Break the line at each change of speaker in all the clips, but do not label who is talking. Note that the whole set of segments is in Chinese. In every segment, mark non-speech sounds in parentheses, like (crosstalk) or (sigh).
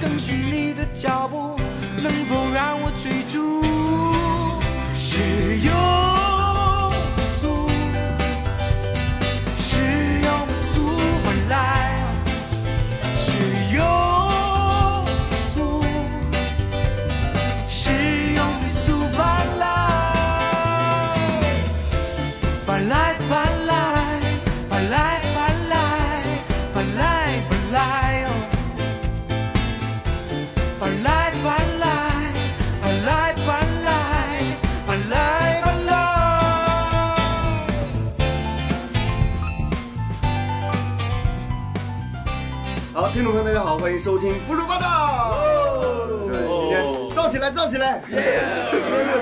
等是你的脚步，能否让我追逐？是有不速，是有不速回来，是有不速，是有不速返来。本来本来本来本来本来本来哦，本来本来本来本来本来本来。
好，听众朋友，大家好，欢迎收听《胡说八道》。
哦
对，今天造起来，造起来！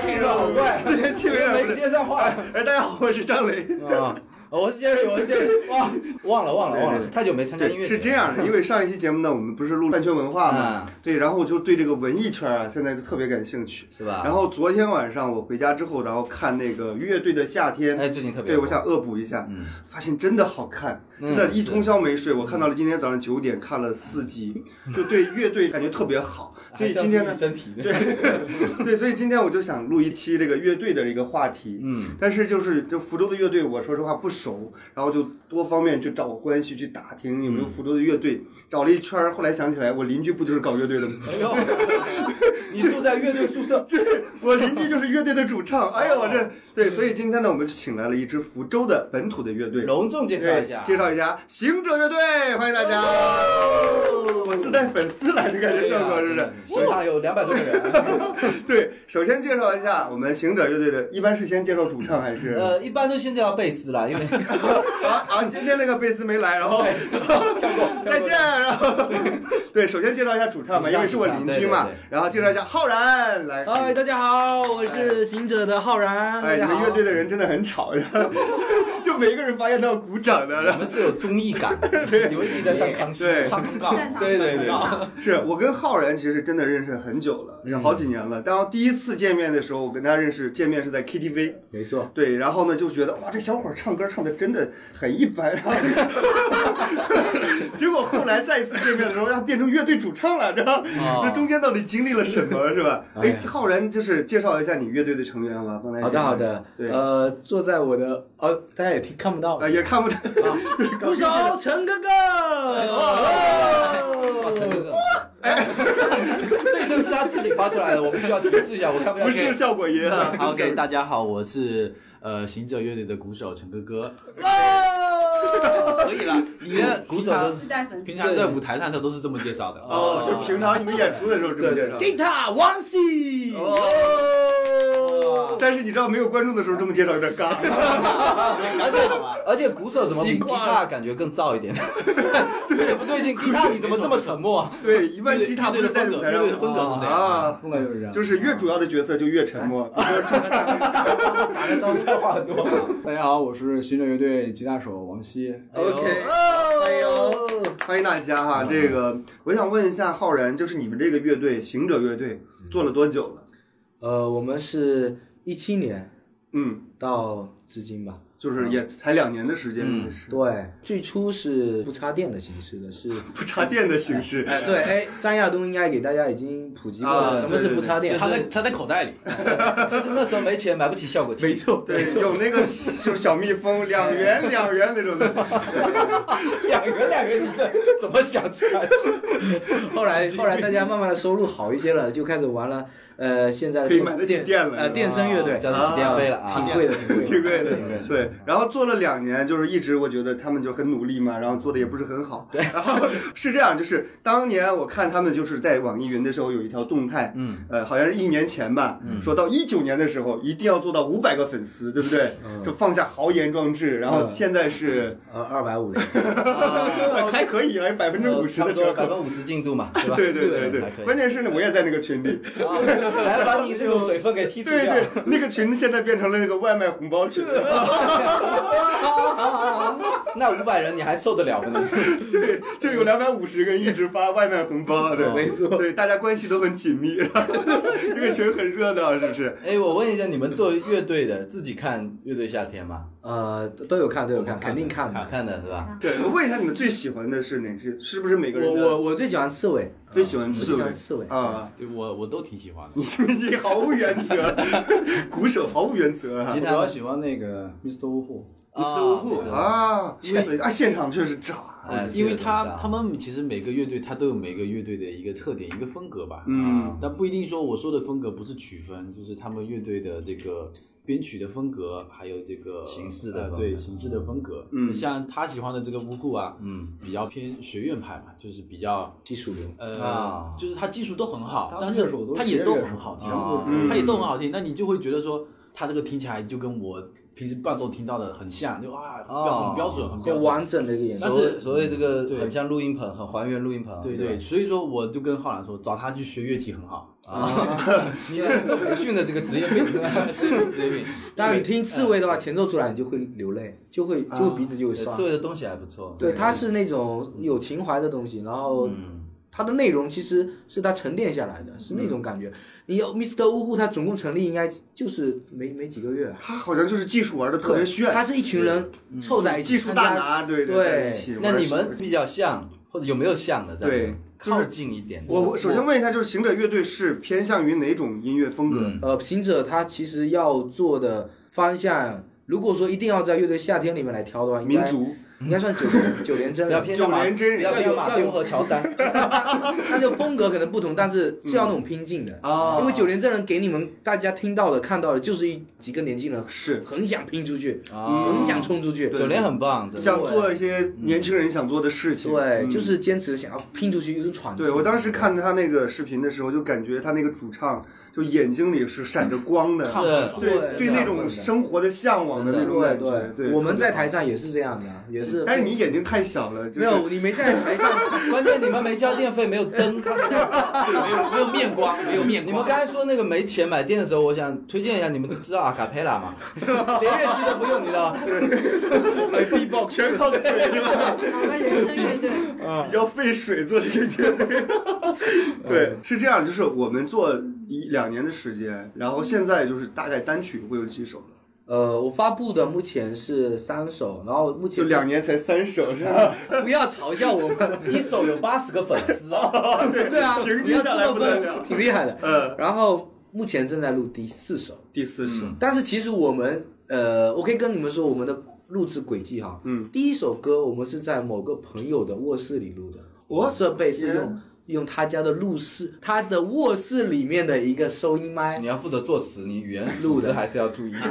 气势好怪，
今天气氛有点
没接上话
哎，大家好，我是张雷。
啊！我接着，我接着，哇，忘了，忘了，忘
对
了，
对
太久没参加音
对，
乐节
是这样的，因为上一期节目呢，我们不是录饭圈文化嘛，
嗯
对，然后我就对这个文艺圈啊，现在就特别感兴趣。
是吧？
然后昨天晚上我回家之后，然后看那个乐队的夏天，
哎，最近特别
对我想恶补一下，
嗯
发现真的好看，
嗯
真的，一通宵没睡。我看到了今天早上九点看了四集，就对乐队感觉特别好。所以今天呢
还，像自己
(laughs)
身体
对对，所以今天我就想录一期这个乐队的一个话题。
嗯，
但是就是就福州的乐队，我说实话不熟，然后就多方面去找关系去打听有没有
嗯
福州的乐队，找了一圈儿，后来想起来我邻居不就是搞乐队的吗？ (laughs)
哎呦，你住在乐队宿舍，
我邻居就是乐队的主唱，哎呦，我
哦
这对，所以今天呢，我们就请来了一支福州的本土的乐队，
隆重介绍一
对
下，
介绍一下行者乐队，欢迎大家。
哦
(laughs) 我自带粉丝来的感觉效
哎
果是不是？
现场啊有两百多个人，
(laughs) 对，首先介绍一下我们行者乐队的，一般是先介绍主唱还是？
呃，一般都先叫贝斯
(laughs)
了，因为
啊啊！今天那个贝斯没来，然后 (laughs) 再见，然后对，首先介绍一下主唱吧，因为是我邻居嘛
主唱主唱对对对，
然后介绍一下浩然来。
嗨，哎大家好，我是行者的浩然。
哎，你
大家
们
好
乐队的人真的很吵， (laughs) 然后就每个人发言都要鼓掌的，然
我 (laughs)
后。
们是有综艺感，你们一直在上康熙
对，
上通告
擅，长
对对对，
是我跟浩然其实真的认识很久了，
嗯
好几年了。当第一次见面的时候，我跟他认识见面是在 KTV，
没错，
对，然后呢就觉得哇，这小伙儿唱歌唱的真的很一般。然后
(laughs)
(laughs) 结果后来再一次见面的时候，他变成乐队主唱了，知道吗？
啊
哦
这中间到底经历了什么，是吧？
哎
哎，浩然就是介绍一下你乐队的成员吧，刚才
好的好的，
对
呃，坐在我的呃，大家也听看不到
啊，，也看不到，
鼓手陈哥哥，
哎
哇，陈哥
哦
哥，这声是他自己发出来的，我必须要提示一下，我看不
(laughs) 不
见。
是效果音啊。
OK，大家好，我是呃行者乐队的鼓手陈哥哥。可以了，你的
鼓
鼓
手
手
都
自带粉丝
平。常在舞台上他都是这么介绍的。
哦，就平常你们演出的时候这么介绍。哦
Guitar One C，
但是你知道没有观众的时候这么介绍有点
(laughs)
尬，
而且而且鼓手怎么比
习
吉
惯
他感觉更燥一点？ (laughs) 对不对劲，吉他你怎么这么沉默啊？
对，一般吉他不是在舞台上
乐队的风格是这样哎
啊，
风格就是这样，
就是越主要的角色就越沉默， (laughs)
打的招差话很多。
大家好，我是行者乐队吉他手王希。
OK，
哎
呦，欢迎大家哈！这个我想问一下浩然，就是你们这个乐队行者乐队做了多久了？
呃，我们是一七年
嗯，
到至今吧，
就是也才两年的时间，
嗯
是 (laughs)
对，最初是不插电的形式的，是，
不插电的形式。
哎对，哎，张亚东应该给大家已经普及过
啊
了，什么
对对
是不插电，
插在插在口袋里，
就是那时候没钱买不起效果器，没错，
对，有那个就是小蜜蜂，两元两元那种的。
两个人两个人，你这怎么想出来的？
后来后来大家慢慢的收入好一些了，就开始玩了，呃，现在的
可以
电
买得起
电
电了
呃，电声乐队，
交得起电费了啊，
挺贵的，挺贵
(laughs)
的，
挺贵的
挺贵，
对。然后做了两年，就是一直我觉得他们就很努力嘛，然后做的也不是很好。对。然后是这样，就是当年我看他们就是在网易云的时候有一条动态，
嗯，
呃，好像是一年前吧，说到一九年的时候一定要做到五百个粉丝，对不对？
嗯
就放下豪言壮志。然后现在是
(laughs)
呃，二百五十，
呃还可以啊，百分之五十
差
的
不多
折
百
扣。
分之五十进度嘛，对吧？
对对对
还
对，
可以
关键是呢，我也在那个
(laughs)
群里，
啊来把你这种水分给剔除
对
掉。
对，那个群现在变成了那个外卖红包
(laughs)
群，
那五百人你还受得了吗？ (laughs) 你
对，就有两百五十个人一直发外卖红包，对，
没错
对，大家关系都很紧密， (laughs) 这个群很热闹，是不是？
哎，我问一下，你们做乐队的自己看乐队夏天吗？
呃，都有看，都有看，肯定看的。
看的是吧？
对，我问一下你们最喜欢的是哪支？是不是每个
我
人
我
的
我最喜欢刺猬，
(laughs)
呃
最喜欢
我最
刺
喜
猬？
欢刺猬。
啊，
对
呃
我我都挺喜欢的
你。你毫无原则， (laughs) 鼓手毫无原则啊
吉
我
他
比较喜欢那个 Mr. Wu Hu，
！Mr. Wu 啊，因为啊现场确实炸，
呃，
是
因为
有点
他
像
他们其实每个乐队他都有每个乐队的一个特点一个风格吧，
嗯
但不一定说我说的风格不是曲风，就是他们乐队的这个编曲的风格，还有这个
形式的
呃
风格
对形式的风格，
嗯
像他喜欢的这个乌库啊，
嗯，
比较偏学院派嘛，就是比较
技术流，
呃，
啊
就是他技术都很好，
他
但
们
是
乐手都
他
是
也
职业
都
乐
很
手
好听，
啊
他
嗯
也都很好听，那你就会觉得说他这个听起来就跟我平时伴奏听到的很像，就啊，标很标准，很标
就
准。
完整的一个演
但
奏。
是
所所以这个
对
很像录音棚，很还原录音棚。
对对，所以说我就跟浩然说，找他去学乐器很好，
啊，你这培训的这个职业病，
对 (laughs) 对
但你听刺猬的话，前奏出来你就会流泪，就会
啊
就会鼻子就会酸
刺。猬的东西还不错。
对，它是那种有情怀的东西，然后
嗯，
它的内容其实是它沉淀下来
嗯
的，是那种感觉。你有 Mr. 呜呼，它总共成立应该就是没没几个月啊，
他好像就是技术玩的特别炫，
它是一群人凑在一起
技术
参
大
加
拿，对
对
在一起玩
那你们比较像，或者有没有像的？
对
咱们
就是
靠近一点的。
我我首先问一下，就是行者乐队是偏向于哪种音乐风格？
嗯
呃，行者他其实要做的方向，如果说一定要在乐队夏天里面来挑的话，应
民
该
族
应该算九连九连真
不
人
要。偏向
九
马，
连真人
不要偏向马
要有
东和乔
(laughs)
杉。
它的风格可能不同，但是是要那种拼劲的。
啊，
因为九连真人给你们大家听到的、看到的，就是一几个年轻人
是哦
很想拼出去，
啊
很想冲出去。
九连很棒，真的
想做一些年轻人想做的事情。
对，
嗯
就是坚持想要拼出去，有种闯劲。
对我当时看他那个视频的时候，就感觉他那个主唱就眼睛里是闪着光的，
是
对
对
那种生活的向往的那
真
种
对
感觉。对，
对，我们在
特
台上也是这样的，也
别
是。
但是你眼睛太小了，就
没
是
有，你没在台上，
(laughs) 关键你们没交电费，没有灯，
(laughs)
看不到。
对， (laughs) 没有没有面光，没有面
你们
光。
刚才说那个没钱买电的时候，我想推荐一下，你们知道阿卡贝拉
(laughs)
吗？连乐器都不用，你知道吗？
(laughs)
没 B box，
全靠嘴是吧？
我们人生乐队，
啊
比较费水做这个乐队。
嗯
对，是这样，就是我们做一两年的时间，然后现在就是大概单曲会有几首了。
呃，我发布的目前是三首，然后目前
就两年才三首是吧？
不要嘲笑我们，
一手有八十个粉丝啊！
(laughs) 对啊，
(laughs) 平
不
均
要
下来
这
不
么
得
分，
了。
挺厉害的。
呃，
然后目前正在录第四首，
第四首，
但是其实我们呃，我可以跟你们说我们的录制轨迹哈。
嗯，
第一首歌我们是在某个朋友的卧室里录的，
我
设备是
天
用用他家的录室，他的卧室里面的一个收音麦
你要负责作词，你语言
录
组
的
织还是要注意。
(laughs)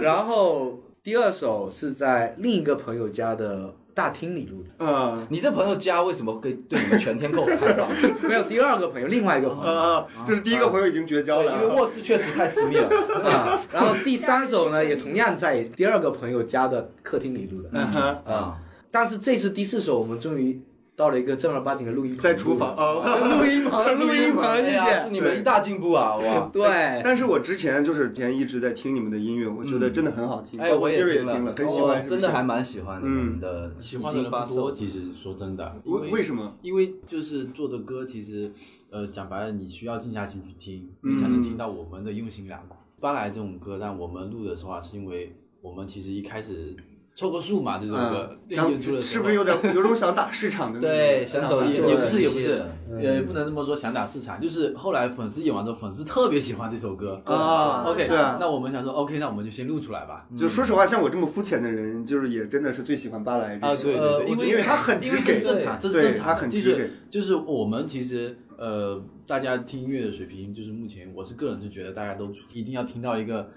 然后第二首是在另一个朋友家的大厅里录的，
啊
你这朋友家为什么会对你们全天候开
(laughs)
放？
没有第二个朋友，另外一个朋友。
啊，就是第一个朋友已经绝交
对，因为
了。啊
卧室确实太私密了。
啊，然后第三首呢，也同样在第二个朋友家的客厅里录的
嗯哼，
啊。但是这次第四首，我们终于到了一个正儿八经的录音
(laughs)
棚，
在厨房
嗯
啊。
录音棚，录音棚， (laughs) 谢
哎呀，是
谢。
你们一大进步啊！哇，
对，
(laughs) 但是我之前就是前一直在听你们的音乐，我觉得真的很好听。
哎，我
也
也
也
听
听
了，
很喜欢
我，
哦
是不
真
是
的还。蛮喜欢你们的
喜欢
已经
的人
发
不多，
售。
其实说真的，因
为为什么？
因为就是做的歌，其实呃讲白了，你需要静下心去听，你才能听到我们的用心良苦。搬来这种歌，但我们录的时候啊，是因为我们其实一开始凑个数嘛，这首歌
嗯，
练
想
演出的时
是
候呃
不是有点有种想打市场的那种？
对，想走一
也
步
也不是也不
一
是
的，
也不能这么说想打市场，就是后来粉丝演完之后，粉丝特别喜欢这首歌
啊
哦 OK，嗯
对啊
那我们想说 OK，那我们就先录出来吧。
就说实话，像我这么肤浅的人，就是也真的是最喜欢巴莱这
啊，
首
对
呃
对对，
我
因
觉
为
得因为他很
因
直
为这
给
是正常，这是
对
正常的，
他很直
就是
给
就是我们其实呃，大家听音乐的水平，就是目前我是个人是觉得大家都处一定要听到一个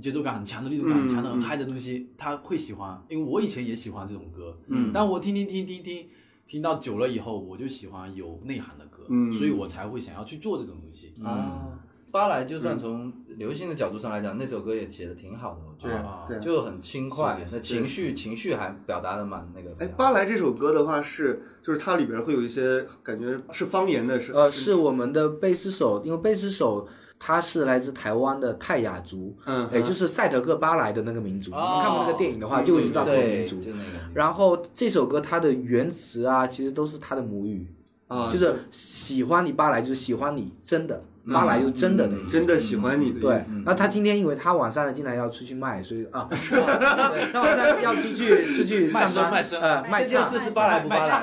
节奏感很强的、律动感很强的、
嗯
很嗨的东西，他会喜欢，因为我以前也喜欢这种歌，
嗯
但我听听听听听。听到久了以后，我就喜欢有内涵的歌，
嗯
所以我才会想要去做这种东西。
啊，
巴莱就
嗯
算从流行的角度上来讲，那首歌也写的挺好的，我觉
对
得。
啊
对。
就很轻快
是是，是
那情绪情绪还表达的蛮那个。
哎，巴莱这首歌的话是，就是它里边会有一些感觉是方言的，是
呃，是我们的贝斯手，因为贝斯手他是来自台湾的泰雅族，
嗯，
哎
也就是赛德克巴莱的那个民族。你
哦
们看过那个电影的话，就会知道这个
对，
民族。
就那个。
然后这首歌它的原词啊，其实都是他的母语，
啊，
就是喜欢你巴莱，就是喜欢你，真的，巴莱就真的的意思。
真的喜欢你的
对
意思，，
那他今天因为他晚上呢进来要出去卖，所以啊，他晚上要出去出去上班，
卖身卖身
呃，卖
这件
唱，
事是巴莱不巴莱？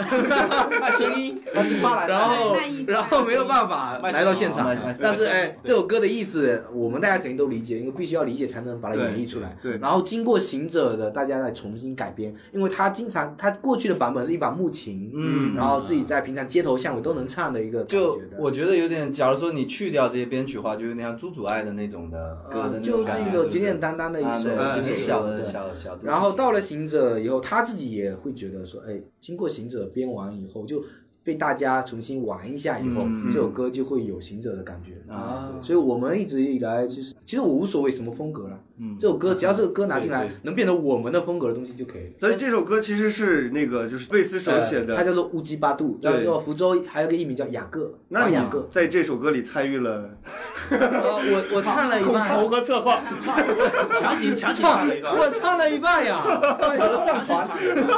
卖声音，他是巴莱。
然后
卖艺
然后没有办法
卖身
来到现场
卖卖，身
但是哎，这首歌的意思我们大家肯定都理解，因为必须要理解才能把它演绎出来。
对对
然后经过行者的大家再重新改编，因为他经常他过去的版本是一把木琴，
嗯
然后自己在平常街头巷尾都能唱的一个感
就
觉的
我觉得有点，假如说你去掉这些编曲的话，就有点像朱祖爱的那种的歌的
呃
那
就
种
是
感
一
觉，
个
是
简简单单的一首
对，
啊
有点
一首
对
小
歌
的小的小的。
然后到了行者以后，他自己也会觉得说，哎，经过行者编完以后，就被大家重新玩一下以后，
嗯
这首歌就会有行者的感觉。
啊，
所以我们一直以来其实其实我无所谓什么风格了，
嗯
这首歌只要这个歌拿进来
对对
能变成我们的风格的东西就可以了。
所以这首歌其实是那个就是贝斯手写
呃它
的。
叫做乌鸡巴杜，
对
然后福州还有一个艺名叫雅各，
那
巴
你
雅各
(laughs) 。在这首歌里参与了
呃我我唱了一
统
半
筹，和策划，
强行强行
唱
唱了一段，
我唱了一半呀，(laughs)
上传，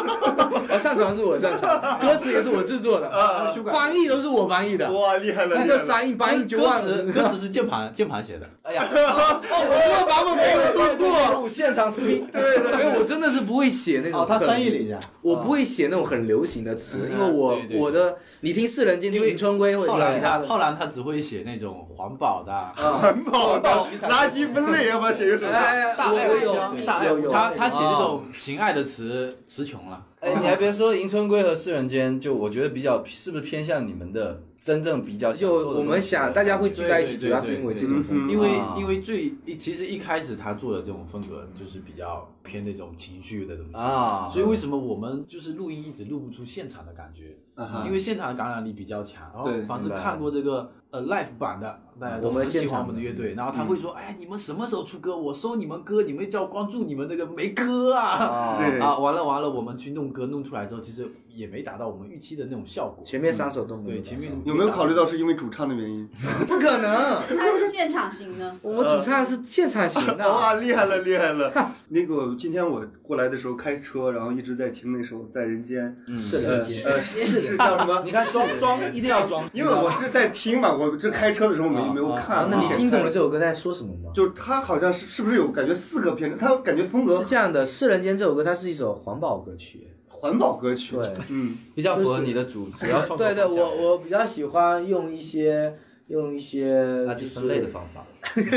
我上传是我上
(laughs)
传，歌词也是我制作
啊
的，翻译都是我翻译的，
(laughs) 哇，厉害了！
一
厉害
个
了
三亿八亿九
歌
万， (laughs)
词歌词是键盘键盘写的，
哎呀，
哦
哎
我这个版本没有出过。
过现场视频。
因哎为我真的是不会写那种，
哦，他翻译了一下。
我不会写那种很流行的词，因为我
嗯对对对
我的你听《四人间》听《迎春归》或
浩
者
然
其他
他
的，
浩然他只会写那种环保的
(laughs)
啊，
环保的垃圾分类，要不要写一首歌？
哎，
大
我
爱
我
对
大爱
有有有，
他他写那种情爱的词词穷了，
哎，你还别说，《迎春归》和《四人间》，就我觉得比较是不是偏向你们的真正比较想
就
做的
我们
东西
想大家会聚在一起，
对对
主
对
要是因为这种风
嗯
格。
因为
啊
因为最一其实一开始他做的这种风格就是比较偏那种情绪的东西，
啊，
所以为什么我们就是录音一直录不出现场的感觉？
啊哈
因为现场的感染力比较强，然后
对
凡是
明白
看过这个呃 live 版的，大家
我
都
们
很喜
现
欢
场
我们的乐队，然后他会说，哎，你们什么时候出歌？我收你们歌，你们叫关注你们那个没歌啊！
啊，
对
(laughs) 啊，完了完了，我们去弄歌弄出来之后，其实也没达到我们预期的那种效果。
前面三首
嗯
都没有
对，前面
有没有
达
考虑到是因为主唱的原因？
不可能，
他是现场型的，
我们主唱是现场型
哇，
的，
厉害了，厉害了！那个今天我过来的时候开车，然后一直在听那首《在人间》，
是
呃
人间。
呃，是是叫什么？
你看装装一定要装，
因为我是在听嘛，我这开车的时候没没有
啊
看。
那你听懂了
就
这首歌在说什么吗？
就是他好像是是不是有感觉四个篇章？他感觉风格
是这样的，《世人间》这首歌它是一首环保歌曲，
环保歌曲
对，
嗯，
比较符合你的主主要创作
对对，
方向
我我比较喜欢用一些用一些
垃
就
圾
是
分类的方
(laughs)
法，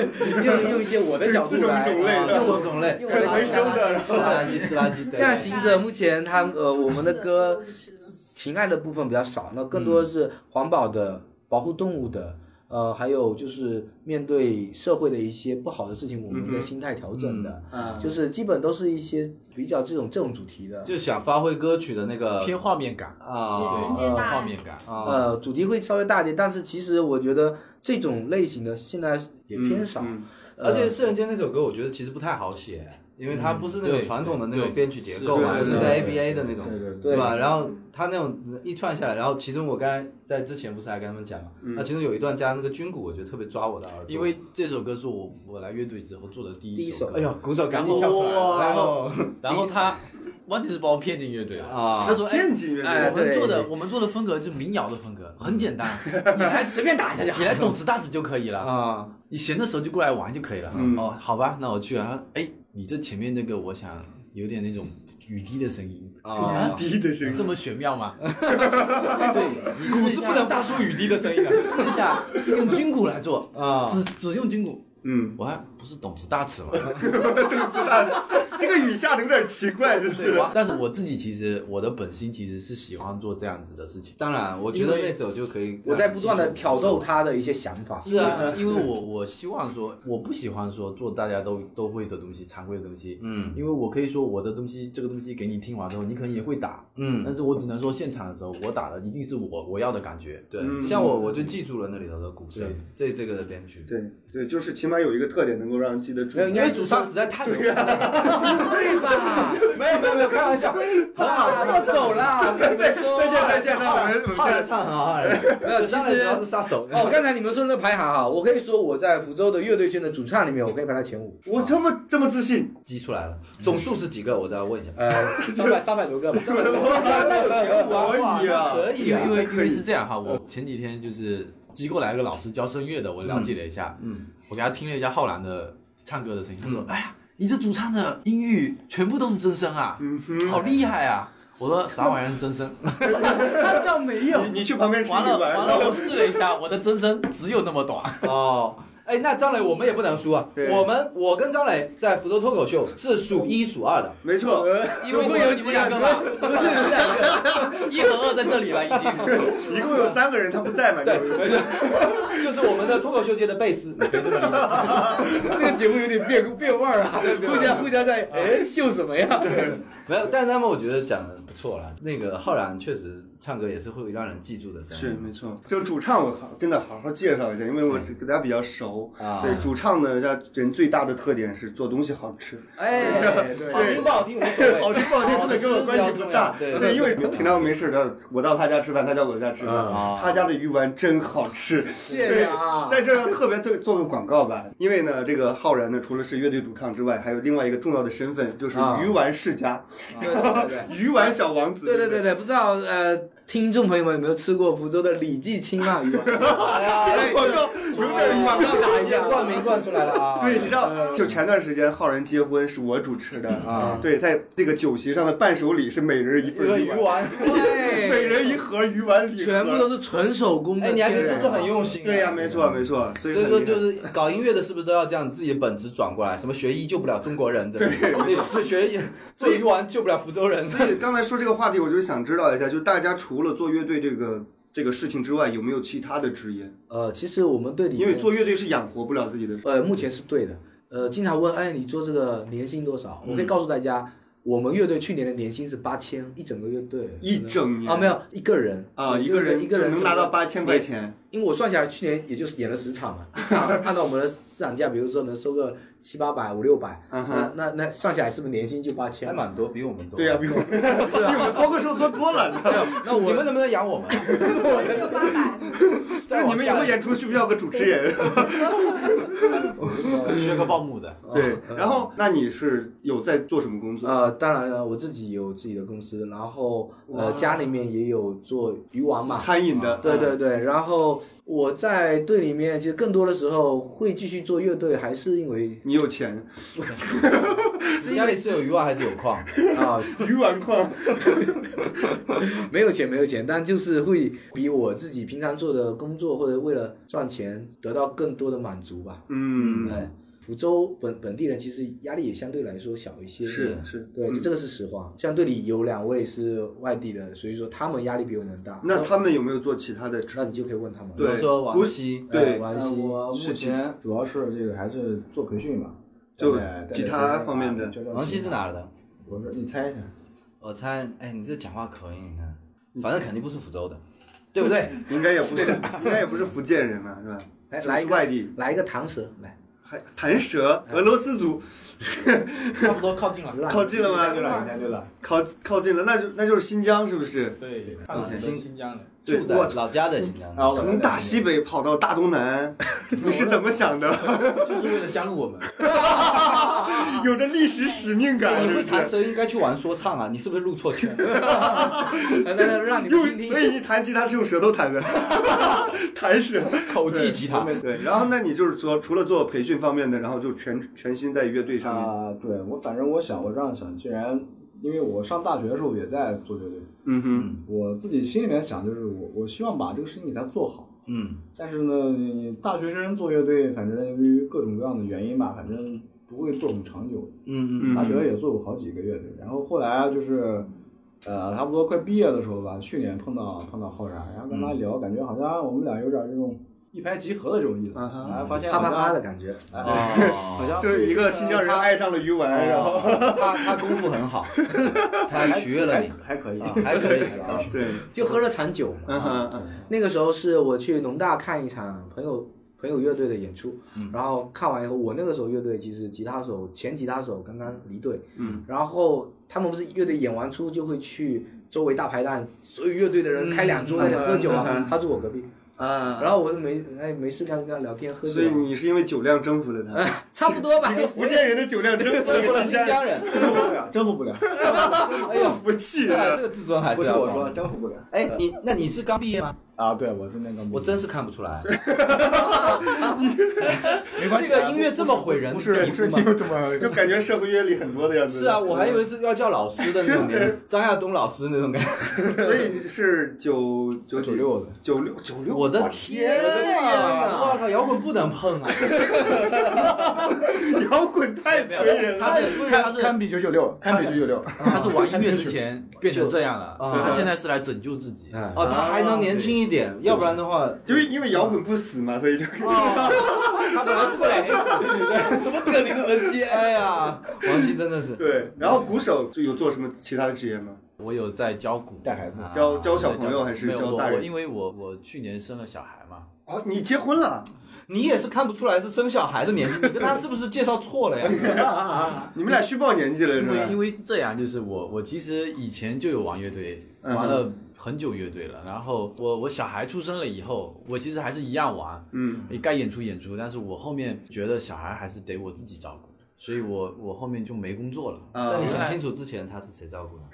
用用一些我的角度来，
(laughs)
四种种类
啊
对
各种
用我
种类，
用
可回收的然
是垃圾是垃
(laughs)
圾，对
像行者目前他们呃我们的歌情爱的部分比较少，那更多的是环保的、保护动物的，呃，还有就是面对社会的一些不好的事情，我
嗯
们的心态调整的，
啊，
就是基本都是一些比较这种这种主题的，
就想发挥歌曲的那个
偏画面感，
啊
人
对，
间
呃
大爱
画面感。
啊，
呃，主题会稍微大一点，但是其实我觉得这种类型的现在也偏少，
嗯
呃
而且《四人间》那首歌，我觉得其实不太好写，因为它不是那种
对
传统的那种
对
编曲结构
是
嘛，
对
不是
对
在
对
ABA 的那种，
对对对
对
是吧？然后它那种一串下来，然后其中我刚才在之前不是还跟他们讲嘛，那其中有一段加那个军鼓，我觉得特别抓我的耳朵，
因为这首歌是我我来乐队之后做的第
第
一
一首
歌
哎呦，鼓手赶紧跳
然后
出来了，哎然后
然后他完全是把我骗进乐队了
啊
他说：“哎
骗进乐队
哎，我们
对
做
嗯
的
对
我们做的风格就是民谣的风格，很
(laughs)
简单，你来随便打一下就好，你来懂词大词就可以了。
啊，
你闲的时候就过来玩就可以了。
嗯
哦，好吧，那我去了。他说哎，你这前面那个，我想有点那种雨滴的声音
啊
低的声音
这么玄妙
(laughs)
吗？
对，
你
鼓
试一
是
下
不能发出雨滴的声音的
试一下用军鼓来做，
啊，
只只用军鼓。
嗯，
我还不是懂词大词
(laughs)
吗？
这个雨下的有点奇怪，就
对
是
啊
吧？但是我自己其实我的本心其实是喜欢做这样子的事情。
当然，我觉得那首就可以，
我在不断
嗯
的挑逗他的一些想法，
是啊，因为我我希望说，我不喜欢说做大家都都会的东西，常规的东西。
嗯
因为我可以说我的东西，这个东西给你听完之后，你可能也会打，但
嗯，
是我只能说现场的时候，我打的一定是我我要的感
(laughs)
觉。
对，
嗯
像我我就记住了那里头的鼓声
对，
这这个的编曲，
对对，就是起码有一个特点能够让人记得住
没。有应
因
该
为
是
主唱实在太牛了，对吧？ (laughs) 没有没有没有，开玩笑，很好，很好
我走啦。
再见
再见那我们我们
后来唱很好，没
有
(laughs) 主唱
其实
主要是杀手，哎
哦，刚才你们说那个排行哈，我可以说我在福州的乐队圈的主唱里面，我可以排到前五，
我这么这么自信，
激出来了，总数是几个？我再问一下。
呃，三百三百多个吧。
可以
哇
啊，
可以
(laughs)
因为
啊，
因为因
可以
为是这样哈，我前几天就是机构来了个老师教声乐的，我了解了一下，
嗯，
我给他听了一下浩然的唱歌的声音，他说：“哎呀，你这主唱的音域全部都是真声啊，好厉害啊！”我说：“啥玩意儿是真声？”
那倒没有，
你你去旁边听
完了
听
完了，我试了一下，我的真声只有那么短。
哦，哎，那张磊我们也不能输啊，
对
我们我跟张磊在福州脱口秀是数一数二的，
没错，
因为有你们两个
啊
(laughs)
嘛，一和二在这里了已经。
一共有三个人，他不在嘛，就是
就是我们的脱口秀界的贝斯，你可以这么理解
这个节目有点变变味儿啊，互相互相在哎秀什么呀？
没有，但是他们我觉得讲的不错了。那个浩然确实唱歌也是会让人记住的声
是
音。
没错。就主唱，我好真的好好介绍一下，因为我只跟大家比较熟。
啊
对，主唱呢，他人最大的特点是做东西好吃。
哎，对，
好听不好听无所
(laughs)
谓。
好哦听不好听，跟我关系不大。
对
对，因为平常没事的，我到他家吃饭，他到我家吃饭
嗯啊，
他家的鱼丸真好吃。
谢谢啊
对在这儿特别对做个广告吧，因为呢，这个浩然呢，除了是乐队主唱之外，还有另外一个重要的身份，就是
啊
鱼丸世家，
对对
(laughs)
对。
鱼丸小王子。
对
(laughs)
对对对，不知道呃，听众朋友们有没有吃过福州的李记啊青辣鱼丸？哎
广告有点
广告打一下，
冠名冠出来了啊！
对，你知道，就前段时间浩然结婚是我主持的
嗯啊
对，在这个酒席上的伴手礼是每人一
一个
份
鱼
丸，
丸，
每
对，
人一盒鱼丸礼盒，
全部都是纯手工的。
哎，你还别说这很用心啊。
对呀，没错没错，所
所
以
以
很
说，
厉害
就是搞音乐的，是不是都要这样自己的本职转过来？什么学医救不了中国人，这你是学医做鱼丸救不了福州
(laughs)
人。
所以刚才说这个话题，我就想知道一下，就大家除了做乐队这个这个事情之外，有没有其他的职业？
呃，其实我们队里
因为
面，
做乐队是养活不了自己的。
呃，目前是对的。呃，经常问，哎，你做这个年薪多
嗯
少？我可以告诉大家，我们乐队去年的年薪是八千，一整个乐队
一整年
啊，没有一个人
啊，一个人
一个人
能拿到八千块钱，
因为我算下来，去年也就是演了十场嘛，一
(laughs)
场按照我们的市场价，比如说能收个七八百、五六百，
嗯
那
哼
那那算下来是不是年薪就八千？
还哎蛮多，比我们多。
对呀，比我们比我们脱口秀多多了。你知道吗
那
你们
我
能不能养我们？
只有八百，
再
那
往
(laughs) 你们以
下
后演出需不需要个主持人？
学个报幕的，
对，然后那你是有在做什么工作？
呃，当然了，我自己有自己的公司，然后
哇
呃家里面也有做鱼丸嘛，
餐饮的，
啊
啊
对对对，然后我在队里面，其实更多的时候会继续做乐队，还是
(laughs)
因为
你有钱，
你家里是有鱼丸还是有矿？
啊、
鱼丸矿，
没有钱没有钱，但就是会比我自己平常做的工作或者为了赚钱得到更多的满足吧。
嗯，
哎，福州本本地人其实压力也相对来说小一些，
是嗯是，
对，这个是实话。像队里有两位是外地的，所以说他们压力比我们大。
那他们有没有做其他的职？
那你就可以问他们了。
比如
对
说
不
王希，
对
哎，王
那
希
呃我目
是
前主要是这个还是做培训嘛，
就
带带带
吉
学
他
生啊
方面的
教教
王希
吉
是
他
哪儿的？
我说你猜一下，
我猜，哎，你这讲话口音，你看，反正肯定不是福州的，对不对？
应该也不是， (laughs) 应该也不是福建人嘛，是吧？
来
是不
来
是
一个
外地，
来一个糖蛇，来，
还弹舌，俄罗斯族
差不多靠近了。
辣
靠近了
猜对
哎
吗？
了，你猜对了，
靠靠近了，那就那就是新疆，是不是？
对，
看来是
新疆人。
对
住在
我
老家在新疆的。
然后
从大西北跑到大东南，你是怎么想的？
就是为了加入我们。
有着历史使命感，
你
是不
会弹
是？
舌，应该去玩说唱啊！你是不是入错圈了？
来来来，让你们听
用，
听。
所以你弹吉他是用舌头弹的，弹舌。
口技吉他，
对，然后那你就是说，除了做培训方面的，然后就全全心在乐
嗯
队上面。
啊，对我反正我想我这样想，既然因为我上大学的时候也在做乐队，
嗯哼，
我自己心里面想就是我我希望把这个事情给它做好。
嗯，
但是呢，你大学生做乐队，反正由于各种各样的原因吧，反正不会做很长久。
嗯
大学也做过好几个乐队，然后后来就是，呃，差不多快毕业的时候吧，去年碰到碰到浩然，然后跟他聊，感觉好像我们俩有点这种一拍即合的这种意思，
啊哈
然后发现
嗯啪
好
啪
像
啪的感觉。
哎
哦
好
(laughs)
像
就是一个新疆人爱上了鱼丸，然后
他他功夫很 (laughs) 好，他取悦了
还
你，
还可以，
啊还可以， (laughs) 还可以。
对，
就喝了场酒嘛。
嗯
啊
哼，嗯
那个时候是我去农大看一场朋友朋友乐队的演出，
嗯
然后看完以后，我那个时候乐队其实吉他手前吉他手刚刚离队，
嗯，
然后他们不是乐队演完出就会去周围大排档，所有乐队的人开两桌在那喝酒
嗯嗯嗯
啊
嗯，
他住我隔壁，
啊，
然后我就没哎没事干跟他聊天喝酒啊
所以，你是因为酒量征服了
(laughs)
他，
差不多吧，
一个福建人的酒量征服了一
征服
个
了
新
新
疆人，
疆人，
(laughs) 征服不了，征服不了， (laughs)
哎
不
呦，
服气
这
啊！
这个自尊还
不
是
(laughs) 是
要
我说，。征服不了。
哎，你那你是刚毕业吗？
啊，对我中间刚
我真是看不出 (laughs) 来。
没关系
这
啊，
个音乐这么毁人，
不是不是
你
你
皮肤
有
吗
这么
就感觉社会阅历很多的样子。
是啊，我还以为是要叫老师的那种年龄，张亚东老师那种感觉。
所以你是九九几
九六的，
九六九六，
我的啊
天
呐！我靠，摇滚不能碰啊！ (laughs)
摇滚太催人了。
他是他是
堪比九九六，堪比九九六，
他是玩音乐之前变成这样了，
啊
他现在是来拯救自己。
嗯
哦，他还能年轻一点，要不然的话，
就是因为摇滚不死嘛，所以就
他本来是过来没死，什么梗你都能接。哎呀，王希真的是
(laughs) 对。然后鼓手就有做什么其他的职业吗？
我有在教鼓，
带孩子
啊
教教小朋友还是
没有
教
我
大人
我因为我我去年生了小孩嘛，
哦，你结婚了？
你也是看不出来是生小孩的
(laughs)
年纪，你跟他是不是介绍错了呀？
你们俩虚报年纪了是
因为因
吧？
为是这样，就是我我其实以前就有玩乐队，
嗯
玩了很久乐队了。然后我我小孩出生了以后，我其实还是一样玩，
嗯，
该演出演出。但是我后面觉得小孩还是得我自己照顾，所以我我后面就没工作了。
啊
在你想清楚之前，他是谁照顾的？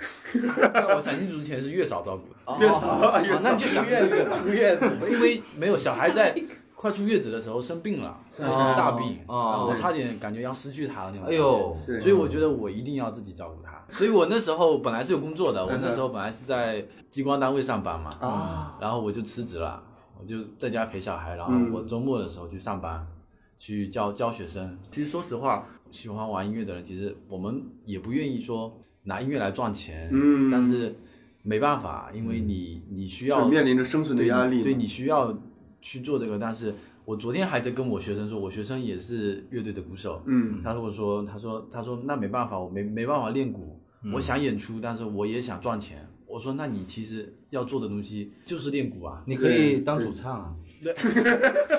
在我想进之前是月嫂照顾的，
月嫂，啊月
哦那
嫂
你就想月子，出月子。
因为没有小孩在快出月子的时候生病了，生了一场大病，
哦
然后我差点感觉要失去他了那种。
哎，呦，
对
所以我觉得我一定要自己照顾他。所以我那时候本来是有工作的，我那时候本来是在机关单位上班嘛，
啊，
然后我就辞职了，我就在家陪小孩，然后
嗯
我周末的时候去上班，去教教学生。其实说实话，喜欢玩音乐的人，其实我们也不愿意说拿音乐来赚钱，
嗯
但是没办法，因为你你需要
就面临着生存的
对
压力嘛，
对你需要去做这个。但是我昨天还在跟我学生说，我学生也是乐队的鼓手，
嗯
他跟我说，他说他说那没办法，我没没办法练鼓，
嗯
我想演出，但是我也想赚钱。我说那你其实要做的东西就是练鼓啊，
你可以当主唱啊，
对，
(laughs)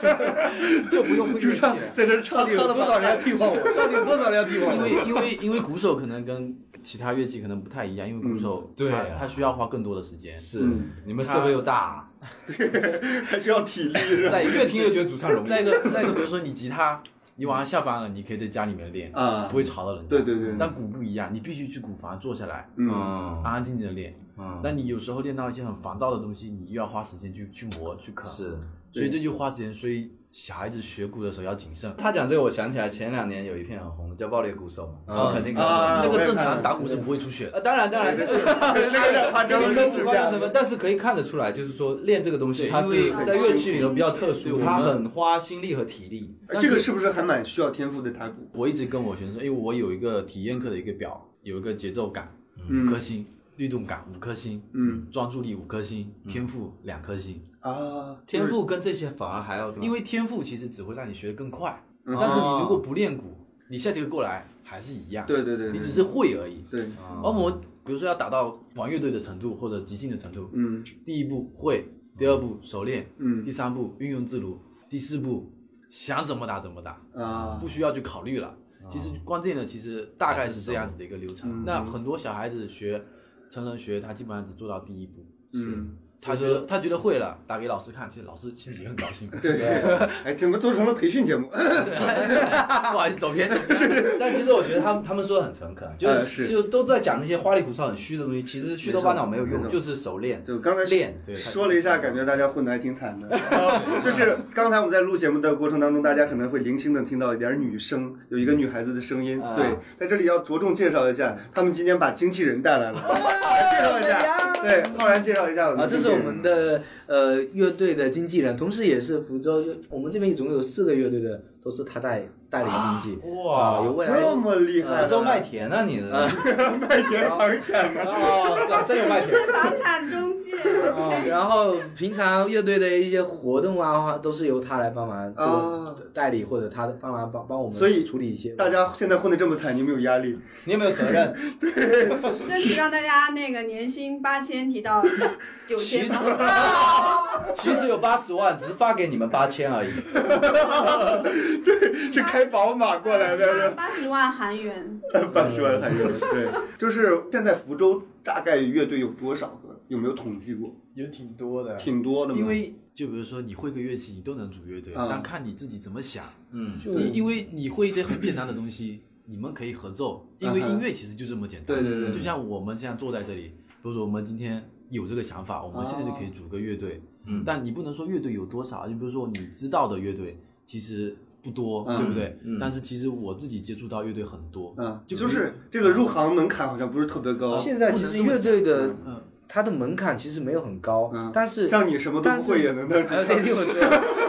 就不用会乐器了。
在这唱
有多少人要替换我？到底有多少人要替
啊
换
因
我？
为因为因为鼓手可能跟其他乐器可能不太一样，
嗯
因为鼓手
对
他
啊
他需要花更多的时间。
是，你们设备又大，
还需要体力是吧？(laughs)
在越听越觉得主唱容易。
再一个再一个，比如说你吉他，你晚上下班了，你可以在家里面练，
啊
不会吵到人家。
对对对
但鼓不一样，你必须去鼓房坐下来，
嗯，
嗯
安安静静的练。
嗯
但啊你有时候练到一些很烦躁的东西，你又要花时间去去磨去啃，
是，
所以这就花时间。所以小孩子学鼓的时候要谨慎。
他讲这个，我想起来前两年有一片很红的叫《爆裂鼓手》嘛，
啊
我肯定看过。
啊
那
我
个
也
正
看了
常打鼓是不会出血的，
呃，当然当然，
那个有点夸张了，
跟
就
鼓
是
关有什么？但是可以看得出来，就是说练这个东西，
对
它是
因
为
在乐器里头比较特
对
殊，
我们
它很花心力和体力。
这个是不是还蛮需要天赋的打鼓？
我一直跟我学生说，因为我有一个体验课的一个表，有一个节奏感
嗯
五颗星，律动感五颗星，
嗯，
专注力五颗星，天赋两颗星。
啊，
天赋跟这些反而还要多，
因为天赋其实只会让你学得更快，
嗯
但是你如果不练鼓，你下节课过来还是一样，
对对对对嗯
你只是会而已。
对，
而我比如说要达到玩乐队的程度或者即兴的程度，
嗯
第一步会，第二步熟练，
嗯
第三步运用自如，第四步想怎么打怎么打，
啊，
不需要去考虑了。其实关键的其实大概是这样子的一个流
嗯
程。那很多小孩子学成人学，他基本上只做到第一步，
嗯，
他觉得他觉得会了，打给老师看，其实老师心里也很高兴。
对， (laughs) 哎，怎么做成了培训节目？
(laughs) 不好意思，走偏。
(laughs) 但其实我觉得他们他们说的很诚恳，就
呃
是
是
就都在讲那些花里胡哨很虚的东西，其实虚头巴脑没有
没
用，
错
就是熟练。
就刚才
练
对
说了一下，感觉大家混的还挺
(laughs)
惨的。然后 (laughs) 就是刚才我们在录节目的过程当中，大家可能会零星的听到一点女声，有
嗯
一个女孩子的声音。
啊
对，在这里要着重介绍一下，他们今天把经纪人带来了，介绍一下。对，浩然介绍一下我们
啊，
的
这
经纪
是
人。
我们的呃乐队的经纪人，同时也是福州，我们这边总共有四个乐队的，都是他带带领经纪。
哇
啊
呃
有未来
这么厉害的，
周麦田啊，
(laughs)
你的
麦田房产呢？
哦，是啊，真有麦田。
房产中介，
然后平常乐队的一些活动啊，都是由他来帮忙
啊
做代理，或者他帮忙帮帮我们
所以
处理一些。
大家现在混的这么惨，你有没有压 (laughs) 力？
你有没有责任？
争取让大家那个年薪八千提到九千。
其实有八十万，只是发给你们八千而已。
是开宝马过来的，是吧
八十万韩元，
(laughs) 八十万韩元。对，就是现在福州大概乐队有多少个？有没有统计过？
也挺多的。
挺多的吗？
因为就比如说你会个乐器，你都能组乐队，
啊
但看你自己怎么想。
嗯，
就因为你会一些很简单的东西，你们可以合奏，因为音乐其实就这么简
嗯
单。
对对对对
就像我们现在坐在这里，比如说我们今天有这个想法，我们现在就可以组个乐队，
哦
嗯
但你不能说乐队有多少，就比如说你知道的乐队其实不多，
嗯
对不对、
嗯
但是其实我自己接触到乐队很多，
嗯，就是这个入行门槛好像不是特别高，
现在其实乐队的
嗯，
它的门槛其实没有很高
嗯，
但是
像你什么都不会也能当
还有那听我说，
(laughs)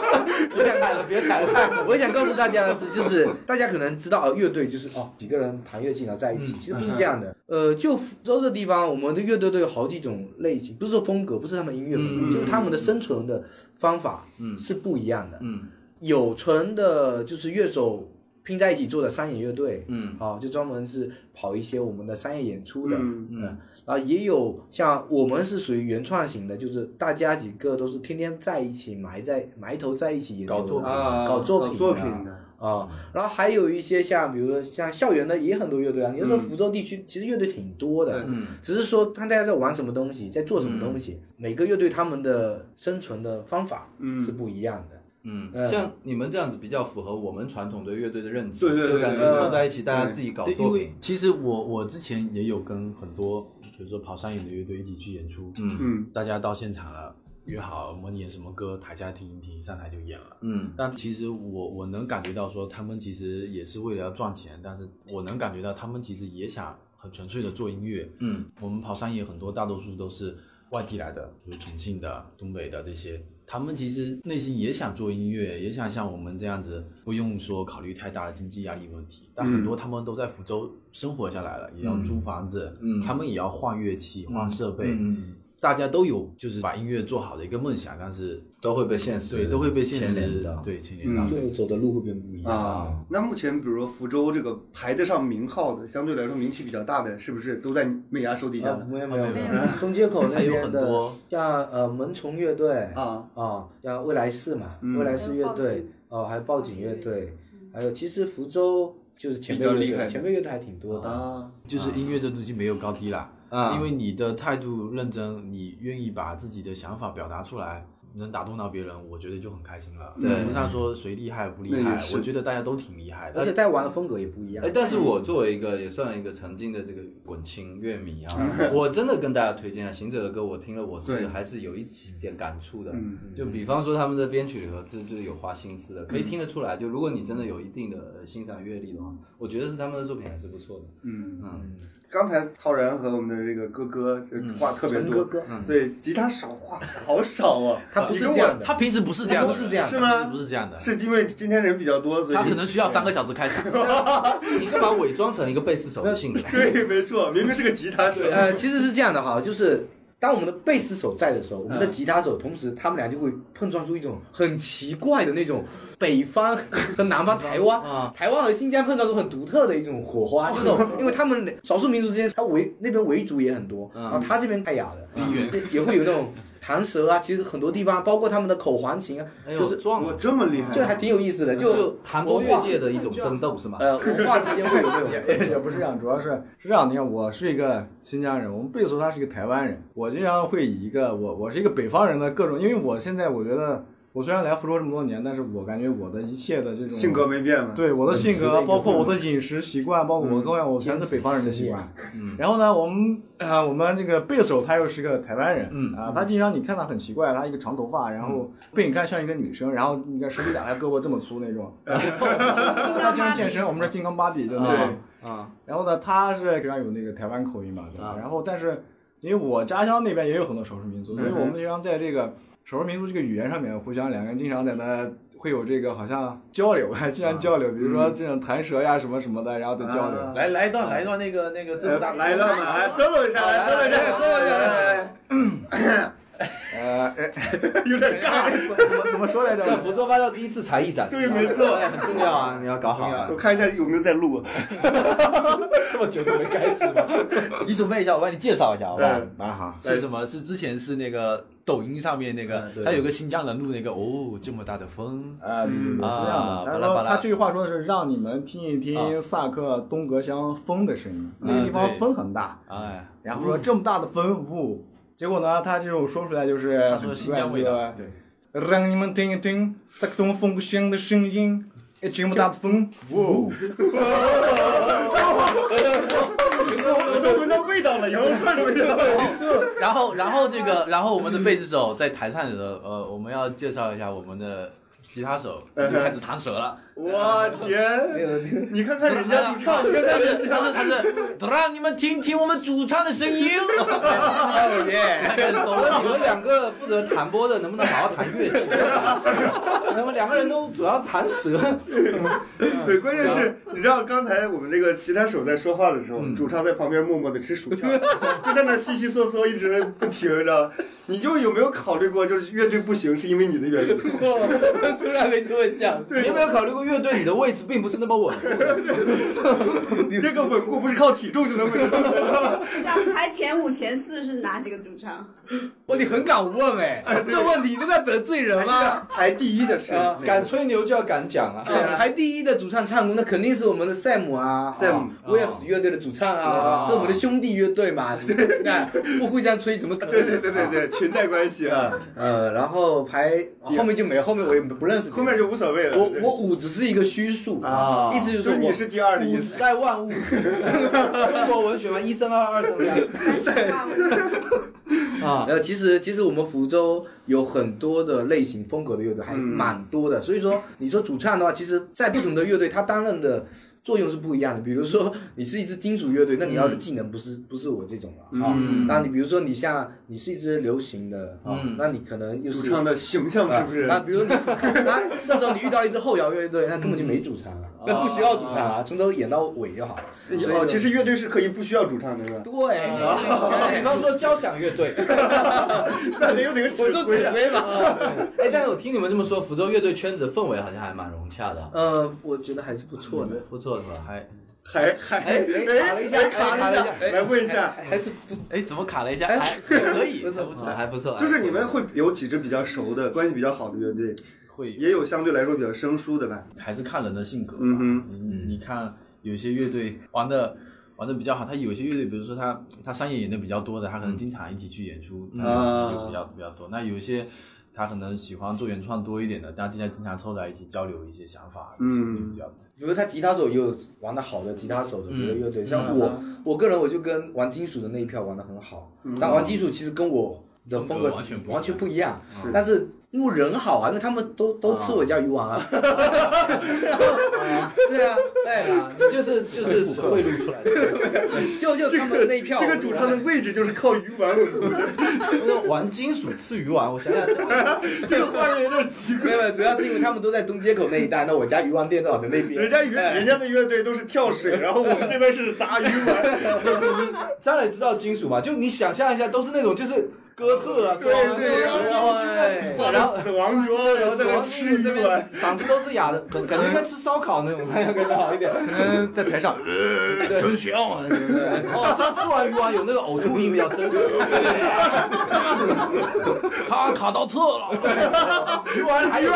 我想
踩了，别踩了。
我想告诉大家的是，就是大家可能知道哦乐队就是哦几个人弹乐器然后在一
嗯
起，其实不是这样的。呃，就福州这地方，我们的乐队都有好几种类型，不是说风格，不是他们音乐风
嗯
格，就是他们的生存的方法是不一样的。
嗯
有纯的，就是乐手拼在一起做的商业乐队，
嗯
啊，就专门是跑一些我们的商业演出的。
嗯
嗯
然后啊也有像我们是属于原创型的，就是大家几个都是天天在一起埋在埋头在一起研究的
搞作品
啊，
搞作品
搞
的
作品的，
啊、然后还有一些像比如说像校园的也很多乐队啊，你就说福州地区其实乐队挺多的，
对
嗯
只是说看大家在玩什么东西，在做什么东西，每个乐队他们的生存的方法
嗯
是不一样的。
嗯，
嗯
像你们这样子比较符合我们传统对乐队的认知，
对对对
就感
对
觉
对
凑在一起，大家自己搞
对，
作
因为
品。
其实我我之前也有跟很多，比如说跑山野的乐队一起去演出，
嗯
嗯
大家到现场了，约好我们演什么歌，台下听一听，上台就演了。
嗯
但其实我我能感觉到说，他们其实也是为了要赚钱，但是我能感觉到他们其实也想很纯粹的做音乐。
嗯
我们跑山野很多大多数都是外地来的，比如重庆的、东北的这些，他们其实内心也想做音乐，也想像我们这样子，不用说考虑太大的经济压力问题。但很多他们都在福州生活下来了，也要租房子，
嗯嗯
他们也要换乐器、换设备。
嗯，
大家都有就是把音乐做好的一个梦想，但是
都会被现实
对都会被现
牵连
实
的。
对牵连到。
最后走的路会变不一样。
啊，那目前比如说福州这个排得上名号的，相对来说名气比较大的，是不是都在美牙手底下
啊，
呢？
没有没有
没
有
东街口那
还有
边
很
的
多
像呃门虫乐队
啊，
啊，像未来市嘛，
嗯
未来市乐
还有报
队
警
哦，还有报警乐
报警
队，嗯还有其实福州就是前
比
辈
较
乐
厉害
队，
的
前辈乐队还挺多的。
啊，
就是音乐这东西没有高低啦，
啊
因为你的态度认真，你愿意把自己的想法表达出来，能打动到别人，我觉得就很开心了。
对
谈不上说谁厉害不厉
那也
害
是，
我觉得大家都挺厉害的。
而且带玩的风格也不一样
哎，。但是我作为一个也算一个曾经的这个滚青乐迷啊，我真的跟大家推荐啊，行者的歌我听了我
对
是还是有一几点感触的
嗯。
就比方说他们的编曲里头，这就是有花心思的，可以听得出来。就如果你真的有一定的呃欣赏阅历的话，我觉得是他们的作品还是不错的。
嗯，
嗯
刚才浩然和我们的这个哥哥这话特别
纯
多，
哥哥
嗯
对，吉他少话好少
(laughs)
啊，
他不是
你跟
这
我
样的
他平时不是这样的，
他不是这样的
是吗
他平时不是这样的，
是因为今天人比较多，所以
他可能需要三个小时开场。
你干嘛伪装成一个贝斯手的性格？
(laughs) 对，没错，明明是个吉他手，
呃，其实是这样的哈，就是当我们的贝斯手在的时候，我们的吉他手同时他们俩就会碰撞出一种很奇怪的那种北方和南方台湾
啊，
台湾和新疆碰撞出很独特的一种火花，这种因为他们两少数民族之间，他维那边维族也很多，然后他这边泰雅的，也会有那种弹舌啊，其实很多地方，包括他们的口簧琴啊，
哎呦，
就是
撞
我
了，
这么厉害，
就还挺有意思的，
就
就
韩国
文
乐
化
界的一种争斗是吗？
呃文化之间会有那种
(laughs) 也也不是这样，主要是是这样。你看，我是一个新疆人，我们贝索他是一个台湾人，我经常会以一个我我是一个北方人的各种，因为我现在我觉得，我虽然来福州这么多年，但是我感觉我的一切的这种
性格没变嘛，
对我的性
本质的
格，
一个
包括我的饮食习惯，包括我各样，我全是北方人的习惯。然后呢，我们啊、我们那个贝手他又是个台湾人，
嗯
啊，他经常你看他很奇怪，他一个长头发，然后被你看像一个女生，然后你看手臂打开胳膊这么粗那种，他经常健身，我们说金刚芭比的那种。
对
啊，
然后呢，他是非常有那个台湾口音嘛，对吧？
啊
然后但是因为我家乡那边也有很多少数民族，所以
嗯哼
我们经常在这个少数民族这个语言上面，互相两个人经常在那会有这个好像交流，还经常交流，比如说这种弹舌呀什么什么的，然后得交流。
啊
来来一段，来一段那个那个
呃来一段吧，来 solo 一下，来 solo 一下，solo 一下，
哎
来
呃，哎， (laughs)
来有点尬。
怎么怎么怎么说来着？
在福州发到第一次才艺展示啊，
对没错
哎很重要啊，你要搞好啊
我。看一下有没有在录，啊
这么久都没开始吗？
你准备一下，我帮你介绍一下，好不好？
嗯
(laughs) 蛮好。
是什么？是之前是那个抖音上面那个
嗯，对
他有个新疆人录那个哦，这么大的风，
啊，对对
嗯
对，是这样的。
啊
他
巴拉巴
说
拉
他这句话说的是让你们听一听
啊
萨克东格乡风的声音，那个地
啊
方
对
风很大，
哎，
然后说这么大的风雾，结果呢，他这种说出来就是
他
很
说
奇
新
怪，
疆味道
对吧让你们听一听萨克东风箱的声音，哎这么大的风，哇！
我都闻到味道了，羊肉串的味道。
然后，然后这个，然后我们的贝斯手在台上的时候，呃，我们要介绍一下我们的吉他手就开始弹舌了，
我
哎 (laughs)
天！你看看人家主唱，你看
但
看
是
人
但是
家，
他是，让你们听听我们主唱的声音，
哦耶！
开始走了。
你们两个负责弹拨的，能不能好好弹乐器？ (laughs) 那么两个人都主要是弹舌，
嗯
对，关键是，你知道刚才我们这个吉他手在说话的时候，
嗯
主唱在旁边默默的吃薯条，就在那儿悉悉嗦嗦一直不停，你知道吗？你就有没有考虑过，就是乐队不行是因为你的原因？啊
我从来没这么想。
你有没有考虑过乐队你的位置并不是那么稳？
你这个稳固不是靠体重就能稳固的。
像排前五、前四是哪几个主唱？
(laughs) 哇，你很敢问哎，这问题都在得罪人吗？
排第一的是
啊
那
(laughs) 敢
个
吹牛就要敢讲
(laughs)
啊！
啊排第一的主唱唱功，那肯定是我们的赛姆啊，
赛姆
啊威尔斯乐队的主唱啊
啊，
这是我们的兄弟乐
(laughs)
队嘛，你看不互相吹怎么可
对对
能？
对对对，裙带关系啊，
呃，然后排哦后面就没，后面我也不认识别人，
后面就无所谓了。
我我五只是一个虚数
啊
意思就是
就
说
你
我
是第二的意
五
思
子。带万物，中国文学嘛，一生二，二生三
三十万
(laughs)
我
啊。
呃，其实其实我们福州有很多的类型风格的乐队，还
嗯
蛮多的。所以说，你说主唱的话，其实在不同的乐队，它担任的作用是不一样的。比如说，你是一支金属乐队，那你要的技能不是、不是我这种了啊。
嗯
那你比如说，你像你是一支流行的啊，那你可能又是
主唱的形象是不是？
啊，比如说你是， (laughs) 那这时候你遇到一支后摇乐队，那根本就没主唱啊，那
嗯
(laughs) 不需要主唱啊，从头演到尾就好了。
哦，其实乐队是可以不需要主唱的，是吧？
对，
比
啊
方说交响乐队，
那得有哪个指
我做
挥
指
啊？
挥嘛。
哎，但是我听你们这么说，福州乐队圈子氛围好像还蛮融洽的，
呃，我觉得还是不错
嗯
的。
不错是吧？还
还还
哎哎卡了一下
哎卡了一
哎卡
下，来问一下，
还是不
哎，怎么卡了一下？还可以，还不错，
还不错，
就是你们会有几支比较熟的、关系比较好的乐队，
会
也有相对来说比较生疏的吧？
还是看人的性格吧。
嗯哼
嗯，你看有些乐队玩的玩的比较好，他有些乐队，比如说他他商业演的比较多的，他可能经常一起去演出，他
啊
就比较比较多。那有些他可能喜欢做原创多一点的，大家经常凑在一起交流一些想法，
嗯
就比较多。
比如他吉他手也有玩的好的吉他手的别的乐队，像
嗯
我，我个人我就跟玩金属的那一票玩的很好，
嗯
但玩金属其实跟我的风格
风格完全不一样
完全不一样
是，
但是因为人好啊，因为他们都都吃我家鱼丸 (laughs) 啊，对啊，
对
对，
啊，你就是就是贿赂出来的，
就就他们那一票，
这个主唱的位置就是靠鱼丸稳固的，
不是玩金属吃鱼丸，我想想，
这个画面有点奇怪
没。有，没有主要是因为他们都在东街口那一带，那我家鱼丸店正好在那边，
人家乐
哎
人家的乐队都是跳水，然后我们这边是砸鱼丸，
张磊知道金属嘛？就你想象一下，都是那种就是哥特
(laughs)
啊，
对对，
然后
然后
哎
画
然
着死亡桌，然后在那
后
吃鱼
这
丸
边。嗓子都是哑的，感感觉应该吃烧烤那种，看样感觉好一点。
嗯，在台上，
真香啊！
(laughs) 哦，上次玩鱼丸有那个呕吐音比较
(laughs)
真实，他卡到侧
(laughs)
了，鱼丸还有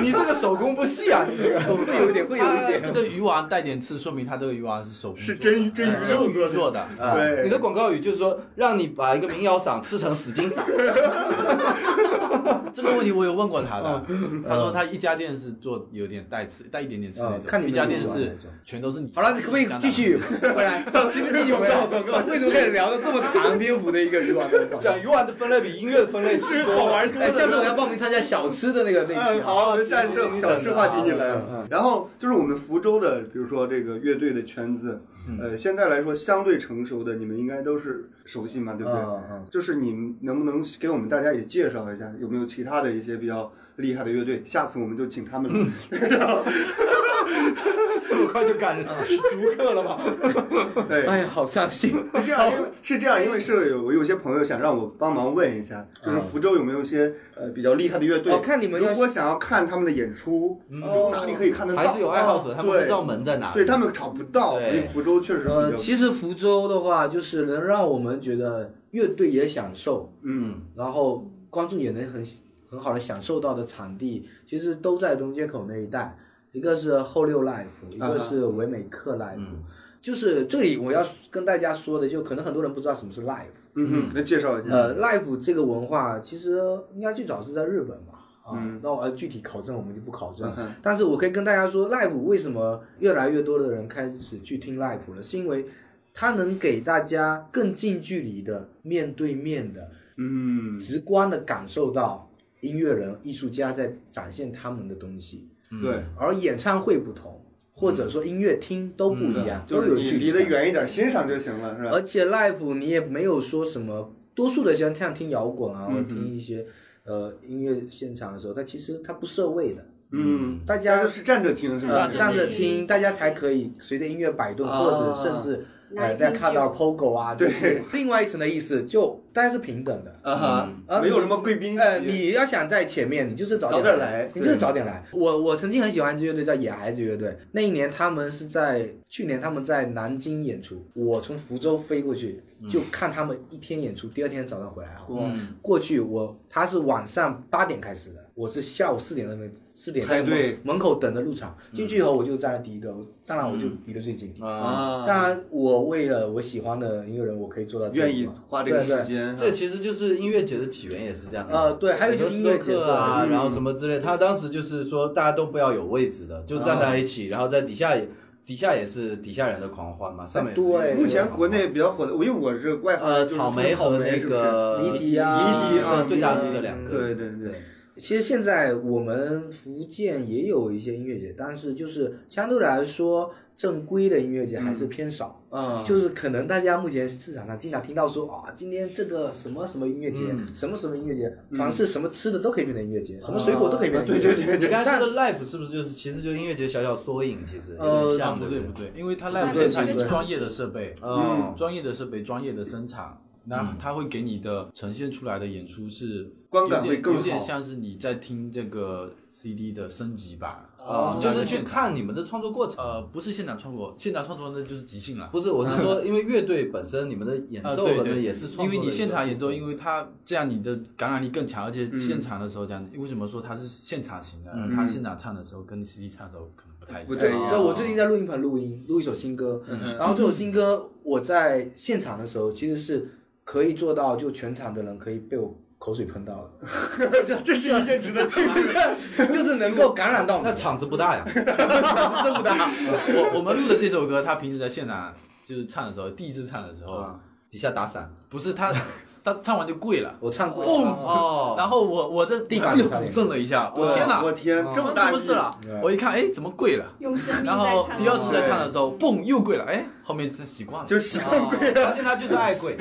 你这个手工不细啊，你这个。
(laughs) 会有一点，会有一
这
啊
点，
个鱼丸带点刺，说明他这个鱼丸是手工
是
做的哎
真真鱼肉做的
做的。
啊
对，
你的广告语就是说，让你把一个民谣嗓吃成死金嗓，
这个问题我有问过他
哦
的，他说他一家店是做有点带刺，带一点点刺那
嗯
种，
看你们
一家店
自己玩
是
那种
全都是你。
好了，你可不可以继续回 (laughs) 来？这个继续回来。为什么开始聊到这么长篇幅的一个鱼丸 (laughs) 的广
(laughs)
告？
讲鱼丸的分类比音乐的分类
是
吃
好
多。
玩多
哎，下次我
了。
要报名参加小吃的那个那一
嗯，
期啊。
好，我们下一个小吃话题你来
嗯
了。然后就是我们福州的，比如说这个乐队的圈子，
嗯
呃，现在来说相对成熟的，你们应该都是熟悉嘛，对不对？
嗯嗯
就是你们能不能给我们大家也介绍一下，有没有其他的一些比较厉害的乐队？下次我们就请他们
嗯
来。
这么快就赶上逐客了吗？
(laughs) 对，
哎呀，好伤心。
是这样，因为是这样，因为是有我有些朋友想让我帮忙问一下，
啊
就是福州有没有一些呃比较厉害的乐队？
哦看你们要嗯哦
如果想要看他们的演出，就哪里可以看得到？
(laughs) 还是有爱好者，他们不知道门在哪里。
对他们找不到，
对
因为福州确实比
呃，
较
(laughs) 其实福州的话，就是能让我们觉得乐队也享受，
嗯
然后观众也能很很好的享受到的场地，其实都在东街口那一带。一个是后六 life，一
啊哈
个是唯美客 life，、就是这里我要跟大家说的，就可能很多人不知道什么是 life，
嗯嗯，来介绍一下。
呃，life 这个文化其实应该最早是在日本嘛。啊，
嗯
那我呃具体考证我们就不考证，但是我可以跟大家说，life 为什么越来越多的人开始去听 life 了，是因为它能给大家更近距离的、面对面的、
嗯，
直观的感受到音乐人、艺术家在展现他们的东西。
对，
而演唱会不同，或者说音乐厅都嗯不一样，
就
都
是
有
嗯你
距
离得
感。呃
远一点，欣赏就行了，是吧？嗯
而且 live 你也没有说什么，多数的像像听摇滚啊，
嗯
或者听一些呃音乐现场的时候，它其实它不设位的，
嗯，
大
大家
家
都是站着听，是吧？
呃站着
听
听，大家才可以随着音乐摆动，
啊
或者甚至
来
呃
一
大家
瓶
看到
酒
pogo 啊，
对
就是另外一层的意思，就大家是平等的。
啊哈，
嗯
没有什么贵宾
呃，
席，
你要想在前面，你就是早
早
点
点来
你就是
对
早点来。我我曾经很喜欢一支乐队叫野孩子乐队，那一年他们是在去年他们在南京演出，我从福州飞过去
嗯
就看他们一天演出，第二天早上回来啊。
哇，
过去我他是晚上八点开始的，我是下午四点那边四点
排
在
队
门门口等着入场，
嗯
进去以后我就站在第一个，我当然我就离得最近。
啊，
啊，
当然，我为了我喜欢的音乐人，我可以做到这
愿
一
意
步嘛
花这个
对对
时间，嗯
这其实就是音乐节的起源也是这样的。
呃对还有一些
很多
音乐节
斯诺克啊，
对嗯
然后什么之类，他当时就是说大家都不要有位置的，就站在一
嗯
起，然后在底下也底下也是底下人的狂欢嘛，上面也是
对
目前国内比较火的，因为我是外行，
呃
就是
草莓
草
和那
莓是不是
个
迷笛啊
迷笛啊，
是最大是这两个，
对对对，
其实现在我们福建也有一些音乐节，但是就是相对来说正规的音乐节还是偏少。
啊，
就是可能大家目前市场上经常听到说啊，今天这个什么什么音乐节，什么什么音乐节，凡是什么吃的都可以变成音乐节，什么水果都可以变成音乐节。
对对对
你刚才说的 life 是不是就是其实就是音乐节小小缩影，其实有点
啊
像，
不
对
对不
对？
对，因为它 live
对
现场
对
有
对
专业的设备，
嗯，
专业的设备、专业的生产，那
嗯
它会给你的呈现出来的演出是
观感
有点
会更好
有点像是你在听这个 CD 的升级版，
啊
哦就是去看你们的创作过程。
哦呃，不是现场创作，现场创作那就是即兴了。
不是，我是说，因为乐队本身你们的演
啊，
奏
对
可能
对，
也是创作嗯
因
的
为
一
你
个
现场演奏，
部分
因为它这样你的感染力更强，而且现场的时候这样，为什么说它是现场型的？
嗯
它现场唱的时候跟你实际唱的时候可能不太一样。 (laughs)
不对，啊嗯
对，我最近在录音棚录音，录一首新歌， (laughs) 然后这首新歌我在现场的时候其实是可以做到，就全场的人可以被我口水喷到
这是一件值得庆幸。
的， (laughs) 就是能够感染到你
(laughs) 那。场子不大
(laughs)
呀，
真不大。
我我们录的这首歌，他平时在现场就是唱的时候，第一次唱的时候，
啊底下打伞
不是他他唱完就跪了，
我唱过，
(laughs) 哦 (laughs)
然后我我这地
板
就
就差点
鼓震了一下，我天哪，
我天，这么大
出事了？我一看，哎，怎么跪了？
用生命
然
在
后
唱。
第二次再唱的时候，嘣，又跪了，哎，后面真习惯了。
就习惯
哦
贵
发现他就是爱
(laughs)
贵，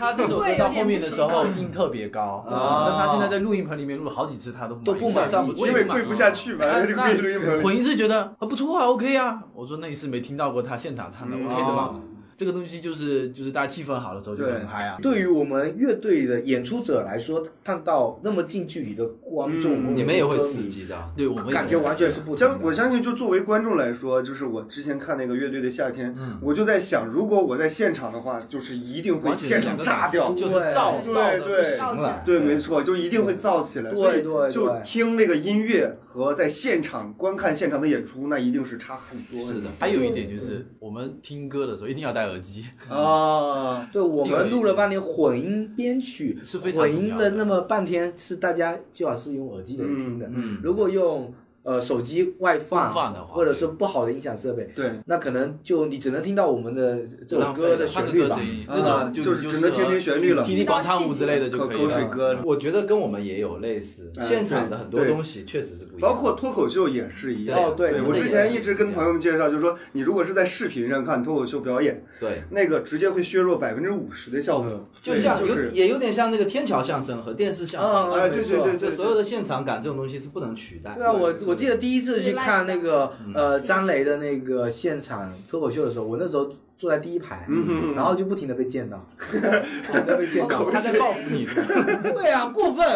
他这首歌到后面的时候音特别高，
啊
但他现在在录音棚里面录了好几次，他都
都不满意
上不
因为跪不下去嘛，然后就跪录音棚里。
混音是觉得啊不错啊，OK 啊。我说那一次没听到过他现场唱的
嗯
OK 的嘛。这个东西就是就是大家气氛好的时候就很嗨啊。
对于我们乐队的演出者来说，看到那么近距离的观众，
嗯
我
你们也会刺
激。
激的。啊
对，我们也
感觉完全是不同
相
的。
我相信，就作为观众来说，就是我之前看那个乐队的夏天，我就在想，如果我在现场的话，就是一定会
完全
现场炸掉，
就是
对
造
对
造的不
对
行了，
对，没错，就是一定会燥起来。
对
所以
对
就
对
听那个音乐和在现场观看现场的演出，那一定是差很多。
是的，
还有一点就是，我们听歌的时候一定要戴耳机，
啊，
对我们录了半天混音编曲，
是非常
混音
重要的
了那么半天，是大家最好是用耳机来听的。
嗯
如果用呃手机外放
公放的话
或者是不好的音响设备，
对，
那可能就你只能听到我们的这首
浪费
歌的
换
旋
个
律
歌
吧。
声音
啊
那种
就是只能听听旋律了
听听广场舞之类的就
可
可以
口水
了。
歌，
我觉得跟我们也有类似，
哎
现场的很多
对
东西确实是不一样的，
包括脱口秀也是一样。
哦对
对
真
我
的
之
也
前一直跟朋友们介绍，就是说，你如果是在视频上看脱口秀表演，
对，
那个直接会削弱百分之五十的效果
嗯，
就
对
像
就
有
是
也有点像那个天桥相声和电视相
啊，
声，
哎对
没
对
错
对
就所有的现场感这种东西是不能取代的。
对啊，我我记得第一次去看那个呃张雷的那个现场脱口秀的时候，我那时候坐在第一排，
嗯
然后就不停的被溅 (laughs) 到，不停的被溅到。
他在报复你是吗？ (laughs)
对啊，过分。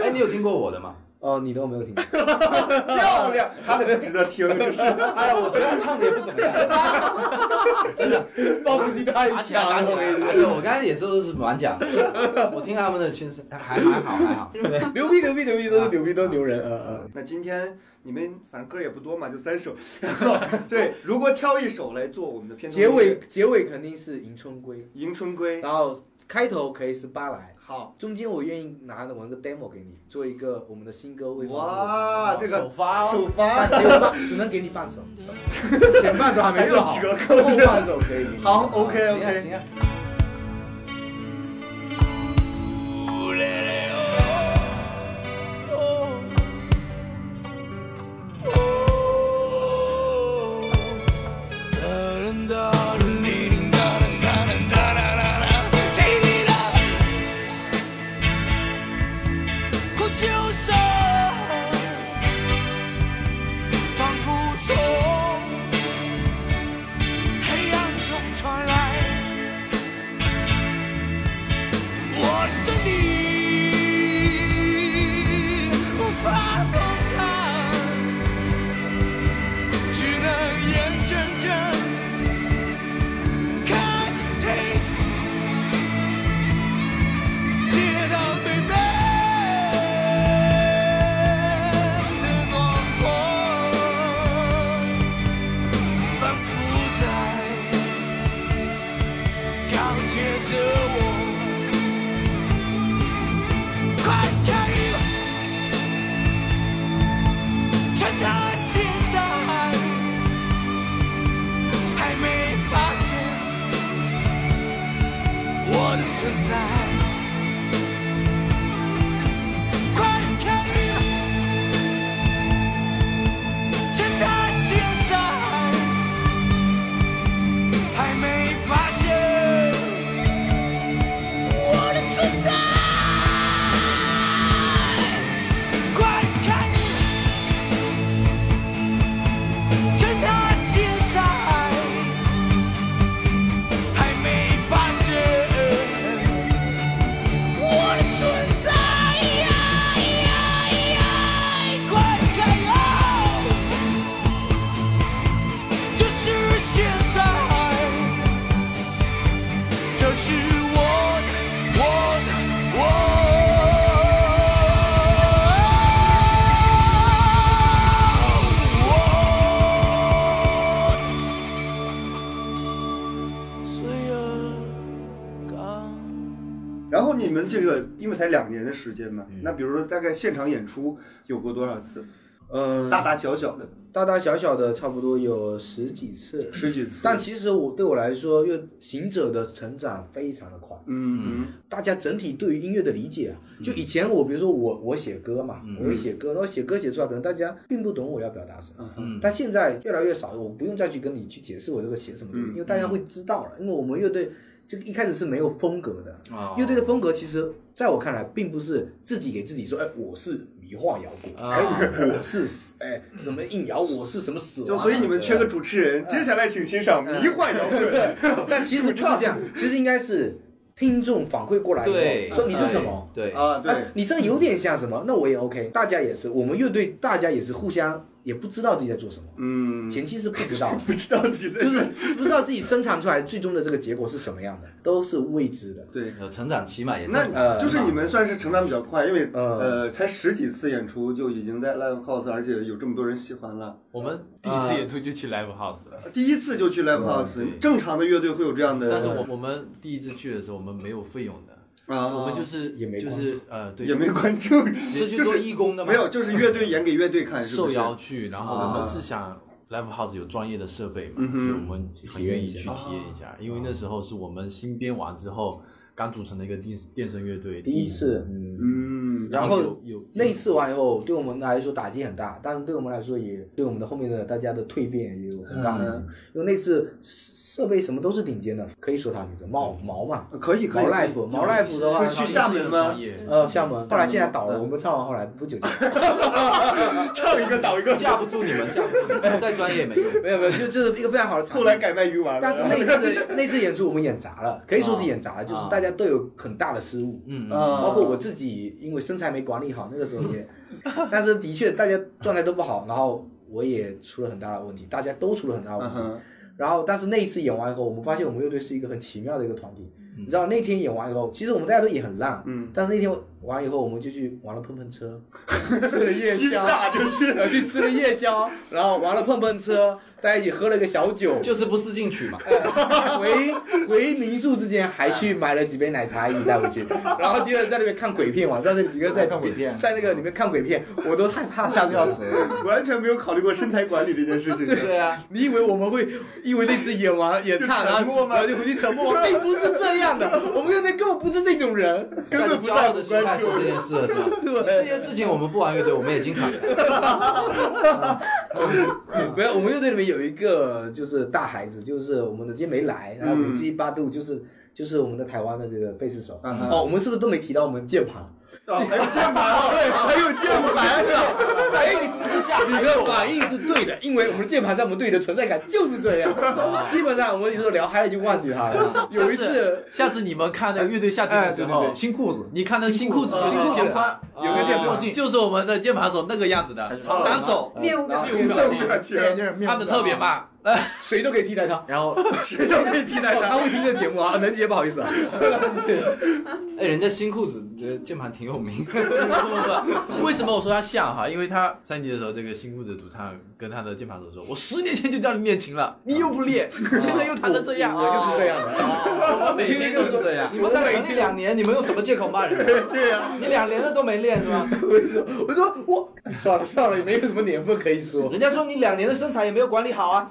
哎，你有听过我的吗？
哦，你都没有 (laughs) 听过。
(laughs) 漂
(laughs)
亮，他的不值得听，就是
哎，我觉得他唱的也不怎么样。
报复心太
打起来打起来
哎对我刚才也都是蛮讲的，我听他们的确实还还好还
(laughs)
好。
牛逼牛逼牛逼都是牛逼都是牛人，嗯嗯。
那今天你们反正歌也不多嘛，就三首。 (laughs) 然后对，如果挑一首来做我们的片头
(laughs) 结
音乐
尾结尾肯定是迎春归，
啊
《迎春归》，
然后开头可以是巴莱，
好，
中间我愿意拿我那个 demo 给你，做一个我们的新歌为你
哇，这个
首发哦
首
(laughs)
但
发，
啊只有半，只能给你半 (laughs) 首，前半首还没做好，
还有折扣
后半首可以给你。
好，OK
行啊
OK。
行啊，
仿佛从黑暗中传来，我是你无法动弹，只能眼睁睁看着陪着街道对面的暖风，反复在告诫着我，快开吧，趁他现在还没发现我的存在。快开吧，趁他现在还没发现我的存在。快开吧，趁他现在还没发现。我的存在，快开哦！就是现在，就是我的，我的，我，我罪恶感。
然后你们这个，因为才两年的时间嘛，
嗯
那比如说大概现场演出有过多少次？
嗯，
大大小小的
大大小小的差不多有十几次，
十几次。
但其实我对我来说，因为行者的成长非常的快，
嗯嗯
大家整体对于音乐的理解啊，就以前我比如说我我写歌嘛，我会写歌，然后写歌写出来，可能大家并不懂我要表达什么。
嗯
但现在越来越少，我不用再去跟你去解释我这个写什么东西，
嗯
因为大家会知道了。因为我们乐队这个一开始是没有风格的，
啊
乐队的风格其实在我看来，并不是自己给自己说，哎，我是迷幻摇滚，
啊
哎，我是哎什么硬摇，我是什么
嗯
死亡啊，
就所以你们缺个
对吧
主持人，接下来请欣赏迷幻摇滚。
但其实不是这样，其实应该是听众反馈过来以后
对，
说你是什么。
对，对
啊，对
哎，，你这个有点像什么？那我也 OK，大家也是，我们乐队大家也是互相也不知道自己在做什么，
嗯，
前期是不知道，
不 (laughs) 知道自己在
就是不知道自己生产出来最终的这个结果是什么样的，都是未知的。
对。
有呃成长期嘛，也正常。
那呃就是你们算是成长比较快，因为
嗯
呃才十几次演出就已经在 live house，而且有这么多人喜欢了。
我们第
第
一
一
次
次
演
演
出就去 live house 了，
第一次就去 live
对
house，正常的乐队会有这
呃
样的。
但是我我们第一次去的时候，我们没有费用的，
啊，
哦
我们就是
也没
就是呃对
也没观众，
(laughs) 是去
就
做
是
义工的吗？
没有，就是乐队演给乐队看，是不
受
是？
邀去，然后我
啊
们是想 live house 有专业的设备嘛，
嗯哼
所以我们很愿意去体验一下，因为那时候是我们新编完之后刚组成的一个电电声乐队，
第一，次，嗯，
嗯，
然
然
后
后
有有
那一次完以后，对我们来说打击很大，但是对我们来说也对我们的后面的大家的蜕变也有很大的影响。
嗯
因为那次设备什么都是顶尖的，可以说他名字毛毛嘛，
嗯呃可以可以。
毛 life 毛 life 的话，
是去厦门吗
呃厦门，后来现在倒
厦
了，
门嗯
我们唱完后来
(laughs)
不久就。
(laughs) 唱一个倒一个，
架不住你们，架不住你们，再专业也没用。
没有没有，就就是一个非常好的场
(laughs)
地。
后来改卖鱼丸了。
但是那一次的那次演出我们演砸了，可以说是演砸了，就是
啊
大家都有很大的失误，
嗯，
啊，
包括我自己，因为身材没管理好，那个时候 (laughs) 也，但是的确大家状态都不好，然后我也出了很大的问题，大家都出了很大的
嗯
问题。
哼，
然后，但是那一次演完以后，我们发嗯现我们乐队是一个很奇妙的一个团体。你知道那天演完以后，其实我们大家都也很烂，
嗯
但是那天完以后我们就去玩了碰碰车，吃了夜
心
宵， (laughs)
大就
然后
是。
去吃了夜宵，然后玩了碰碰车，大家一起喝了个小酒，
就是不思进取嘛。
(laughs) 回回民宿之前还去买了几杯奶茶一起带回
(laughs)
去，然后接着在那边看鬼片，晚上那几个在
看鬼片
在那个里面看鬼片，我都害怕
吓得要。死。
完全没有考虑过身材管理这件事情。
对啊，
你以为我们会因为那次演完演唱，
就
然
沉默
后
吗
然后就回去沉默？并不是这样的，我们现在根本不是这种人。
根本
带着
不
骄
在
傲
乎
的心态
关注
做这件事了，是吧？
对
这件事情我们不玩乐队，我们也 (laughs) 经常。
嗯
没有，我们乐队里面有一个就是大孩子，就是我们的今天没来，然后
嗯
五七八度就是就是我们的台湾的这个贝斯手。
嗯哼
哦，我们是不是都没提到我们键盘？
啊，还有键盘啊，还有键盘啊！
反应你只是下，你的反应是对的，因为我们的键盘在我们队里的存在感就是这样。基本上我们有时候聊嗨了就忘记他了。有一次
下次你们看那个乐队夏天
哎，
的时
对对
候
对，，新裤子，
你看那新裤子
新裤子
键盘，
有个键盘，
就是我们的键盘手那个样子的，
糙
单手
面无表
然
情
后
面无表情，
戴眼镜，面
按的特别。慢，
谁都可以替代他。
然后
谁都可以替代
哦，他
他。
会听这节目啊，能姐不好意思啊。
哎，人家新裤子的键盘挺有名， (laughs)
不不不，为什么我说他像哈？因为他三级的时候，这个新裤子主唱跟他的键盘手说：“我十年前就叫你练琴了，你又不练，现在又弹成这样。”
我就是这样的。
我每天都是这样。
你们在成立两年，你们用什么借口骂人？ (laughs) 对呀，你两年了都没练是 (laughs) 吧？
我说，我说我算了算了，也没有什么年份可以说。
人家说你两年的身材也没有管理好啊。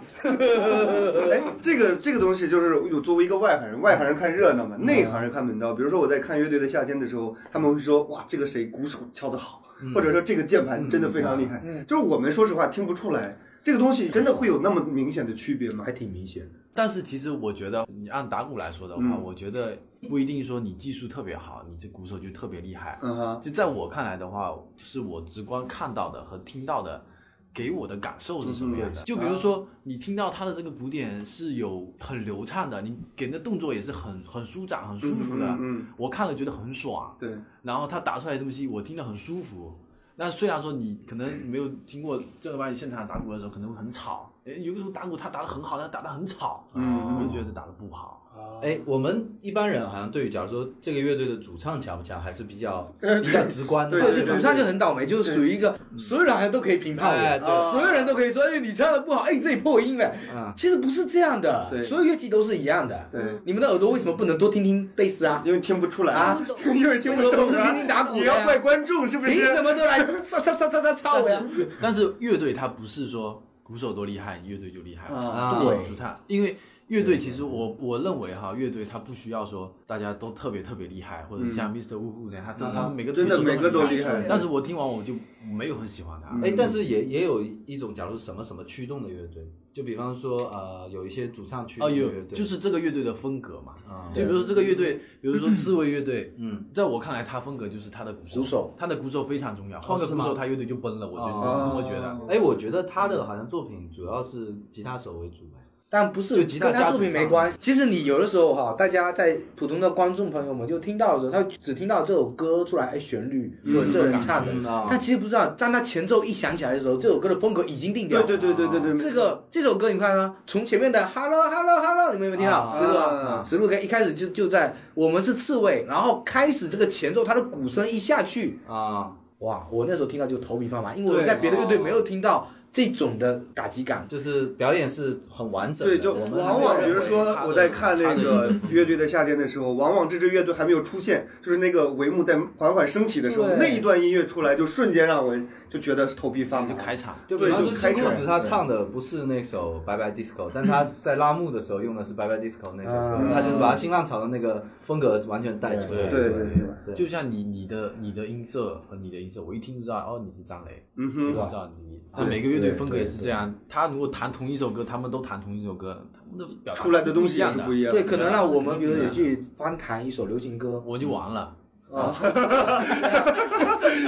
哎，这个这个东西就是有作为一个外行人，外行人看热闹嘛，内行人看门道。比如说我在看乐队的夏天的时候，他们会说哇，这个谁鼓手敲得好，或者说这个键盘真的非常厉害。就是我们说实话听不出来，这个东西真的会有那么明显的区别吗
还？挺明显的，
但是其实我觉得，你按打鼓来说的话，
嗯
我觉得不一定说你技术特别好，你这鼓手就特别厉害。
嗯哈，
就在我看来的话，是我直观看到的和听到的，给我的感受是什
嗯
么样的？就比如说，
啊
你听到他的这个鼓点是有很流畅的，你给人的动作也是很很舒展、很舒服的。
嗯嗯嗯嗯
我看了觉得很爽，
对，
然后他打出来的东西我听得很舒服。那虽然说你可能没有听过正儿八经现场打鼓的时候，可能会很吵。诶有的时候打鼓他打得很好，但打得很吵，
嗯
我就觉得打得不好。
哎，我们一般人好像对于假如说这个乐队的主唱强不强，还是比 (laughs) 较比较直观的。
对
对，就主唱就很倒霉，就是属于一个所有人好像都可以评判
哎
嗯
我，
对啊
所有人都可以说，哎，你唱的不好，哎，你这里破音了。
嗯
其实不是这样的，
对
所有乐器都是一样的。
对，
你们的耳朵为什么不能多听听贝斯啊？
因为听不出来
啊，
(laughs) 因为听不
我
懂
不哎是
啊
听听打鼓的呀
你要怪观众是不
凭什
是？
么都来操操操操操操我呀？
但是乐队它不是说鼓手多厉害，乐队就厉害。
啊，
对
主唱，因为乐队其实我我认为哈，乐队它不需要说大家都特别特别厉害，或者
嗯
像 Mr. Wu Wu 那样，他
啊
啊他们每个
真的
歌手
每个都
很
厉害
厉害。但是我听完我就没有很喜欢
嗯
他。
哎，但是也也有一种，假如什么什么驱动的乐队，就比方说呃，有一些主唱驱动
哦，
的
有
乐，队，
就是这个乐队的风格嘛，
啊
就比如说这个乐队，
(clears throat)
比如说刺猬乐队，
嗯，
在我看来，他风格就是他的鼓
鼓手
他的鼓手非常重要，换个
是
鼓
吗
手他乐队就崩了，我觉得
哦
啊
我是这么觉得。
哎，我觉得他的好像作品主要是吉他手为主吧。
但不是
就吉他
跟他
家
作品
主唱
没关系。其实你有的时候哈，大家在普通的观众朋友们就听到的时候，他只听到这首歌出来，哎，旋律
嗯
是这人唱的
嗯啊，
但其实不知道，当他前奏一响起来的时候，这首歌的风格已经定掉
对
了。
对对对对对，
啊这个这首歌你看啊，从前面的 Hello Hello Hello，你们有没有听到？
啊
石路
啊
石路开一开始就就在我们是刺猬，然后开始这个前奏，它的鼓声一下去，
啊，
哇，我那时候听到就头皮发麻，因为我
对
在别的乐队
哦
没有听到这种的打击感。
就是表演是很完整的。
对，就
我们
往往比如说我在看那个乐队的夏天的时候，往往这支乐队还没有出现，就是那个帷幕在缓缓升起的时候，
对
那一段音乐出来，就瞬间让我就觉得头皮发麻
就。开场，
就比方说
对就嗯开
新
始
裤子他唱的不是那首《拜拜 Disco》，但他在拉幕的时候用的是《拜拜 Disco》那首歌
嗯，
他就是把新浪潮的那个风格完全带出来。
对
对对对
对
就像你你的你的音色和你的音色，我一听就知道哦，你是张雷，
嗯
我就
哼，
知道你。那每个乐队风格也是这样，他如果弹同一首歌，他们都弹同一首歌，他们的表达
出来的东西也是
是
不
不
一
一样
样的。
对，可能让我们比如说也去翻弹一首流行歌
的，，我就完了。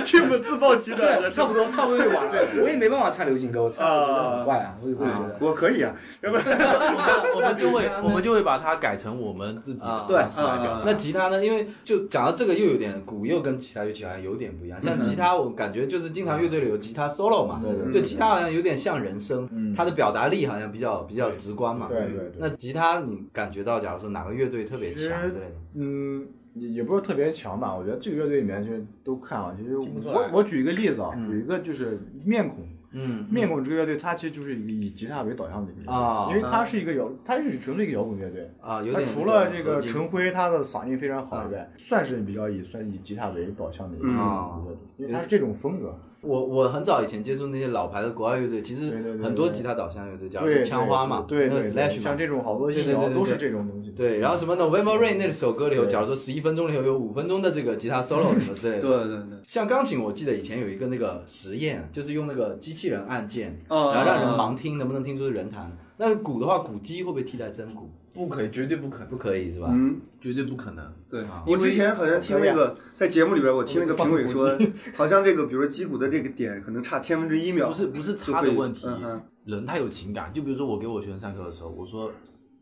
这么自暴其短
对，
的
差不多差不多就完了。我也没办法唱流行歌，我唱我觉得很怪啊，我也会觉得。
我可以啊，要不然
嗯
我
(laughs)
们就会我们就会把它改成我们自己的
啊
对
方式来表达
啊
那吉他呢？因为就讲到这个又有点鼓，又跟其他乐器好像有点不一样。像吉他，我感觉就是经常乐队里有吉他 solo 嘛，就吉他好像有点像人声，它的表达力好像比较比较直观嘛。
对对对
那吉他你感觉到，假如说哪个乐队特别强之类的？
嗯，也也不是特别强吧，我觉得这个乐队里面就都看啊，其实
听不出
我
来
我举一个例子啊，有一个就是面孔。
嗯，
面孔这个乐队，它其实就是一个以吉他为导向的一个乐队，
啊
因为它是一个摇，它是纯粹一个摇滚乐队。
啊，有
它
点
除了这
合
个
金
陈辉他的嗓音非常好以外，算是比较以算以吉他为导向的一个
嗯
乐队，因为它是这种风格。
我我很早以前接触那些老牌的国外乐队，其实
对对对
很多
对
吉他导向乐队，叫
对，
枪花嘛，
对
那
对，
个
对
Slash 嘛
像，这种好多
对
音
对对
摇
对
都是
对
这种东西。
对，然后什么 November Rain 那首歌里头，
对
假如说十一分钟里头有五分钟的这个吉他 solo 什么之类
对
的。
对对，
像钢琴，我记得以前有一个那个实验，就是用那个机器人按键，
哦
然后让人盲听能不能听出是人弹的。那鼓的话，鼓机会不会替代真鼓？
不可以，绝对不可能。
不可以是吧？
嗯，
绝对不可能。
对
啊，
我之前好像听那个在节目里边，我听那个评委说，好像这个比如说击鼓的这个点可能差千分之一秒，
不是不是
就
差的
会
问题
嗯嗯，
人他有情感。就比如说我给我学生上课的时候，我说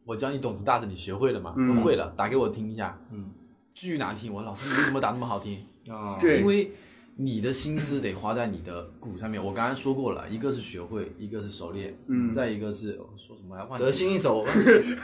我教你懂词大字，你学会了吗？
嗯
我会了，打给我听一下。
嗯，
巨难听，我老师你为什么打那么好听？
啊，
对
因为你的心思得花在你的鼓上面。我刚刚说过了，一个是学会，一个是熟练，
嗯
再一个是哦说什么来忘记了
得心应手，
(laughs)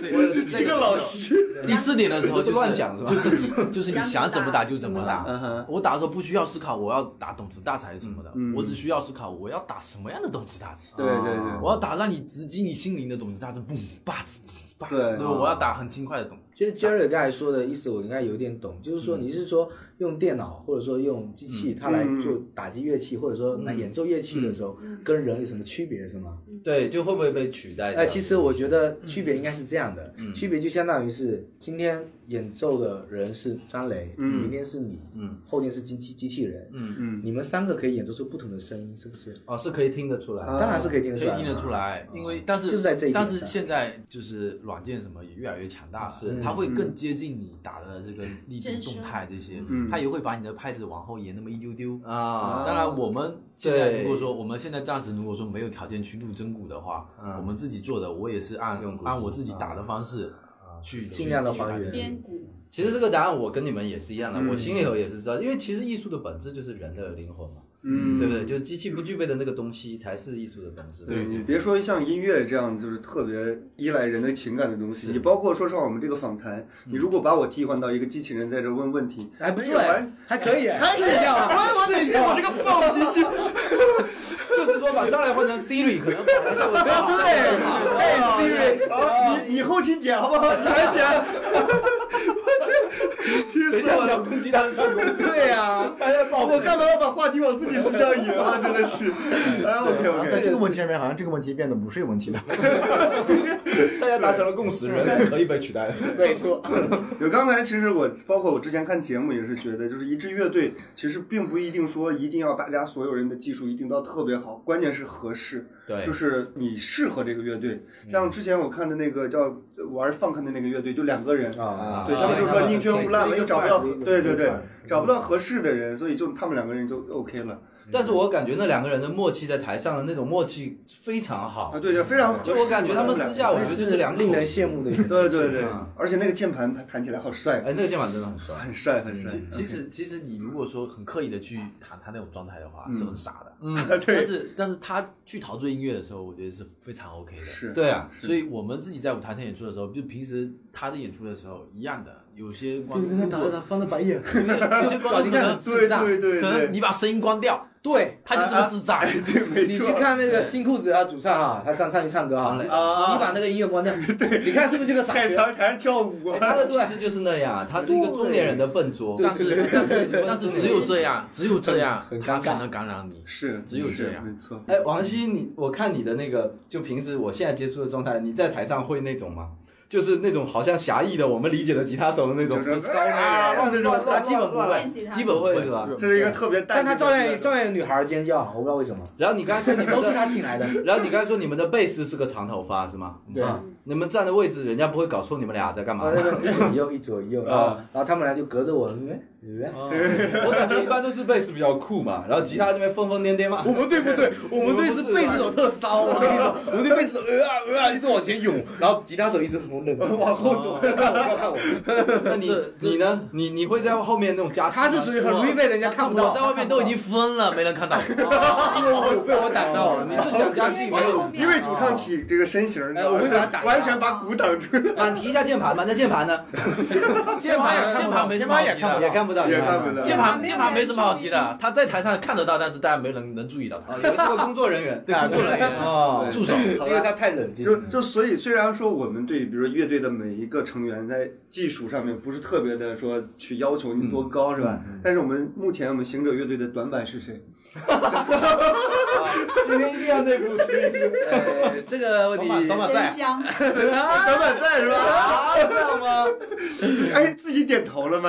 对，这个老师第四点的时候就是
不是乱讲是吧
就是你就是你想怎么打就怎么
嗯
打。
哼，
我打的时候不需要思考，我要打懂词大词还是什么的，
嗯
我只需要思考我要打什么样的懂词大词。
对对
嗯
对，
我要打让你直击你心灵的懂词大词，嘣吧子吧子，
对
对吧？我要打很轻快的懂。
其实 Jerry 刚才说的意思，我应该有点懂，就是
嗯
说你是说用电脑或者说用机器它来做打击乐器，或者
嗯
说来演奏乐器的时候，跟人有什么区别是吗？
对，就会不会被取代掉？
哎，其实我觉得区别应该是这样的，
嗯
区别就相当于是今天演奏的人是张雷，
嗯
明天是你，
嗯，
后天是机器机器人，嗯
嗯
你们三个可以演奏出不同的声音，是不是？
哦是可以听得出来的。
啊
当然是可以听得
可
出
以
来，
哎听得出。来，
嗯
因为但是
就是在这一点
但
上
是现在就是软件什么也越来越强大了，嗯
是
它会更接近你打的这个力度、
真实
动态这些
嗯，
它也会把你的拍子往后延那么一丢丢。
啊，
当然，我们现在
对
如果说我们现在暂时如果说没有条件去录真鼓的话，
嗯
我们自己做的，我也是按
用嗯鼓机
按我自己打的方式去
尽量地还原
编鼓，
其实这个答案我跟你们也是一样的，
嗯
我心里头也是知道，因为其实艺术的本质就是人的灵魂嘛，
嗯，
对不对？就是机器不具备的那个东西才是艺术的本质。
对你别说像音乐这样，就是特别依赖人的情感的东西。
是
你包括说实话，我们这个访谈，你如果把我替换到一个机器人在这问问题，
还不错
哎呀
哎，还可以哎，还是这样啊，
我得学我这个暴脾气。
就是说把张磊换成 Siri 可能本来就
对，哎，Siri，
啊，你你后期剪好不好？你来剪。 (laughs)
谁叫要攻击他的成功？
对呀，
大家报复
我干嘛要把话题往自己身上引啊？真的 (laughs) 是。哎，OK
然后在
OK。
这个问题上面，好像这个
(laughs)
问题变得不是问题了。
大家达成了共识，人是可以被取代的。
没错，
有刚才其实我包括我之前看节目也是觉得，就是一支乐队其实并不一定说一定要大家所有人的技术一定到特别好，关键是合适。
对
就，是你适合这个乐队。像之前我看的那个叫玩 funk 的那个乐队，就两个人，
啊
对他们就说宁缺毋滥嘛，
对
因为找不到，对
对
对对，找不到合适的人，所以就他们两个人就 OK 了
但是我感觉那两个人的默契在台上的那种默契非常好
啊，，对对，非常合适。
就我感觉他们私下我觉得就是两口
令人羡慕的一
(laughs)
种。
对对对
啊，
而且那个键盘弹弹起来好帅，
哎，那个键盘真的很帅。
很帅很帅
其。其实其实你如果说很刻意的去弹他那种状态的话，
嗯
是很傻的。 (laughs)
嗯，
嗯
但
对
是但是他去陶醉音乐的时候，我觉得是非常 OK 的。
是，
对啊，
所以我们自己在舞台上演出的时候，就平时他的演出的时候一样的，有些观众可能
翻了白眼，
有些观众可
(laughs)
能
对
智障，
对对
可能
对
你把声音关掉，
对。
他就是个智障。
对对，没
(laughs) 你去
错。
看那个新裤子啊，主唱啊，他上上去唱歌啊，你
啊
把那个音乐关掉，你看是不是就个傻
在
缺？
台台上跳舞啊，
他的其实就是那样，啊他是一个中年人的笨拙。
(laughs) 但是但是但是只有这样，只有这样
很，
他
尴尬
才能感染你。
是
只有
是
这样
没错。
哎，王希，你我看你的那个，就平时我现在接触的状态，你在台上会那种吗？就是那种好像狭义的我们理解的吉他手的那种，
就是
骚啊乱乱乱
他基本不
乱
会
电吉他，
基本
不会是吧？
这是一个特别淡
但
定的，
他照样照样有女孩尖叫，我不知道为什么，
然后你刚才说你们
都是
的，
他请来的。
然后你刚才说你们的贝斯是个长头发是吗？
对
啊
你们站的位置，人家不会搞错你们俩在干嘛
啊，？那个一左一右，一左一右，然后然后他们俩就隔着我，嗯嗯
我感觉一般都是贝斯比较酷嘛，然后吉他这边疯疯癫癫嘛
我。们队不对，我呃们队是贝斯手特骚，我跟你说，我们队贝斯手呃啊呃啊一直往前涌，然后吉他手一直嗯中认证。
往后躲。
看 (laughs) 我，看我，
那你
这这
你呢？你你会在后面那种加速吗？
他是属于很容易被人家看不
我
到
在，外面都已经分了，没人看到我。
我被我挡到了。
你是想加戏没有？
因为主唱体这个身形儿，
哎我会把它打
完全把鼓挡住，
满提一下键盘吧，那键盘呢？
键盘 (laughs) 键盘没什么好提
也
的，
看不到，
也看不到
呃
键盘键盘没什么好提的，他在台上看得到，但是大家没人能注意到他。
啊，有是个工作人员，对
工作人员
哦
啊，
助手，
好
因
吧
为他太冷静
就就所以，虽然说我们对比如说乐队的每一个成员在技术上面不是特别的说去要求你多高、是吧？但是我们目前我们行者乐队的短板是谁？
今天一定要内部撕一撕。
哎这个问题，
真香，
短板在是吧？
啊，这样吗？
(laughs) 哎，
哎
自己点头了吗？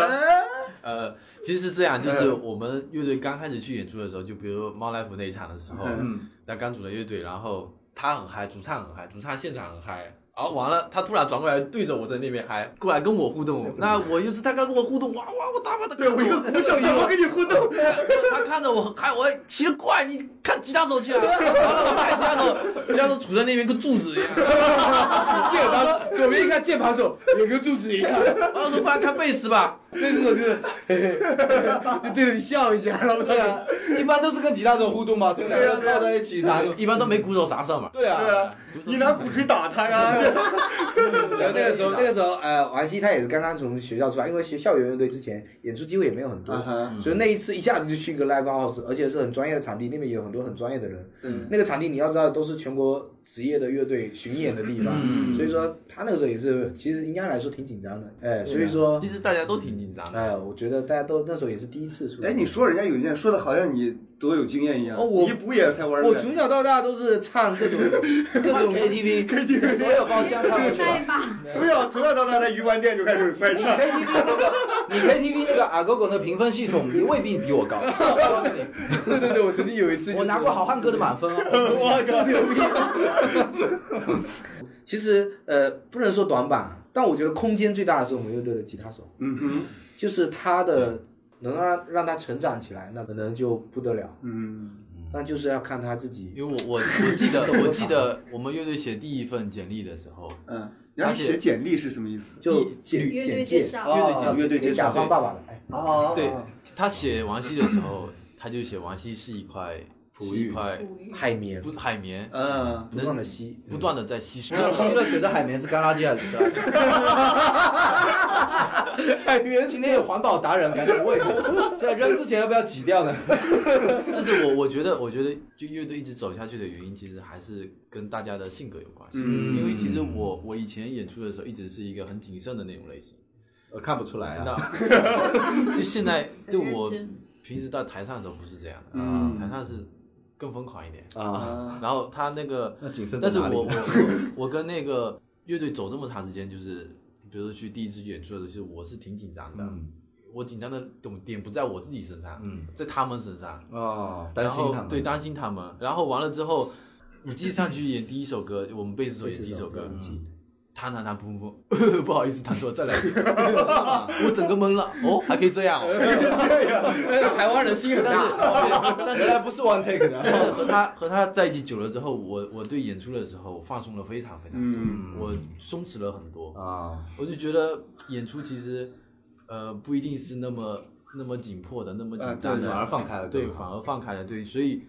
呃，其实是这样，就是
嗯
我们乐队刚开始去演出的时候，就比如猫来福那一场的时候，
嗯
那刚组了乐队，然后他很嗨，主唱很嗨，主唱现场很嗨。然后完了，他突然转过来对着我在那边嗨，过来跟我互动。那我又是他刚跟我互动，哇哇，我他妈的，
对我一个鼓手怎么跟你互动？
(laughs)
哎
他看着我嗨，我还奇了怪，你看吉他手去啊！完了，我看吉他手，吉他手杵在那边跟柱子一样。
(laughs) 键盘左边一看键盘手 (laughs) 有个柱子一样，
然后说不然看贝斯吧，
对这首歌，嘿嘿就对着你笑一下，然后
对啊，一般都是跟吉他手互动
啊
嘛，所以两个人靠在一起打。
一般都没鼓手啥事儿嘛。
对
对
啊，
啊，你拿鼓槌打他呀！
然后那个时候，那个时候，呃，王希他也是刚刚从学校出来，因为学校游泳队之前演出机会也没有很多，所以那一次一下子就去一个 live house，而且是很专业的场地，那边有很多很专业的人。
嗯
那个场地你要知道都是全国职业的乐队巡演的地方，所以说他那个时候也是，其实应该来说挺紧张的，哎，所以说
其，实大家都挺紧张的。
哎，我觉得大家都那时候也是第一次出来。
哎，你说人家有经验，说的好像你多有经验一样。
哦我
你鼓也才玩
我
儿
从小到大都是唱各种各种
KTV
KTV
所有包厢唱过去
(laughs)
太
了。
棒！
从小从小到大在鱼丸店就开始卖唱。
KTV 那个，你 KTV 那个阿狗狗的评分系统，你未必比我高。我告诉你，
(laughs) 对对对，我曾经有一次、就是
我拿过好汉歌的满分
(laughs)
哦。
我靠，牛逼！
其实呃，不能说短板，但我觉得空间最大的是我们乐队的吉他手，
嗯哼，
就是他的能让让他成长起来，那可能就不得了。
嗯，
但就是要看他自己。
因为我我我记得 (laughs) 我记得我们乐队写第一份简历的时候，
嗯，然后写简历是什么意思？
(laughs) 就简
乐
简
队介
介，
绍，
乐队介
啊
绍
乐队
给
介
甲
绍，
方爸爸了。哎，
哦，
对
哦
他写王希的时候，他就写王希是一块是一块
海绵
不海绵，
嗯，
不断的吸，
呃不断的在吸 (laughs) 收。
那吸了水的海绵是干垃圾还
(laughs)
是吃垃圾？海绵今天有环保达人，赶紧
(laughs)
问一下，在扔之前要不要挤掉呢？
但是我我觉得我觉得就乐队一直走下去的原因，其实还是跟大家的性格有关系。
嗯
因为其实我我以前演出的时候，一直是一个很谨慎的那种类型。
我看不出来啊。
那 (laughs) 就现在对我
很认真
平时在台上的时候不是这样的，啊
嗯
台上是更疯狂一点。
啊，
啊，
然后他那个
那谨慎 (laughs) 在
但是
哪
我
里
我
呢
我我跟那个乐队走这么长时间，就是比如说去第一次演出的时候，就是我是挺紧张的。
嗯
我紧张的点点不在我自己身上，
嗯
在他们身上，
哦，
然
担心
后
他们
对担心他们。然后完了之后，舞姬上去演第一首歌，我们贝斯手
这嗯
演
是
第一首
嗯
歌，
记 (laughs)
弹弹弹，砰砰砰，不好意思，弹错了，再来一遍，我整个懵了，哦，还可以这样哦。
哎台湾人心很
但是
大，
但是
原来不是 one take 的。
但是和他和他在一起久了之后，我我对演出的时候放松了非常非常多，
嗯
我松弛了很多。
啊，
我就觉得演出其实，呃，不一定是那么那么紧迫的，那么紧张
啊对
的，
反而放开了
对，
更好
反而放开了，对，所以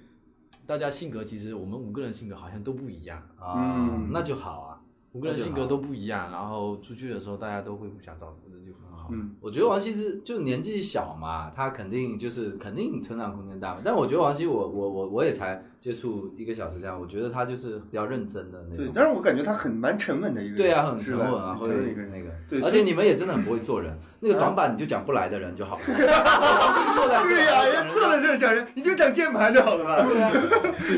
大家性格其实我们五个人性格好像都不一样，
啊，那就好啊。
五个人
那就
性
好
格都不一样，然后出去的时候大家都会互相照顾，那就很好。
嗯，
我觉得王希是就是年纪小嘛，他肯定就是肯定成长空间大嘛。但我觉得王希，我我我我也才接触一个小时这样，我觉得他就是比较认真的那
对
种，。
但是我感觉他很蛮沉稳的一个人，
对啊，很
是
沉
吧
稳啊，或
就
者
是一个人。
那个，
对所
而且
以
你们也真的很不会做人，那个短板你就讲不来的人就好了。坐在这儿
对呀，人家坐在这儿想人，你就讲键盘就好了吧？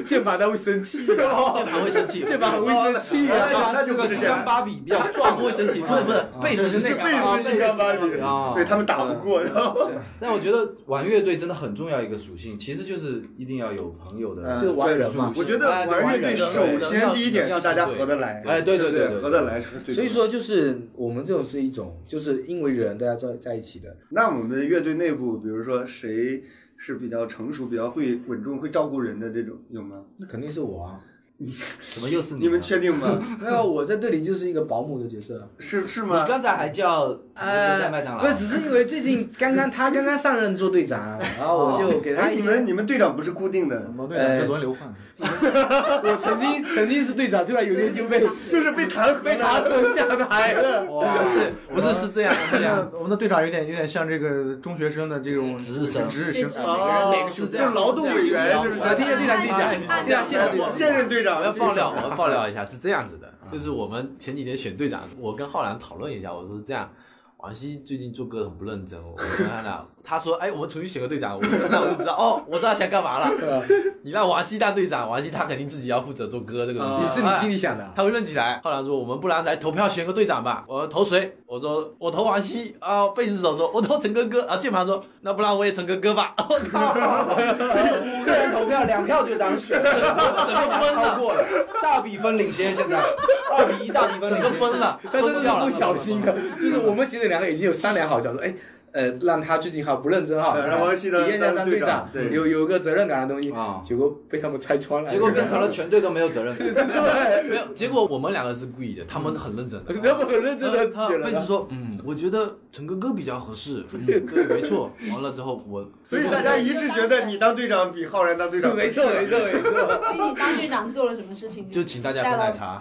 键盘他会生 (laughs) 气，
键盘会生气，
键盘很会
(laughs)
生气啊。
那那就不
个
是
金
这样
刚芭比比较
(laughs) 他
壮，
不会生气，不是不是，贝斯
是
是那
贝
个啊。
斯金刚芭比
啊，
对他们打不过，然后
但我觉得玩乐队真的很重要一个属性，其实就是一定要有朋友的
嗯
就玩人嘛
我觉得
哎对
玩乐队
玩
首
人
先第一点是大家合得来，
哎对对对
对
对
合得来是最。
所以，说，就是我们这种是一种，就是因为人大家在在一起的，
那我们的乐队内部，比如说谁是比较成熟、比较会稳重、会照顾人的这种有吗？
(laughs) 那肯定是我啊。
怎么又是
你
呢
们确定吗？
没有，我在这里就是一个保姆的角 (laughs) 色。
是是
你
吗？
刚才还叫麦麦当劳
呃哎
啊
不是，只是因为最近刚刚他刚刚上任做队长，啊然后我就给他
哎，
一
你
些
们。你们队长不是固定的，
矛盾两是轮流换的。
我曾经曾经是队长，突然有一天就被
就是被弹劾
被他
了。
们下台了。
不是不是是这样是这样，
啊我们的队长有点有点像这个中学生的这种
值日生
值日生
对值日
啊
生
哦
哪个是这样
就是劳动委员是不是？
哎
啊，听见队长自己讲，队长现在
我现任队长
(laughs) 我要爆料，我要爆料一下，是这样子的，就是我们前几天选队长，我跟浩然讨论一下，我说这样，王希最近做歌很不认真，我跟他俩， (laughs) 他说，哎，我们重新选个队长，我那我就知道，哦，我知道他想干嘛了，你让王希当队长，王希他肯定自己要负责做歌这个东
啊
西，
你是你心里想的啊。
他会认起来。后来说我们不然来投票选个队长吧，我投谁？我说我投王希啊，贝斯手说我投陈哥哥啊，键盘说那不然我也陈哥哥吧。 (laughs) 我靠，
五个人投票，两票就当选， (laughs)
整个崩
超
了，
过了，大比分领先，现在二比一大比分
整
领
个
先。
崩了，
他真的
崩
是
掉了
不小心的，就是我们其实两个已经有商量好，想说，哎，呃，让他最近哈不认真哈，
对让王希当
体验一下当队长
当，队长对
有有个责任感的东西
啊，
结果被他们拆穿了，
结果变成了全队都没有责任感。
没有，结果我们两个是故意的，他们很
(laughs)
认真的。
他们很认真的
他
选了
贝斯说，嗯，我觉得陈哥哥比较合适，
(laughs)
嗯，对，没错。完了之后我，
所以大家一致觉得你当队长比浩然当队
他，
长
没错没错没错，
所以哎你当队长做了什么事情？
就请大家喝
(laughs)
奶茶，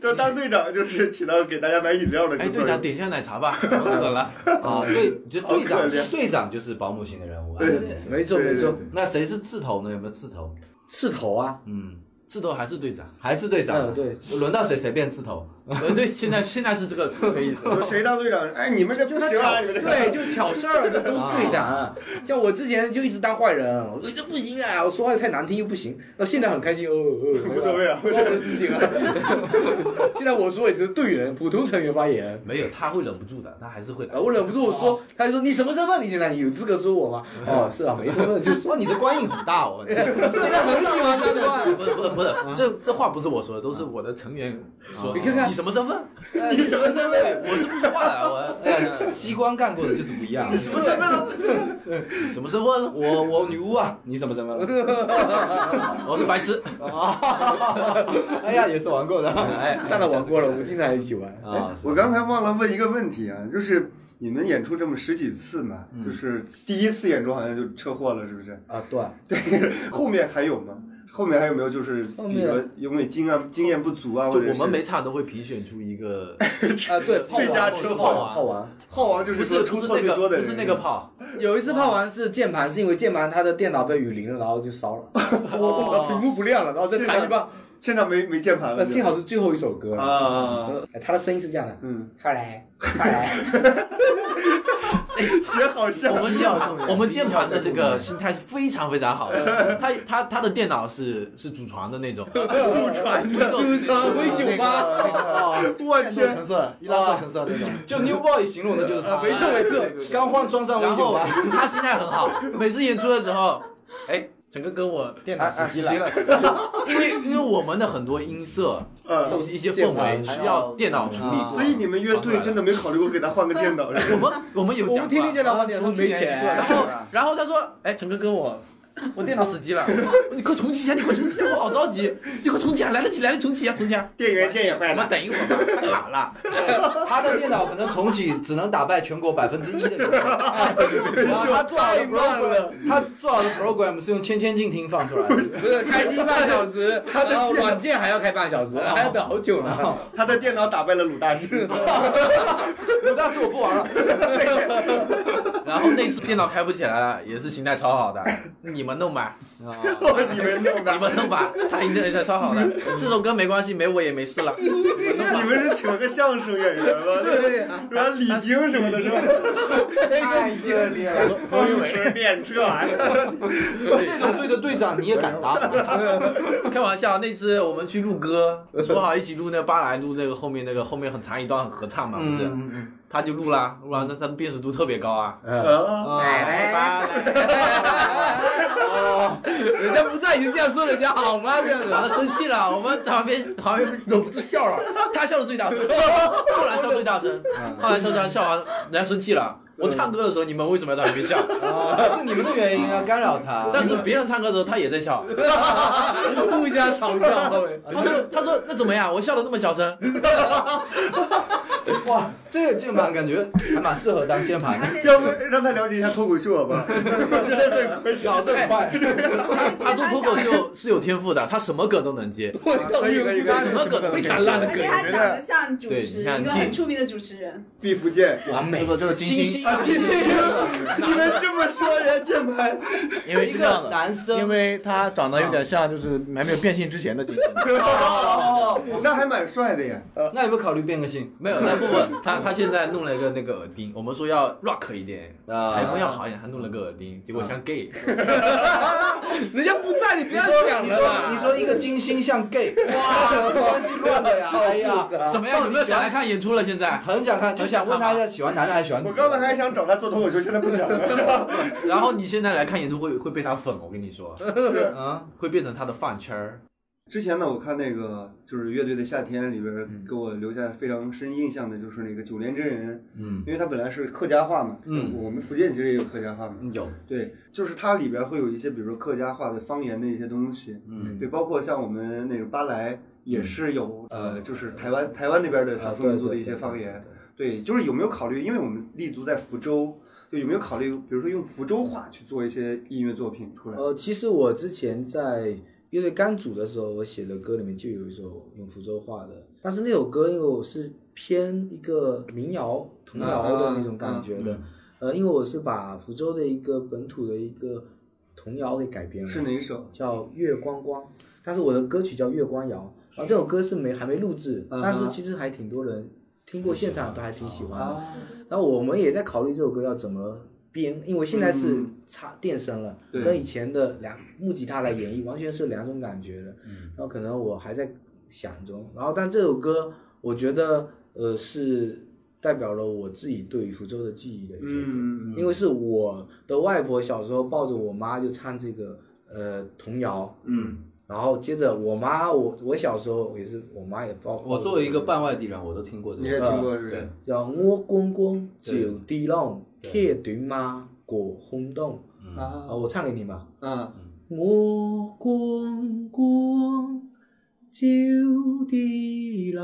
就当队长就是 (laughs) 起到给大家买饮料的这
哎，
个
队
作
长
用。
点一下奶
(laughs)
茶吧，我渴了。
啊，对，就队
好可
长，
怜
队长就是保姆型的人物。
对
按理说
没错
对
没
对
错，
那谁是刺头呢？有没有刺头？
刺头啊，
嗯，
刺头还
(laughs)
是队长，
还是队长。啊
嗯对，
轮到谁谁变刺头。
呃，对，现在现在是这个是这个意思。
说谁当队长？哎，你们这不行啊！你们这啊
对，就挑事儿的都是队长， (laughs) 像我之前就一直当坏人，我说这不行啊，我说话又太难听又不行，到现在很开心哦，哦
无所谓啊
关我的事情啊， (laughs) 现在我说也只是队员，普通成员发言。
没有，他会忍不住的，他还是会来。
呃，我忍不
哦
住我说，他就说你什么身份？你现在有资格说我吗？哦，是啊，没身
(laughs)
份就说
哇，你的官印很大 (laughs) 哦。
对呀，很喜欢当官。
不是不是不是，这这话不是我说的，都是我的成员说。
你看看
你什么身份？
呃你什么身份？
我是不说话的，我哎
机关干过的就是不一样。
你什么身份？
我我女巫啊，你怎么怎么？
我是白痴。
哎呀，也是玩过的。哎，
(laughs) 当然玩过了，我们经常一起玩。
啊，
我刚才忘了问一个问题啊，就是你们演出这么十几次嘛，
嗯
就是第一次演出好像就车祸了，是不是？
啊，对，
对， (laughs) 后面还有吗？后面还有没有就是，
后
比
面
如说有没有经验经验不足啊，
就
或者
我
是
们每场都会评选出一个，
啊对，泡
这家
完
车祸
泡完泡完。
浩王就
不
是
是
说
啊不
出
是
错
那
最
个
多的
不
人，
是那个炮，
有一次泡完是键盘，是因为键盘它的电脑被雨淋了，然后就烧了，
哦
(laughs) 屏幕不亮了，然后再弹一半。
现场没没键盘了
那
就，
幸好是最后一首歌
啊啊啊，
呃他的声音是这样的，
嗯，
快来
(laughs)
快来，
学啊好像
我们键我们键盘的这个心态是非常非常好的，他他他的电脑是是祖传的那种，祖传的，祖传
V 九八，
啊
我
淡
天
橙，色，易拉色橙色那种。
就 New Boy 形容的就是他，
啊没错没错，
刚换装上
然
五九
后
八，
他心态很好，每次演出的时候，哎，整个跟我电脑死机了，因为因为我们的很多音色，
嗯
一些氛围需要电脑
嗯
处理，
所以你们乐队真的没考虑过给他换个电
(laughs)
脑？
我们我们有
我
讲
们天天
过，
见到花点，他们没钱，
然后然后他说，哎，陈哥跟我。我电脑死机了，你快重启一啊下，你快重启一下，我好着急，你快重启啊，来得及，来得及，重启啊，重启啊！
电源键也
我
坏
们
了，
等一会儿吧，它卡了。
他的电脑可能重启只能打败全国百分之一的人。然后他做好的
太慢
program，
了，
他做好的 program 是用千千静听放出来的。
不是开机半小时，然后软件还要开半小时，还要等好久呢。
他的电脑打败了鲁大
(laughs)
师。
鲁大师我不玩了，
(laughs) 然后那次电脑开不起来了，也是形态超好的，你们弄吧，
你们弄
你
的，
们弄吧，他赢的也超好的。这首歌没关系，没我也没事了。
你们是请了个相声演员吗？
对对对，啊
是吧？李菁什么的，是吧？
太热烈了。
黄永池练这玩意儿，
这种队的队长你也敢当？
开玩笑，那次我们去录歌，说好一起录那巴莱录那个后面那个后面很长一段很合唱嘛，不是？他就录啦，录完那他的辨识度特别高啊。哎
啊，
奶奶
巴莱
人家不在，你就这样说人家好吗？这样子，
完了生气了，我们旁边 (laughs) 旁边忍不住笑了，他笑的最大声，后来笑最大声，后来笑最大声笑完，人家生气了，我唱歌的时候，你们为什么要在旁边笑？
啊，是你们的原因啊，干扰他。
但是别人唱歌的时候，他也在笑。
互相嘲笑，
他说：“他说那怎么样？我笑的那么小声。
哇，这个键盘感觉还蛮适合当键盘的。
(laughs) 要不让他了解一下脱口秀 (laughs) 吧？
脑子快，”
他做脱口秀是有天赋的，他什么梗都能接，
可以可以可以，
什么梗都非常烂的
而且
梗。
他长得像主
对
持，
你
一
看
个
你
很出名的主持人。
毕福剑
完美。
这个金星，
啊， (laughs) 金星，你们这么说人家键盘，
因为
一
是这样
个
的，
男
因
生，
为他长得有点像，就是还没有变性之前的金星。
哦， (laughs) 那还蛮帅的呀。
那有没有考虑变个性
没有，那不不，他他现在弄了一个那个耳钉，我们说要 rock 一点，台
啊？
风要好一点，他弄了个耳钉，结果像 gay。
人家不哎在，你不要讲
你
了
说你
啦。
说一个金星像 gay，哇，这关系乱的呀！哎呀，
怎么样？有没有想来看演出了？现在？
很想看，就想问他一下，喜欢男的还是喜欢女
我
的？
刚才还想找他做脱口秀，现在不想了。
然后你现在来看演出会会被他粉，我跟你说，
(laughs)
嗯
是
啊，
会变成他的饭圈儿。
之前呢，我看那个就是乐队的夏天里边，给我留下非常深印象的就是那个九连真人，
嗯
因为他本来是客家话嘛，
嗯
我们福建其实也有客家话嘛，
有，
对，就是它里边会有一些，比如说客家话的方言的一些东西，
嗯
对，包括像我们那个巴莱也是有，呃，就是台湾台湾那边的少数
啊对
民族的一
对
些
对
方言，对，就是有没有考虑，因为我们立足在福州，就有没有考虑，比如说用福州话去做一些音乐作品出来？
呃，其实我之前在乐队刚组的时候，我写的歌里面就有一首用福州话的，但是那首歌因为我是偏一个民谣、童谣的那种感觉
嗯
的，呃，因为我是把福州的一个本土的一个童谣给改编了，
是哪一首？
叫月光光，但是我的歌曲叫月光谣，然后这首歌是没还没录制，
嗯哼
但是其实还挺多人听过现场都还挺喜欢的。
啊，
然后我们也在考虑这首歌要怎么编，因为现在是
嗯
插电声了，
对
跟以前的两木吉他来演绎完全是两种感觉的。
嗯
然后可能我还在想中，然后但这首歌我觉得呃是代表了我自己对于福州的记忆的一首歌。
嗯，
因为是我的外婆小时候抱着我妈就唱这个呃童谣，
嗯，
然后接着我妈我我小时候也是我妈也抱
我作为一个半外地人，我都听过这
嗯你
个。
也听过是
对
吧？
叫我公公照
对
地浪，铁短马过轰动
嗯
啊，
啊，
我唱给你吧。
啊，
我公公照地浪，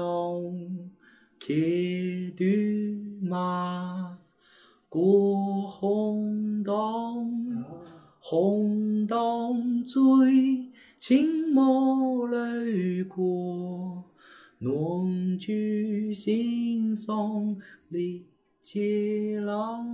铁短马过轰动。红灯醉，青墨泪过，暖居心上李接郎。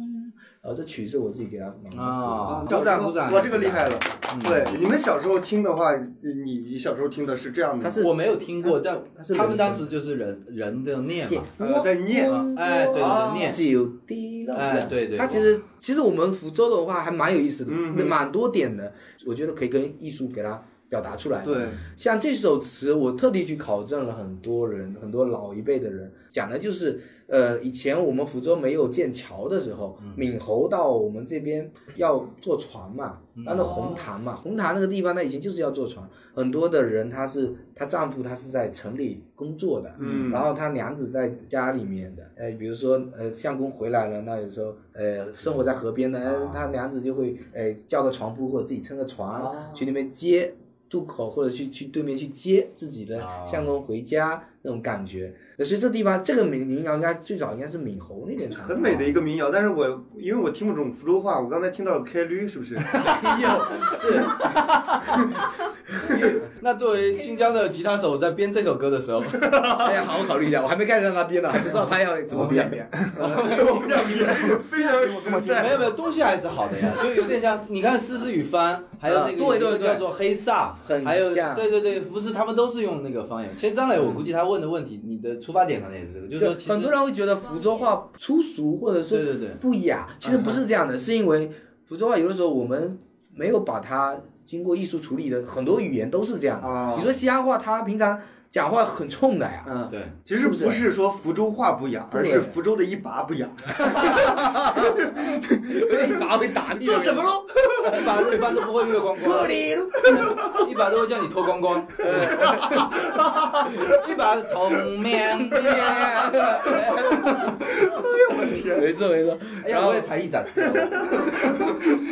啊，这曲是我自己给他弄的
啊，
这
鼓掌鼓掌！
哇，这个厉害了。对，你们小时候听的话，你你小时候听的是这样的，
它是
我没有听过，但
它是
他们当时就是人人这样念嘛，
呃在念
哎，对对对，念，
九滴了。
哎，对对，
它其实其实我们福州的话还蛮有意思的，
嗯哼
蛮多点的，我觉得可以跟艺术给它表达出来。
对，
像这首词，我特地去考证了很多人，很多老一辈的人讲的就是，呃，以前我们福州没有建桥的时候，闽侯到我们这边要坐船嘛，然后红潭嘛，红潭那个地方，它以前就是要坐船，很多的人她是她丈夫他是在城里工作的，
嗯
然后她娘子在家里面的，呃，比如说呃相公回来了，那有时候呃生活在河边的，呃她娘子就会呃叫个床夫或者自己撑个船、去那边接渡口或者去去对面去接自己的
啊
相公回家那种感觉。所以这地方这个闽民谣应该最早应该是闽侯那边传的，
很美的一个民谣，但是我因为我听不懂福州话，我刚才听到了开驴，是不是？ (laughs)
那作为新疆的吉他手，在编这首歌的时候，
哎呀，好好考虑一下，我还没开始让他编呢，还不知道
(laughs)
他要怎么编。
我不想听，非常实在。
没有没有，东西还是好的呀，就有点像你看《丝丝雨帆》，还有那个
啊对对
有一个
对
叫做黑撒，
很
还有
像
对对对，不是他们都是用那个方言。其实张磊，我估计他问的问题，你的出发点可能也是这个，就是说
对，
其实
很多人会觉得福州话粗俗或者
对
是
对对，
不雅，其实不是这样的，是因为福州话有的时候我们没有把它经过艺术处理的，很多语言都是这样的。
啊
你，说西安话，他平常讲话很冲的呀，
嗯，
对，
其实不是说福州话不雅，
对
而是福州的一把不雅。
一
啊
把被打地
做什么喽？
一把一般都不会月光光，一把都会叫你脱光光， (laughs)
(laughs)
一把同面。
哎了。没错没错。
哎呀，我也才艺展示
(laughs)
了。
啊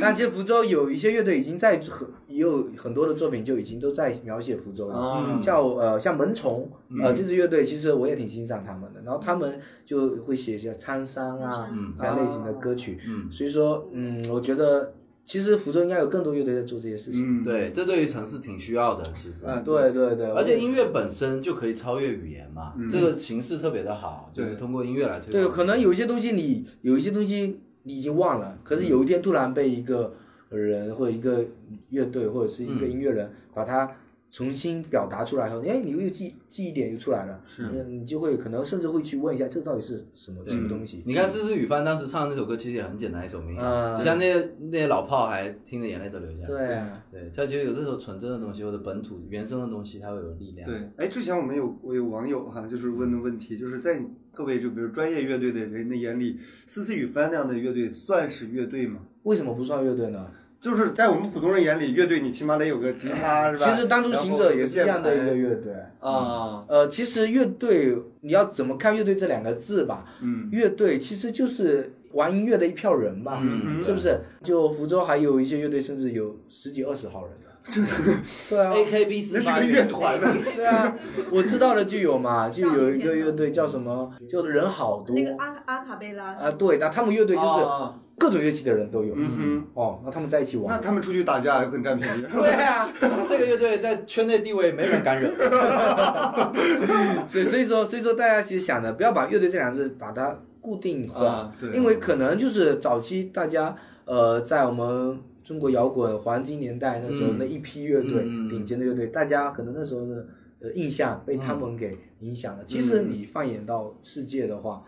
但其实福州有一些乐队已经在很也有很多的作品就已经都在描写福州了，
啊，
像我呃像门虫呃这支乐队，其实我也挺欣赏他们的。然后他们就会写一些沧桑啊
嗯
这样类型的歌曲，
嗯
所以说嗯，我觉得其实福州应该有更多乐队在做这些事情。
嗯，
对，这对于城市挺需要的，其实。
嗯
对对对，
而且音乐本身就可以超越语言嘛，
嗯
这个形式特别的好，就是
对
通过音乐来推广。
对，可能有一些东西你有一些东西你已经忘了，可是有一天突然被一个人或者一个乐队或者是一个音乐人把它重新表达出来后，哎，你又记记忆点又出来了，
是
嗯你就会可能甚至会去问一下这到底是什么什么东西。
嗯你看思思雨帆当时唱那首歌，其实也很简单一首民谣，
嗯
就像那些那些老炮还听着眼泪都流下来。
对啊，
对，他觉得有这种纯真的东西或者本土原生的东西，它会有力量。
对，哎，之前我们有我有网友哈，就是问的问题，就是在各位就比如专业乐队的人的眼里，思思雨帆那样的乐队算是乐队吗？
为什么不算乐队呢？
就是在我们普通人眼里，乐队你起码得有个吉他，是
哎其
吧？
实当初行者也是这样的一个
乐
乐队。
啊，
呃，其实乐队你要怎么看“乐队”这两个字吧？
嗯
乐队其实就是玩音乐的一票人嘛，
嗯
是不是？就福州还有一些乐队，甚至有十几二
(laughs)
十号人的。对啊，
，A K B 四
那是
八
个乐团呢。
对啊，我知道的就有嘛，
(laughs)
就有一个乐队叫什么，就人好多
那个阿阿卡贝拉，
呃
啊，对，那他们乐队就是
哦
啊
各种乐器的人都有。
嗯
哦，那他们在一起
哼，那
玩。
他们出去打架很占
(laughs)
便宜。
对啊，这个乐队在圈内地位没人敢惹。
所以所以说所以说大家其实想的，不要把乐队这两个字把它固定化，
啊，对，
因为可能就是早期大家呃，在我们中国摇滚黄金年代那时候
嗯
那一批乐队、
嗯嗯嗯
顶尖的乐队，大家可能那时候的呃印象被他们给影响
嗯
了。其实你放眼到世界的话，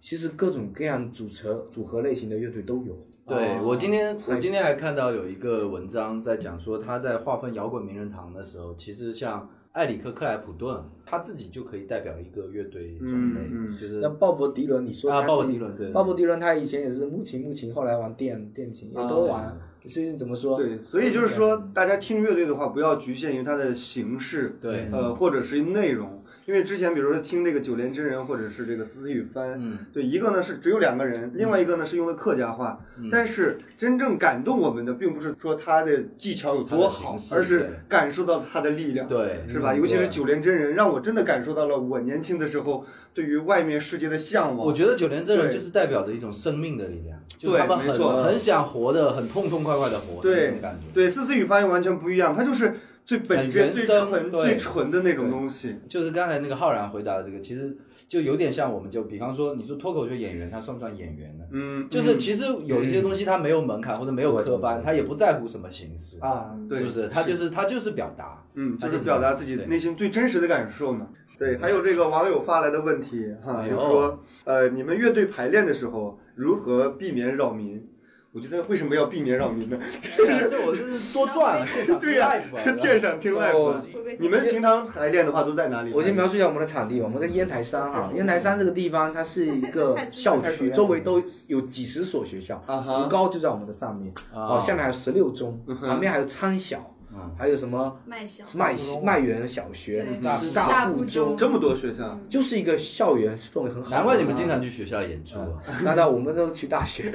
其实各种各样组成组合类型的乐队都有。
对我今天，我
嗨
今天还看到有一个文章在讲说，他在划分摇滚名人堂的时候，其实像艾里克克莱普顿，他自己就可以代表一个乐队种类，
嗯嗯
就是
那鲍勃迪伦，你说
啊，
他
鲍勃
是
迪伦，对，
鲍勃迪伦他以前也是木琴木琴，后来玩电电琴
啊
也都玩，所以怎么说？
对，所以就是说，大家听乐队的话，不要局限于它的形式，
对，
呃，或者是内容。因为之前比如说听这个九连真人，或者是这个思思雨帆，
嗯，
对，一个呢是只有两个人，另外一个呢是用的客家话。
嗯
但是真正感动我们的，并不是说他的技巧有多好
他的形，式
而
对
是感受到他的力量。
对，
是吧？尤其是九连真人，让我真的感受到了我年轻的时候对于外面世界的向
我
往。
觉得九连真人
对
就是代表着一种生命的力量，就
对
是他们
没错
很很想活的，很痛痛快快的活的
对
那种感觉。
对，思思雨帆又完全不一样，他就是最本真、
很原
最
生
纯、
对
最纯的那种
对
东西。
就是刚才那个浩然回答的这个，其实就有点像我们就比方说，你说脱口秀演员，他算不算演员呢？
嗯，
就是其实有一些东西它没有门槛或者没有科班，他也不在乎什么形式
嗯，啊，对，
是不是？他就是他就是表
(laughs)
达，
嗯，
他
就
就
是
是
表达自己
对
内心最真实的感受呢。对，还有这个网友发来的问题哈，
哎
就
呦
是说，呃，你们乐队排练的时候如何避免扰民？我觉得为什么要避免扰民呢？
啊这我就是多赚了，现
(laughs)
场
对呀
live 啊
(laughs) 电闪听外
哦
部。你们平常排练的话都在哪里？
我先描述一下我们的场地吧。我们在烟台山哈，烟台山这个地方，它是一个校区，周围都有几十所学校，
啊哈
福高就在我们的上面，哦，
啊，
下面还有十六中，旁边还有昌小
嗯，
还有什么
麦小，
麦麦园小学、
对
师
大附
附
中
中，
这么多学校，
就是一个校园氛围很好。
难怪你们经常去学校演出
嗯
啊
那那我们都去大学，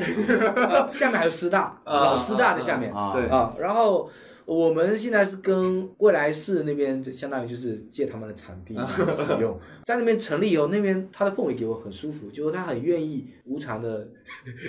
呃下面还有师大，
啊
老师大在下面
啊，
对
啊。然后我们现在是跟未来市那边，就相当于就是借他们的场地使用， (laughs) 在那边成立以后，那边他的氛围给我很舒服，就是他很愿意无偿的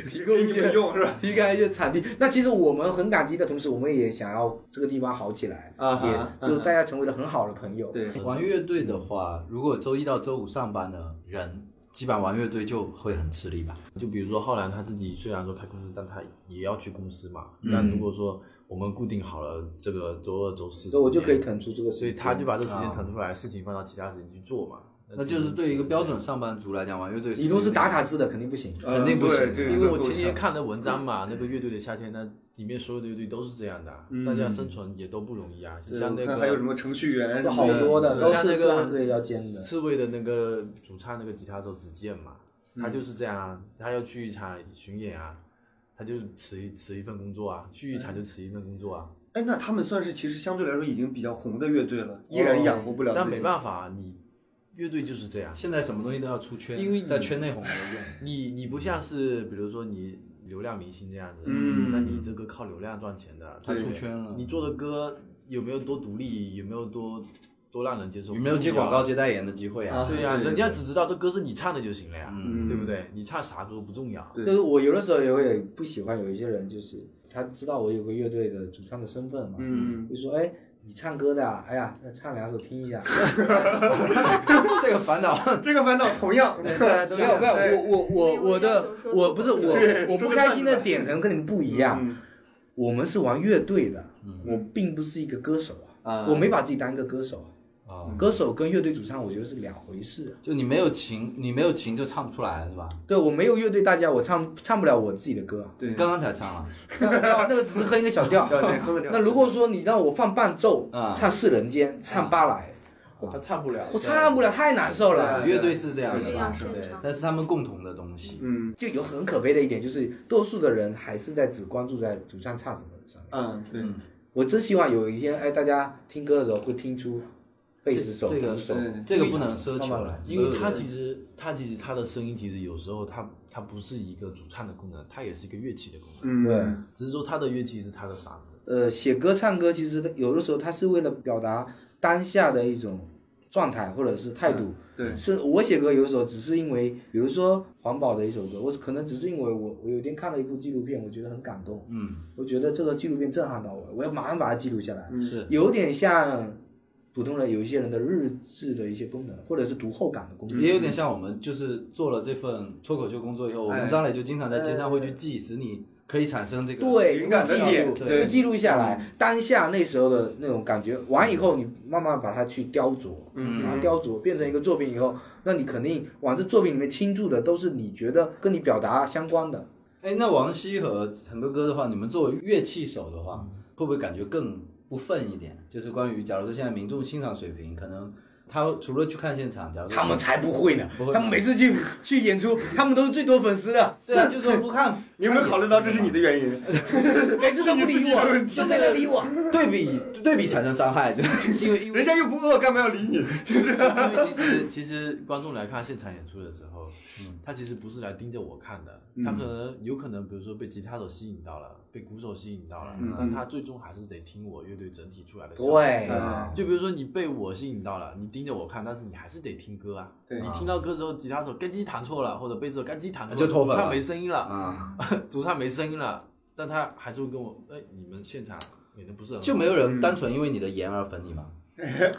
提供
给
一
你们
些
用是吧？
提供一些场地。那其实我们很感激的同时，我们也想要这个地方好起来，
啊哈
也就大家成为了很好的朋友。
对，
玩乐队的话，如果周一到周五上班的人，基本上玩乐队就会很吃力吧？
就比如说浩然他自己虽然说开公司，但他也要去公司嘛。
嗯
那如果说我们固定好了这个周二、周四，
所以我就可以，腾出这个时
所
间，
以他就把这时间腾出来，事情放到其他时间去做嘛。
那就是对于一个标准上班族来讲，玩乐队
你如果是打
卡，
卡制的， (laughs) 肯定不行。
呃
肯定不行
对这个
因为我
够
前几
呛
天看了文章嘛，那个乐队的夏天，那里面所有的乐队都是这样的啊，大家生存也都不容易啊。
嗯对
像
我
那
看还有什
个
么程序员
有
什
好
么的
多的
对
都
像那
是
个
各行各业要兼的。
刺猬的那个主唱那个吉他手子健嘛，他
嗯
就是这样啊，他要去一场巡演啊，他就辞一辞一份工作啊，去一场
嗯
就辞一份工作啊。
哎，那他们算是其实相对来说已经比较红的乐队了，依然养活不了自己。
但没办法，你乐队就是这样，
现在什么东西都要出圈，
因为你
在圈内红没用。
你你不像是比如说你流量明星这样子，
嗯
那你这个靠流量赚钱的，啊
他
对
出圈了
你做的歌有没有多独立，有没有多多让人接受？
有没有接广告、接代言的机会啊？
对呀、
对对
人家只知道这歌是你唱的就行了呀，
嗯
对不对？你唱啥歌不重要，
对
就是我有的时候也会不喜欢有一些人，就是他知道我有个乐队的主唱的身份嘛，
嗯，
就说哎，你唱歌的啊，哎呀，那唱两首听一下。
这个烦恼，
这个烦恼同样，
没有没有，
对
我我我我的我不是我
对
我
说
不
个
开
段
心
子
的点可能跟你们不一样，
嗯
我们是玩乐队的，我并不是一个歌手
呃
啊，我没把自己当一个歌手啊，歌手跟乐队主唱我觉得是两回事。啊
就你没有情，你没有情就唱不出来，是吧？
对我没有乐队，大家我唱唱不了我自己的歌啊，
对，
刚刚才唱了，
那个只是哼一个小调。
对对哼个调
那如果说你让我放伴奏
啊，
唱《世人间》，唱《巴莱》，
他唱不了。
我唱不了，太难受
是啊
了。
乐队是这样
这
的
样
吧？
现场。
但是他们共同的东西，
嗯
就有很可悲的一点，就是多数的人还是在只关注在主唱唱什么上面。
嗯，对，
我真希望有一天，哎，大家听歌的时候会听出贝斯手、
这
鼓
个
手，
对
这个不能奢求了，
因为
所
他
有的
其实他其实他的声音其实有时候他他不是一个主唱的功能，他也是一个乐器的功
嗯
能，
对
只是说他的乐器是他的嗓子。
呃，写歌、唱歌，其实有的时候他是为了表达当下的一种状态或者是态度。
对，
是我写歌有的时候只是因为，比如说环保的一首歌，我可能只是因为我我有一天看了一部纪录片，我觉得很感动，嗯，我觉得这个纪录片震撼到我，我要马上把它记录下来，
是
有点像普通人有一些人的日志的一些功能，或者是读后感的功能，
也有点像我们就是做了这份脱口秀工作以后，我
哎
跟张磊就经常在街上会去记，使你可以产生这个
对，
灵感的
记
记
点
录，
对
会记录下来当下那时候的那种感觉，完以后你慢慢把它去雕琢，
嗯
把它雕琢变成一个作品以后，那你肯定往这作品里面倾注的都是你觉得跟你表达相关的。
哎，那王希和陈哥哥的话，你们作为乐器手的话，会不会感觉更不忿一点？就是关于，假如说现在民众欣赏水平，可能他除了去看现场，假如说
他们才不会呢
不会，
他们每次去 (laughs) 去演出，他们都是最多粉丝
(laughs)
的，
对啊，就是说不看，
你有没有考虑到这是你的原因？
每次都不理我，就没人理我。
对比对比产生伤害，对
因为因为
人家又不饿，干嘛要理你？
因为其实其实观众来看现场演出的时候，嗯，他其实不是来盯着我看的，
嗯
他可能有可能比如说被吉他手吸引到了，被鼓手吸引到了，
嗯
但他最终还是得听我乐队整体出来的效果。
对，
啊
就比如说你被我吸引到了，你盯着我看，但是你还是得听歌啊。
对
你听到歌之后，吉他手咯叽弹错了，或者贝斯手咯叽弹错了，
就脱粉了
主唱没声音了，
啊，
主唱没声音了，但他还是会跟我，哎，你们现场演的不是很好
就没有人单纯因为你的言而粉你嘛？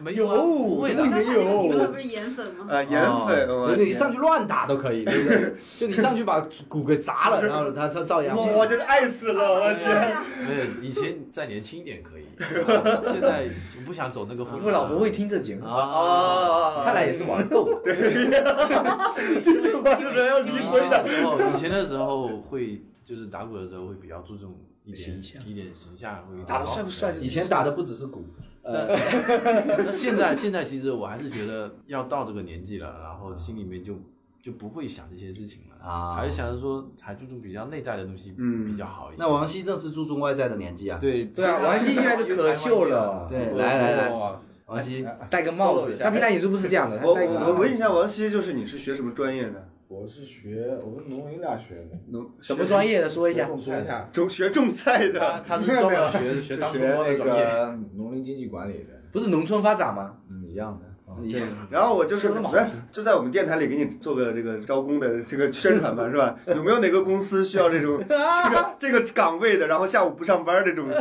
没有啊不会的
刚。才那个评论不是颜粉吗？
啊，颜粉，我的
你
天
哦上去乱打都可以，对不对？就你上去把鼓给砸了，然后他他照样。
我我真的爱死
哦
哦
了，我天！
对，以前再年轻一点
(laughs)
可以，啊现在我不想走那个风格。
我老婆会听这节目，
哦
啊，
啊看来也是网购嘛。
这种话是人要离
以
婚
前的
的。
时候，以前的时候会就是打鼓的时候会比较注重一点
形象
一点形象，会
打的帅不帅？
以前打的不只是鼓，
(laughs)
那现在现在其实我还是觉得要到这个年纪了，然后心里面就就不会想这些事情了
啊
还是想着说还注重比较内在的东西，
嗯
比较好一些。
那王希正是注重外在的年纪啊。
对
对啊，王心现在就可秀了，
对，来来来，
哇，
王希，
戴个帽子。他平常演出不是这样的，他
我
戴个
我问一下王希，就是你是学什么专业的？
(laughs) 我是学我是农林大学的，
农
什么专业的说一下。
种菜呀，
种学种菜
他
的。
他是专
啊 (laughs)
门学学
是
当
学那
专业，
个农林经济管理的，
不是农村发展吗？
嗯，一样的。啊
你
然后我就是
说得好
哎，就在我们电台里给你做个这个招工的这个宣传吧，是
(laughs)
吧？有没有哪个公司需要这种这个这个岗位的？然后下午不上班这种，
(laughs)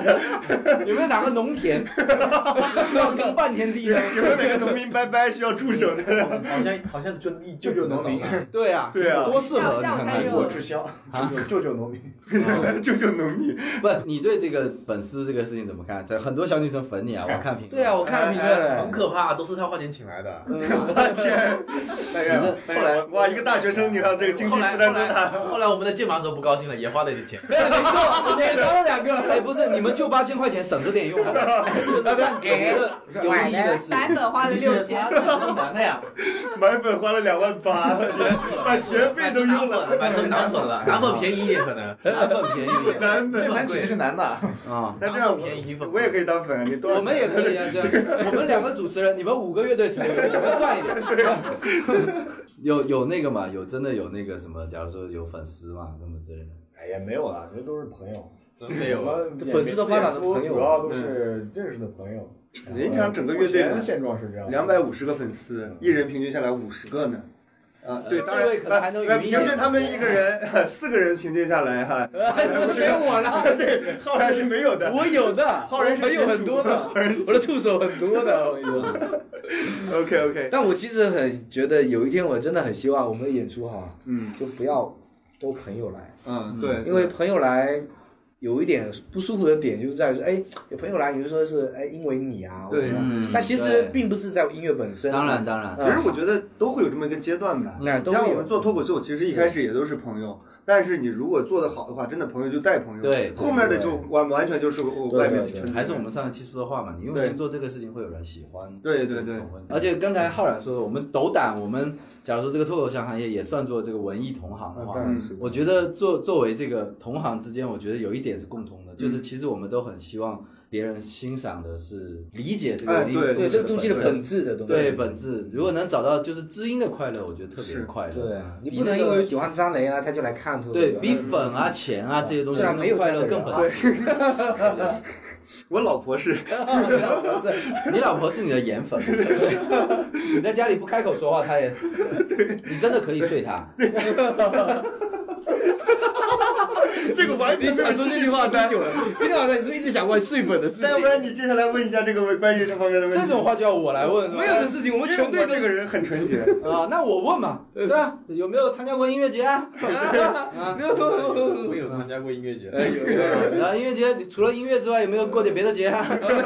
有没有哪个农田要耕半天地的？
(laughs) 有没有哪个农民伯伯需要助手
(laughs)
的？
好像好像就一舅舅农民，
对啊，
对啊
多适合你
下午
看
太
看
热。
我滞销，舅舅农民。
(laughs) 救救农民！
不，你对这个粉丝这个事情怎么看？在很多小女生粉你啊，我看评论。
对啊，我看了
哎
评论了。
可怕，都是他花钱请来
(laughs)
的。
我天，哎呀，
后来
哎呀哇，一个大学生，你看这个经济
后
负
来后
担多大？
来后来我们的键盘手不高兴了，也花了点钱。
哎，刚刚 (laughs) 两个，哎，不是，你们就八千块钱省着点用好 (laughs) 了。大家给了有意义的事。
白粉花了六千，
男的呀，
买粉花了两万
(laughs)
八，把学费都用了，
买成男粉了，男粉便宜一点可能。
很很便宜一点
男粉。
键盘肯定是男的，
啊！
那这样
便宜一
我
份
我也可以当粉啊，你多少
我们也可以啊，这样我们两个主持人，你们五个乐队钱，我们赚一点。 (laughs) 有有那个嘛？有真的有那个什么？假如说有粉丝嘛，什么之类的。
哎呀，没有啦，这都是朋友，
真的有
我们
粉丝都发展成朋友
主要都是认识的朋友。
人家整个乐队
目前
嘛
的现状是这样的，
两百五十个粉
嗯
丝，一人平均下来五十个呢。啊，对，
呃
当
这位可能还能
然，
语音
平均他们一个人四个人平均下来 (laughs) 哈，
是给我了，
对，浩然是没有的。 (laughs)
我有 (laughs) 的，
浩然是
我有很多的， (laughs) 我的触手很多的，我跟你说。
OK OK，
(laughs) 但我其实很觉得有一天我真的很希望我们的演出哈，
嗯
就不要都朋友来，
嗯，对，
因为朋友来有一点不舒服的点就是在于说，哎，有朋友来你就说是哎因为你啊，
对
或者
嗯
但其实并不是在音乐本身，啊
当然当然，
其实我觉得都会有这么一个阶段吧。
那都
像
会
我们
有。
做脱口秀，其实一开始也都是朋友，但是你如果做得好的话，真的朋友就带朋友。
对对
后面的就完完全就是我
对
外面的
对
圈子。
还是我们上一期说的话嘛，你用心做这个事情，会有人喜欢。
对对对
总会而且刚才浩然说的，我们斗胆，我们假如说这个脱口秀行业也算作这个文艺同行的
嗯
话，
当然是
我觉得作作为这个同行之间，我觉得有一点是共通的，就是其实我们都很希望别人欣赏的是理解这个
哎
文艺
对
对这个东西的
身
本质的东西。
对本质。如果能找到就是知音的快乐，我觉得特别
是
快乐。
对，你
比
不能
那个
因为喜欢张雷啊，他就来看，对
对
不
比
对？
粉啊、钱啊这些东西
这样没有
快乐
这样
更
的
本
人啊
质。
我老婆是
你老婆是你的颜
(laughs)
粉，你在家里不开口说话，她
(laughs)
也，你真的可以睡她。
这个完
你
全没有
想说这句话多久了？今天晚上你是不是一直想问睡粉的事情？
要不然你接下来问一下这个关于这方面的问题。
这种话就要我来问，哎
没有的事情，我
因为
们全队
我
都
这个人很纯洁，
啊，那我问
(laughs)
嘛，是吧？有没有参加过音乐节啊？
我有参加过音乐节，
哎有没有
然后音乐节除了音乐之外，有没有过点别的节
(laughs)
啊？
(laughs) 没有没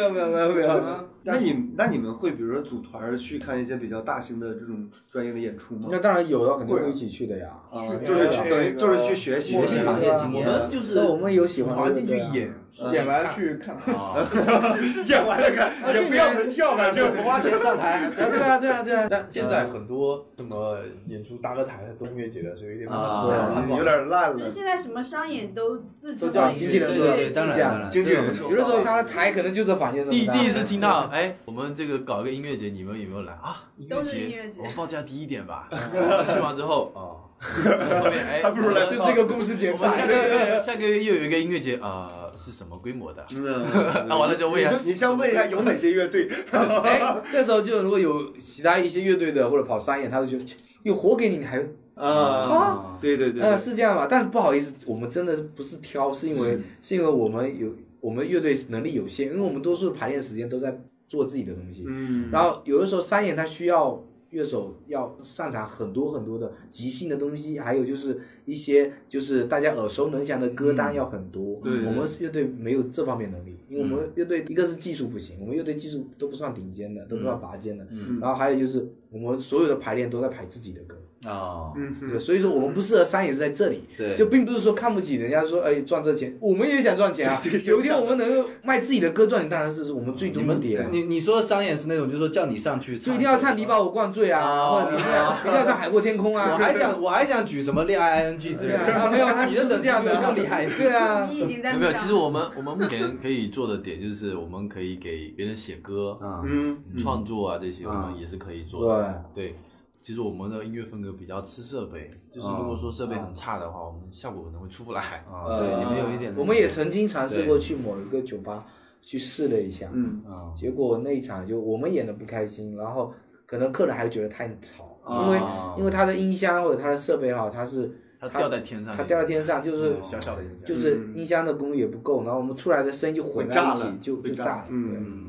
有没有没有没有。
那你那你们会比如说组团儿去看一些比较大型的这种专业的演出吗
那？当然有的，肯定会一起去的呀。
啊，就是去等于就是去学习
学习行业经
我
验
们就是
那我们有喜欢的
团进去
对啊
演，
演完去看。
啊，
(laughs) 演完了看，也不要门票，反正
不花钱上 (laughs) 台，
对啊对啊对啊。
但现在很多什么演出搭个台的都音乐节的，所以有点慢慢
啊
慢慢慢慢
有点烂
就是
了。
现在什么商演都自称
都叫
为
经纪人
是
说
对对，
对
当然当然，
经纪人说，
有的时候他的台可能就是房间这
第
么大
第一次听到，哎，我们这个搞个音乐节，你们有没有来啊？音乐
都是音乐
节，
节
我们报价低一点吧。 (laughs) 去完之后，哦，后面
(laughs)
哎，
还不如来
我们
就是一个公司剪
我们下
裁
个。月 (laughs) 下个月又有一个音乐节，呃，是什么规模的？
嗯，
那完了就问一下，
你先问一下有哪些乐队？
哎， (laughs) 这时候就如果有其他一些乐队的或者跑商演，他会觉得切有活给你，你还
啊，对对对，
呃是这样吧？但是不好意思，我们真的不是挑，是因为是因为我们有我们乐队能力有限，因为我们多数排练时间都在做自己的东西。
嗯，
然后有的时候商演它需要乐手要擅长很多很多的即兴的东西，还有就是一些就是大家耳熟能详的歌单要很多。
嗯对嗯
我们乐队没有这方面能力，因为我们乐队一个是技术不行，我们乐队技术都不算顶尖的，都不算拔尖的。
嗯
然后还有就是我们所有的排练都在排自己的歌，
啊，
嗯
对
哼，
所以说我们不适合商演是在这里。
对，
就并不是说看不起人家说哎赚这钱，我们也想赚钱啊。有一天我们能够卖自己的歌赚钱，当然是是我们最终的目的啊。
你你说的商演是那种，就是说叫你上去，
就一定要唱《你把我灌醉》啊，
哦
或者你一定要一定要唱《海阔天空》
我
啊。
还想我还想举什么恋爱 ing 之类
对
的，
(laughs) 啊，啊没有，他
你
就
的
是这样的，
更厉害。
对啊，
你已经在
有没有？
路上
其实我们 (laughs) 我们目前可以做的点就是，我们可以给别人写歌、
啊，
嗯，
创作啊这些，我
嗯
们也是可以做的。对，其实我们的音乐风格比较吃设备，就是如果说设备很差的话，我们效果可能会出不来。
啊，
呃
对，你们有一点那个，
我们也曾经尝试过去某一个酒吧去试了一下，
嗯
啊，
结果那一场就我们演的不开心，然后可能客人还觉得太吵，
啊
因为因为他的音箱或者他的设备哈，它是
它掉在天上，
它掉到天上就是
嗯小小的影响。
就是音箱的功率也不够，然后我们出来的声音就混在
炸
一
了
起，就
被
就
炸
炸
了
了，
嗯
对。
嗯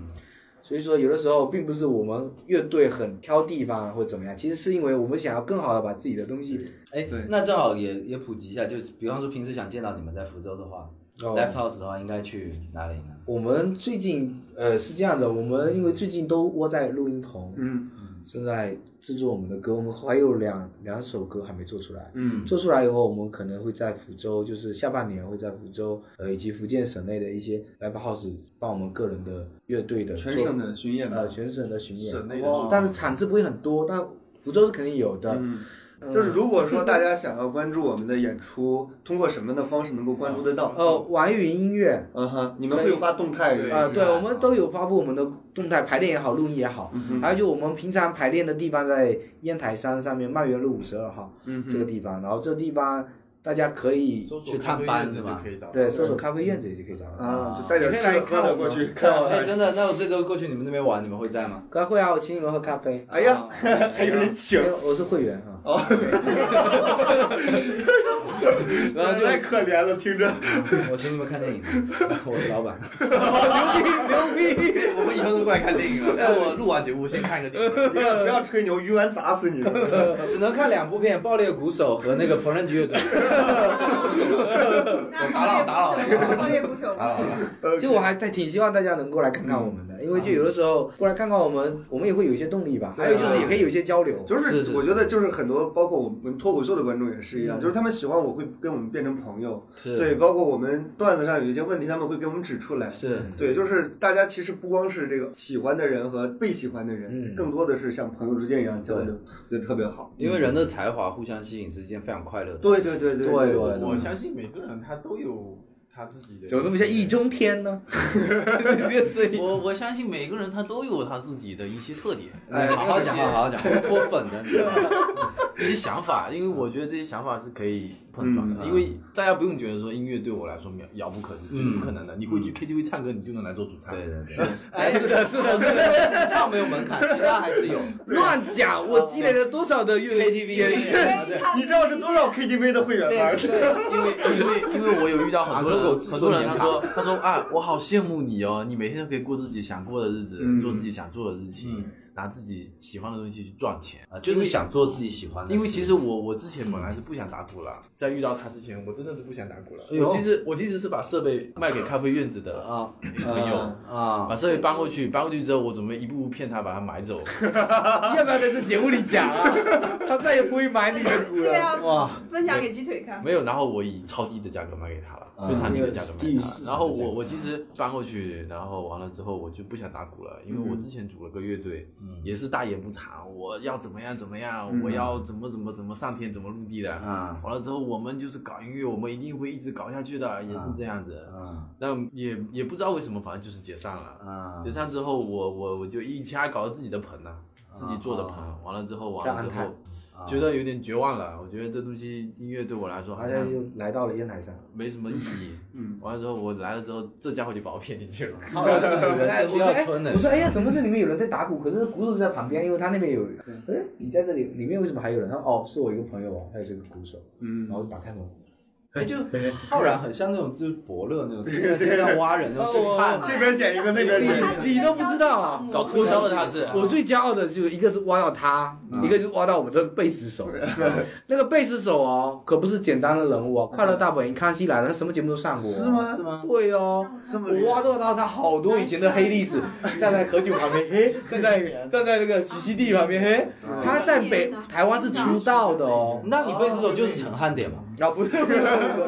所以说，有的时候并不是我们乐队很挑地方或者怎么样，其实是因为我们想要更好的把自己的东西
哎
对，
那正好也也普及一下，就是比方说平时想见到你们在福州的话，live
哦
house 的话，应该去哪里呢？
我们最近呃是这样的，我们因为最近都窝在录音棚，
嗯
正在制作我们的歌，我们还有两两首歌还没做出来。
嗯
做出来以后，我们可能会在福州，就是下半年会在福州，呃，以及福建省内的一些 live house 帮我们个人的乐队的
全
做
省的巡演吧
呃，全省的巡演，
省内的
哇
巡演
但是场次不会很多，但福州是肯定有的。
嗯就是如果说大家想要关注我们的演出，通过什么样的方式能够关注得到？
呃，网易云音乐，
嗯哼，你们会发动态
对
啊，
是
对，
吧
我们都有发布我们的动态排练也好，录音也好，
嗯
还有就我们平常排练的地方在烟台山上面漫园路五十二号
嗯
这个地方，然后这地方大家可以
搜索
去探班
班
是
子
吧
就可以找到。
对搜索嗯咖啡院子也就可以找到。
啊，就带点
你可以
吃
来
的喝
看
的
我
过
们
去看看。
哎，真的，那我这周过去你们那边玩，你们会在吗？啊
该会啊，我请你们喝咖啡，
哎呀，还有人请
因，为我是会员啊。哦，然后就
哎太可怜了，听着。
哎我请你们看电影，我是老板。
(laughs) 我们以后都过来看电影了。但我录完节目先看一个电影。
不要不要吹牛，鱼丸砸死你！
只能看两部片，《爆裂鼓手》和
(laughs)
那个《缝纫机乐队》。
那
打扰打扰
暴力鼓手，
啊，
就我还在挺希望大家能过来看看我们的，因为就有的时候过来看看我们，我们也会有一些动力吧。还有就是也可以有一些交流。
就是
是
我觉得就是很多，包括我们脱口秀的观众也是一样，就是他们喜欢我会跟我们变成朋友，
是
对，包括我们段子上有一些问题，他们会给我们指出来。
是，
对，就是大家其实不光是这个喜欢的人和被喜欢的人，
嗯
更多的是像朋友之间一样交流，觉得特别好。
因为人的才华互相吸引是一件非常快乐的。
对对对对
对
对，
对
我相信每个人他都有他自己的。
怎么那么像易？中天 (laughs) 呢？所以
我我相信每个人他都有他自己的一些特点。
哎
好好讲，好好讲。
脱粉的，你知道吗？
一些想法，因为我觉得这些想法是可以碰撞的，
嗯
因为大家不用觉得说音乐对我来说遥遥不可及，这是不可能的。你会去 KTV 唱歌，你就能来做主
嗯
唱。
对对对，
哎，是的，是的，是的，
主唱没有门槛，其他还是有。
乱讲！我积累了多少的乐
KTV
你知道是多少 KTV 的会员吗？
因为因为因为我有遇到很多
啊如果
人，
自
很
作
多
年
人
卡
他说他说啊，我好羡慕你哦，你每天都可以过自己想过的日子，
嗯
做自己想做的事情，拿自己喜欢的东西去赚钱啊，
嗯就
就是
是。想做自己喜欢的事。
因为其实我我之前本来是不想打鼓了，在遇到他之前，我真的是不想打鼓了。
哎呦
我其实我其实是把设备卖给咖啡院子的
啊
朋友，
啊
把，设备搬过去，搬过去之后，我准备一步步骗他把他买走。
要不要在这节目里讲啊？他再也不会买你的
这个要
哇，
分享给鸡腿
啊
看。
没有，然后我以超低的价格卖给他了，
嗯
非常低的价格卖
低
给
于
他
市
了。
场
然后
的价格
我我其实搬过去，然后完了之后我就不想打鼓了，因为
嗯
我之前组了个乐队，也是大言不惭，我要怎么样怎么样，我要怎么怎么怎么上天怎么入地的。
嗯啊
完了之后我们就是搞音乐，我们一定会一直搞下去的，也是这样子。
啊
但也也不知道为什么，反正就是解散了。
啊
解，散之后，我我我就一家搞自己的棚了，自己做的棚
啊。
完了之后，完
在
了
安
之
泰
后。觉得有点绝望了，我觉得这东西音乐对我来说好
好像
像
又来到了烟台山。
没什么意义。
嗯，
完了之后我来了之后，这家伙就把我骗进去了。
好像是你的
哎
这
我
不
说
要
哎
村的
我。说哎呀，怎么这里面有人在打鼓？可是鼓手就在旁边，因为他那边有人。哎，你在这里，里面为什么还有人？他说哦，是我一个朋友哦，他也是个鼓手。
(laughs) 嗯
然后就打开门，
哎，就浩然很像那种就是伯乐那种，在街上挖人那种背叛。
这边剪一个，那边剪一个。
你都不知道啊
搞脱销的他是，
(laughs) 我最骄傲的就是一个是挖到他，一个就是挖到我们的贝斯手。那个贝斯手哦，可不是简单的人物哦，《快乐大本营》《康熙来了》，他什么节目都上过。哦
是？吗？
是吗？
对哦，
这么厉
我
害
挖到到他好多以前的黑历史，站在何炅旁边，嘿，站在站在那个徐熙娣旁边，嘿，
啊
嗯
嗯
他在北台湾是出道的哦。
(laughs)
嗯
那你贝斯手就是陈汉典嘛？
啊，不是，
(laughs)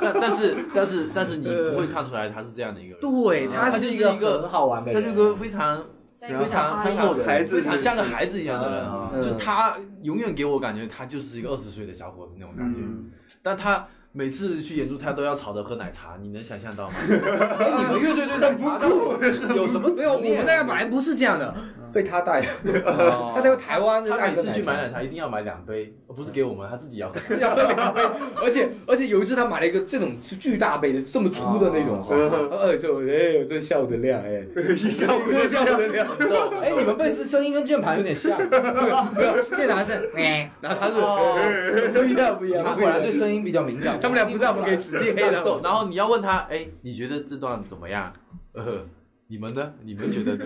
但但是但是但是你不会看出来他是这样的一个
(laughs)
人，
对，
他
啊是
就是
个
一个
很好玩的
他
人，
是个非常非常非常
孩子
非常像个孩子一样的
嗯
人，啊就他永远给我感觉他就是一个二十岁的小伙子那种感
嗯
觉，但他。每次去演出，他都要吵着喝奶茶，你能想象到吗？
哎，你们乐队对奶茶的有什么执念？
没有，我们那个本来不是这样的，被他带的，他在台湾就
他
带
每
个
次
奶
去买
茶。
奶茶一定要买两杯，不是给我们，他自己要喝。
而且而且有一次他买了一个这种巨大杯的，这么粗的那种，呃，就哎呦，这下午的量哎，
一下午
这下午的量，
哎，你们贝斯声音跟键盘有
(laughs)
点像，
没有，这男是哎，然后他是不一样不一
哦他
样，
果然对声音比较敏感。
他们俩不在我们给使劲黑
(laughs)
然后
的，
然后你要问他，哎，你觉得这段怎么样？呃，你们呢？你们
(laughs)
觉得呢？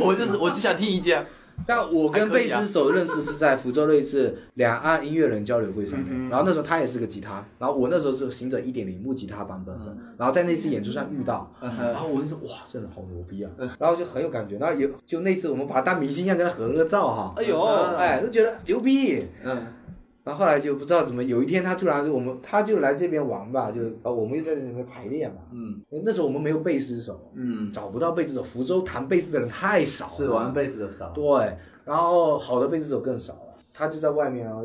我就是我只想听意见。啊
但我跟贝斯手认识是在福州的一次两岸音乐人交流会上
嗯
面，然后那时候他也是个吉他，然后我那时候是行者一点零木吉他版本
嗯
的，然后在那次演出上遇到，然
嗯
后我就说哇，这人好牛逼啊，然后就很有感觉，然后有就那次我们把他当明星一样跟他合了个照哈，
哎呦，
哎，就觉得牛逼。
啊嗯，
然后后来就不知道怎么，有一天他突然就我们他就来这边玩吧，就呃我们就在这里面排练嘛。
嗯，
那时候我们没有贝斯手，
嗯，
找不到贝斯手，福州弹贝斯的人太少了，
是玩贝斯的少。
对，然后好的贝斯手更少了。他就在外面啊，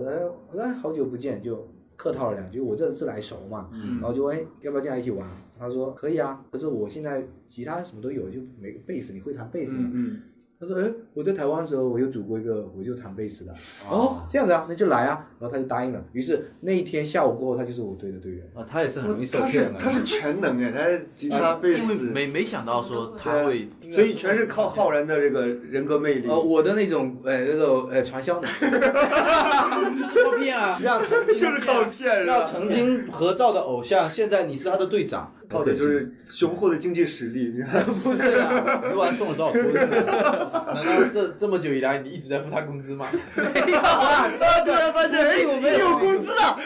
哎哎，好久不见，就客套了两句。我这次来熟嘛，然后就问哎要不要进来一起玩？他说可以啊，可是我现在吉他什么都有，就没贝斯，你会弹贝斯吗？
嗯
他说：“哎，我在台湾的时候，我有组过一个，我就弹贝斯的。哦，这样子啊，那就来啊。然后他就答应了。于是那一天下午过后，他就是我队的队员。
啊，他也是很容易
嗯，
受
他是
骗的。
他是全能哎，他吉
啊
他贝
因为
斯，
没没想到说
啊
他会
所以全是靠浩然的这个人格魅力。
呃，我的那种呃那种呃传销能力，
照片 (laughs) 啊，让曾
(laughs)
经
就是靠骗
让
人，啊
曾经合照的偶像，现在你是他的队长，
靠的就是雄厚的经济实力。你
(laughs)
看，
不是啊？你玩送了多少锅？
难道这这么久以来你一直在付他工资吗？啊
突然发现哎，是有工资的，
啊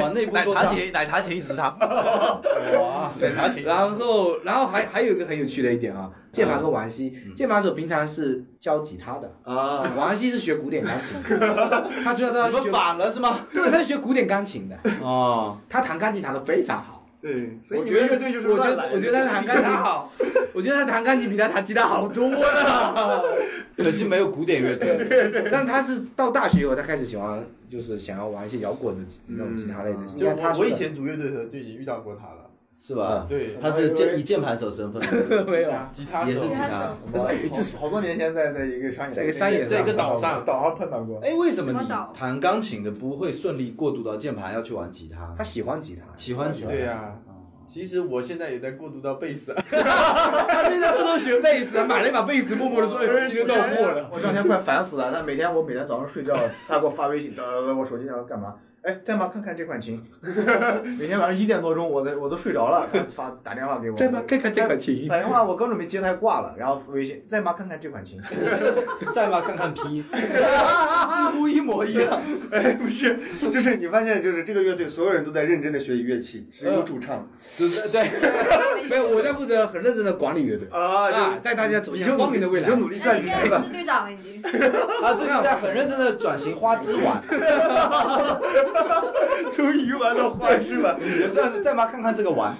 哇，那部
奶
多
茶
少？
钱奶茶钱一直他，
哇，
奶茶钱。
然后然后还还有一个很有趣的一点啊，键盘跟王希，键盘手平常是教吉他 (laughs) 的，
啊，
王希是学古典钢琴的， (laughs) 他觉得他
你们
学
反了是吗？
对，他是学古典钢琴的，
哦，
他弹钢琴弹得非常好。
对，所以
我
你
觉
们
得
乐队就是
我觉
乱
得
来
我觉得他弹钢琴好，我觉得他弹钢琴比他弹吉他好多了。”
可惜没有古典乐队。
但他是到大学以后，他开始喜欢，就是想要玩一些摇滚的那种吉他类的。你
就
看他
我
说
我
的
以前组乐队的时候就已经遇到过他了，
是吧？
对，
他是键以键盘手身份，
(laughs)
没有啊，
吉他
也
手
是吉他
手。
我好
哎
好多年前在在一个商演，
在一个商演
在一个
上
岛上岛上碰到过，
(laughs) 哎，为什么
什么岛
你弹钢琴的不会顺利过渡到键盘，要去玩吉他？
他喜欢吉他，
喜欢吉他，
对
啊
呀。其实我现在也在过渡到贝斯，
他现在偷偷学贝斯，买了一把贝斯，默默的说：“
(laughs)
哎，今天到货了。
我这两天快烦死了。他每天我每天早上睡觉，他给我发微信，呃，我手机上干嘛？哎，在吗？看看这款琴。 (laughs) 每天晚上一点多钟，我都我都睡着了，他发打电话给我，哎
在吗？看看这款琴。
打电话我刚准备接，他就挂了，然后微信在吗？看看这款琴。
在吗？看看 P，几乎一模一样。
(laughs) 哎，不是，就是你发现，就是这个乐队所有人都在认真的学习乐器，只
嗯
有主唱
就是对，
没有，我在负责很认真的管理乐队
啊
啊，带大家走
你
向
就
光明的未
你
来
就。努力
那
赚
你
啊
现
钱
(laughs)
在
吧。
是队长已经，
(laughs) 他最近在很认真的转型花枝丸，
从鱼丸 (laughs) 到花枝丸，
也算是在吗？看看这个丸，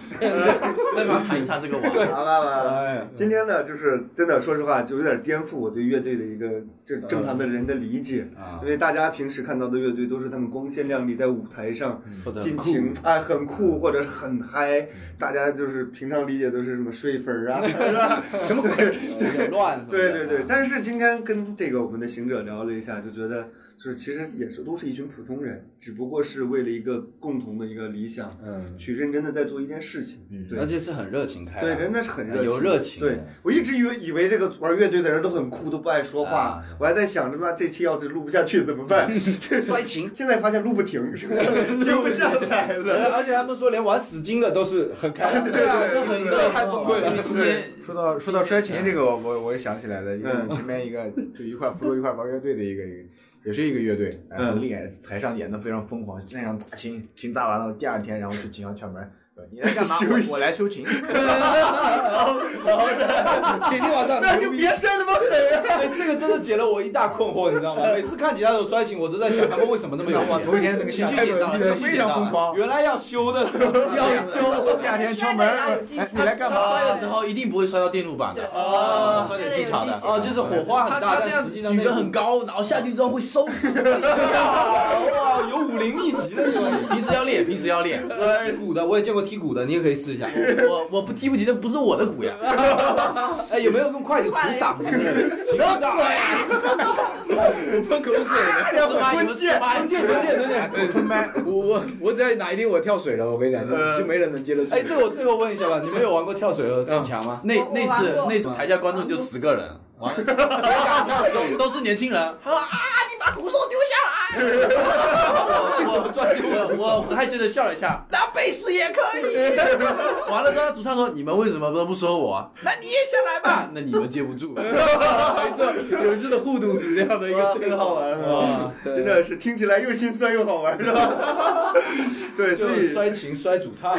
再把尝一尝这个碗。
好吧好吧。
哎，
今天呢，就是真的，说实话，就有点颠覆我对乐队的一个正正常的人的理解，
啊
因为大家平时看到的乐队都是他们光鲜亮丽，在舞台上
或者
尽情哎很
嗯
酷或者很嗨，大家就是平常理解都是什么睡粉
(laughs)
儿啊， (laughs) 是吧？
什么鬼？啊有点乱什么的。啊
对对对，但是今天跟这个我们的行者聊了一下，就觉得就是其实也是都是一群普通人，只不过是为了一个共同的一个理想，
嗯，
去认真的在做一件事情。对
而且是很热情开朗。
对，真的是很热情，
有热情
对我一直以为以为这个玩乐队的人都很酷，都不爱说话，
啊
我还在想着妈这期要是录不下去怎么办？
摔琴。
现在发现录不停，是吧停不下来了。
而且他们说连玩死金的都是很开朗，
对对对
这太崩溃了。
今天
说到说到摔琴这个，我我我也想起来了，因为
嗯
我身边一个就一块儿，福州一块儿玩乐队的一个，一个也是一个乐队，哎
嗯
很厉害，台上演的非常疯狂，那场大琴琴砸完了，第二天然后去琴行敲门，说你来干嘛？
休息
我我来修琴。
啊
前天晚上
那就别摔那么狠啊！
哎，这个真的解了我一大困惑，你知道吗？每次看吉他手摔琴，我都在想他们为什么那么有
我
钱。
头一天那个下态度逼得非常疯狂，
原来要修的，要修，
第二天敲门，哎你来干嘛？
摔的时候一定不会摔到电路板的，
啊
摔点技巧的。
哦，就是火花
他
很
他
大，
这
但
样
实际
举
上那
得很高，然后下去之后会收。
啊哇，有武林秘籍的，
平时要练，平时要练。
哎踢鼓的我也见过踢鼓的，你也可以
(laughs)
试一下。
我我不踢不踢，那不是我的鼓 (laughs) 呀。
哎，有没有用筷子杵嗓子的？行的，
我喷口水了。
要不你们吃吧，
关键关键关键。
我我我只要哪一天我跳水了，我跟你讲，
呃
就就没人能接得住。嗯
哎，这我最后问一下吧，你们有玩过跳水和死
(laughs)
墙吗？
那那次那次台下观众就十个人， (laughs) 完了，都都是年轻人。他说啊，你把鼓手丢下来。 (laughs) 为什么转丢了？我很害羞的笑了一下。那贝斯也可 (laughs) 以。完了之后，主唱说：“你们为什么都不说我？ (laughs) 那你也下来 (laughs) 吧。那你们接不住。
没错，哎有一次的互动是这样的一
哇，
个。
很好玩啊！真的是听起来又心酸又好玩，是吧？对，所
就
以
是摔琴摔主
(laughs)
唱。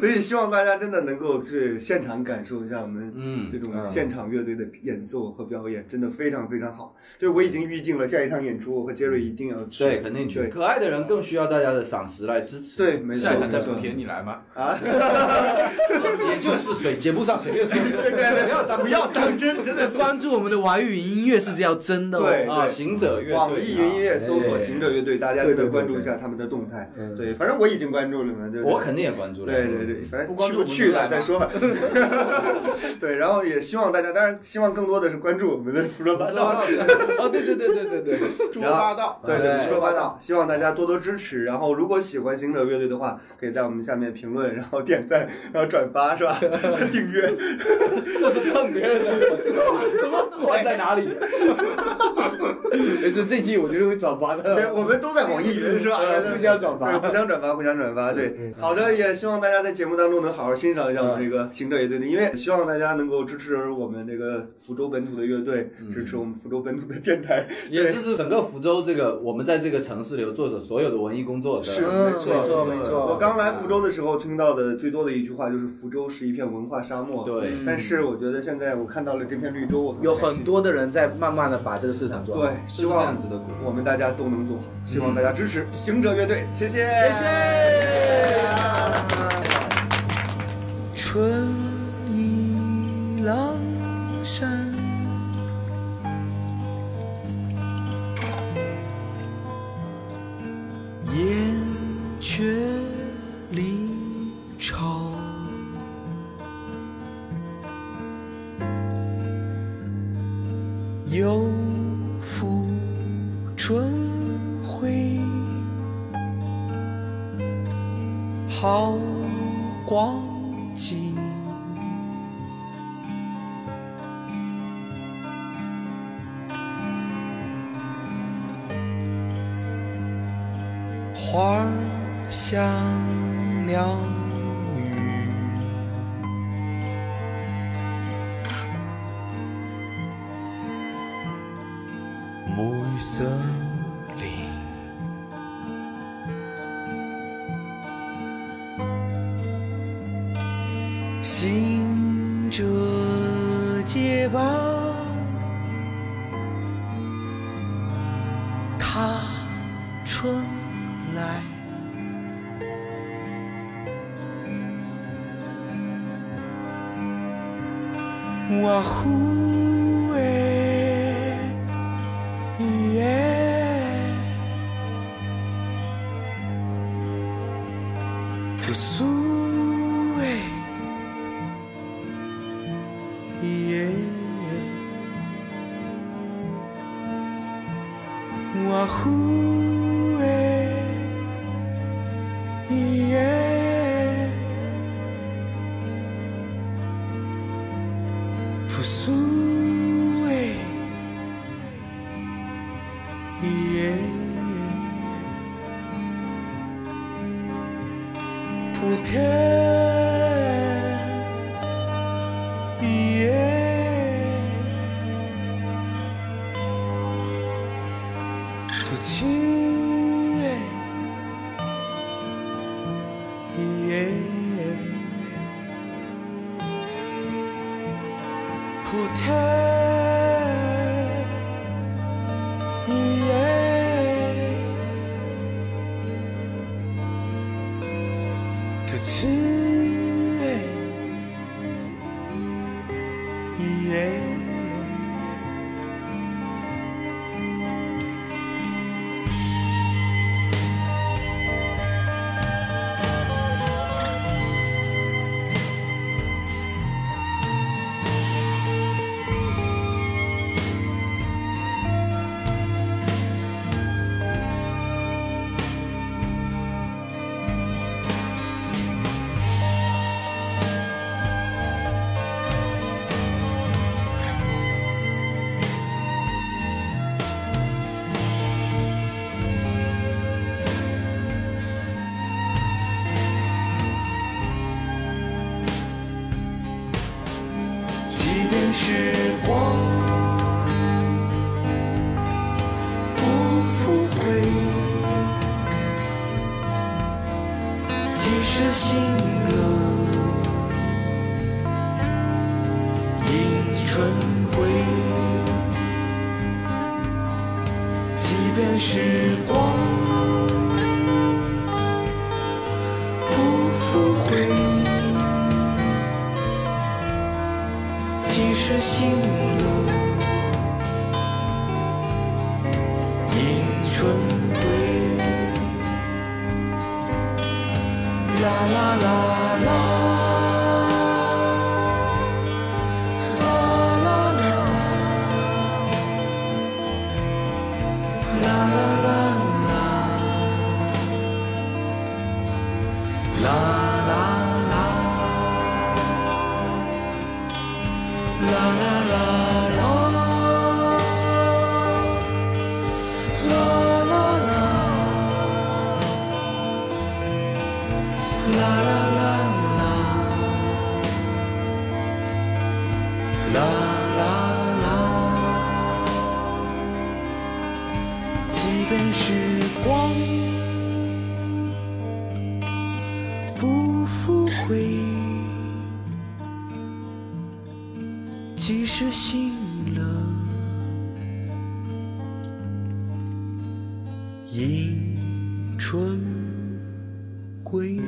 所以希望大家真的能够去现场感受一下我们
嗯
这种现场乐队的演奏和表演，真的非常非常好。对我已经预定了下一场演出，我和杰瑞一定要去。
对，肯定去。
对
可爱的人更需要大家的赏识来支持。
对，没错
下一场
没
再
错
补。贴你来吗？
啊，
也就是随节目上随便说说，对对对，不要当
不要当真，真的是。
关注我们的网易云音乐是要真的哦。
对
啊，行者乐
网
队，
易云音乐搜索“行者乐队”，大家真
对
的
对
关注
对
一下他们的动态。
嗯
对，反正我已经关注了嘛，对不对？
我肯定也关注了。
对对对，反
不
正
光是
去不
我们
去
来
了
吧
再说吧。 (laughs) 对，然后也希望大家，当然希望更多的是关注我们的 (laughs) 胡说八道，
哦，对对对对对对，
猪八道，
对
哎
对
对，胡说八道，希望大家多多支持。然后如果喜欢行者乐队的话，可以在我们下面评论，然后点赞， (laughs) 然后转发，是吧？
(laughs)
订阅。
这是蹭别人的，什么换在哪里？
没事，这期我觉得会转发
对，
的。
我们都在网易云，是吧？
呃对互相转发嗯
对互相转发，互相转发。对，好的，也希望大家在节目当中能好好欣赏一下我们这个行者乐队的，因为希望大家能够支持我们这个福州本土的乐队，
嗯
支持我们福州本土的电台，
也就是整个福州这个，我们在这个城市里做的所有的文艺工作的，
是没
嗯没
错
错没错
我刚来福州的时候听到的最多的一句话就是福州是一片文化沙漠。
对
但是我觉得现在我看到了这片绿洲，我
有
开心
很多的人在慢慢的把这个市场做好。
对，
是
希
这
望
样子的鼓舞。
我们大家都能做好，希望大家支持行者乐队，谢谢，谢谢。
春意阑珊，燕雀离巢，又复春晖。好光景。花儿香鸟语，暮雨森林。行者结伴，踏春来。哇呼哎，咿耶。复苏哎，耶！哇呼哎，耶！复苏哎，耶！普天，耶！ 예.土地，耶！普天，耶！的滋味。耶即便时光不复回，即使心冷，迎春晖。时光，不复回。即使心路迎春归。啦啦啦啦。几杯时光，不复回。即使心冷，迎春归。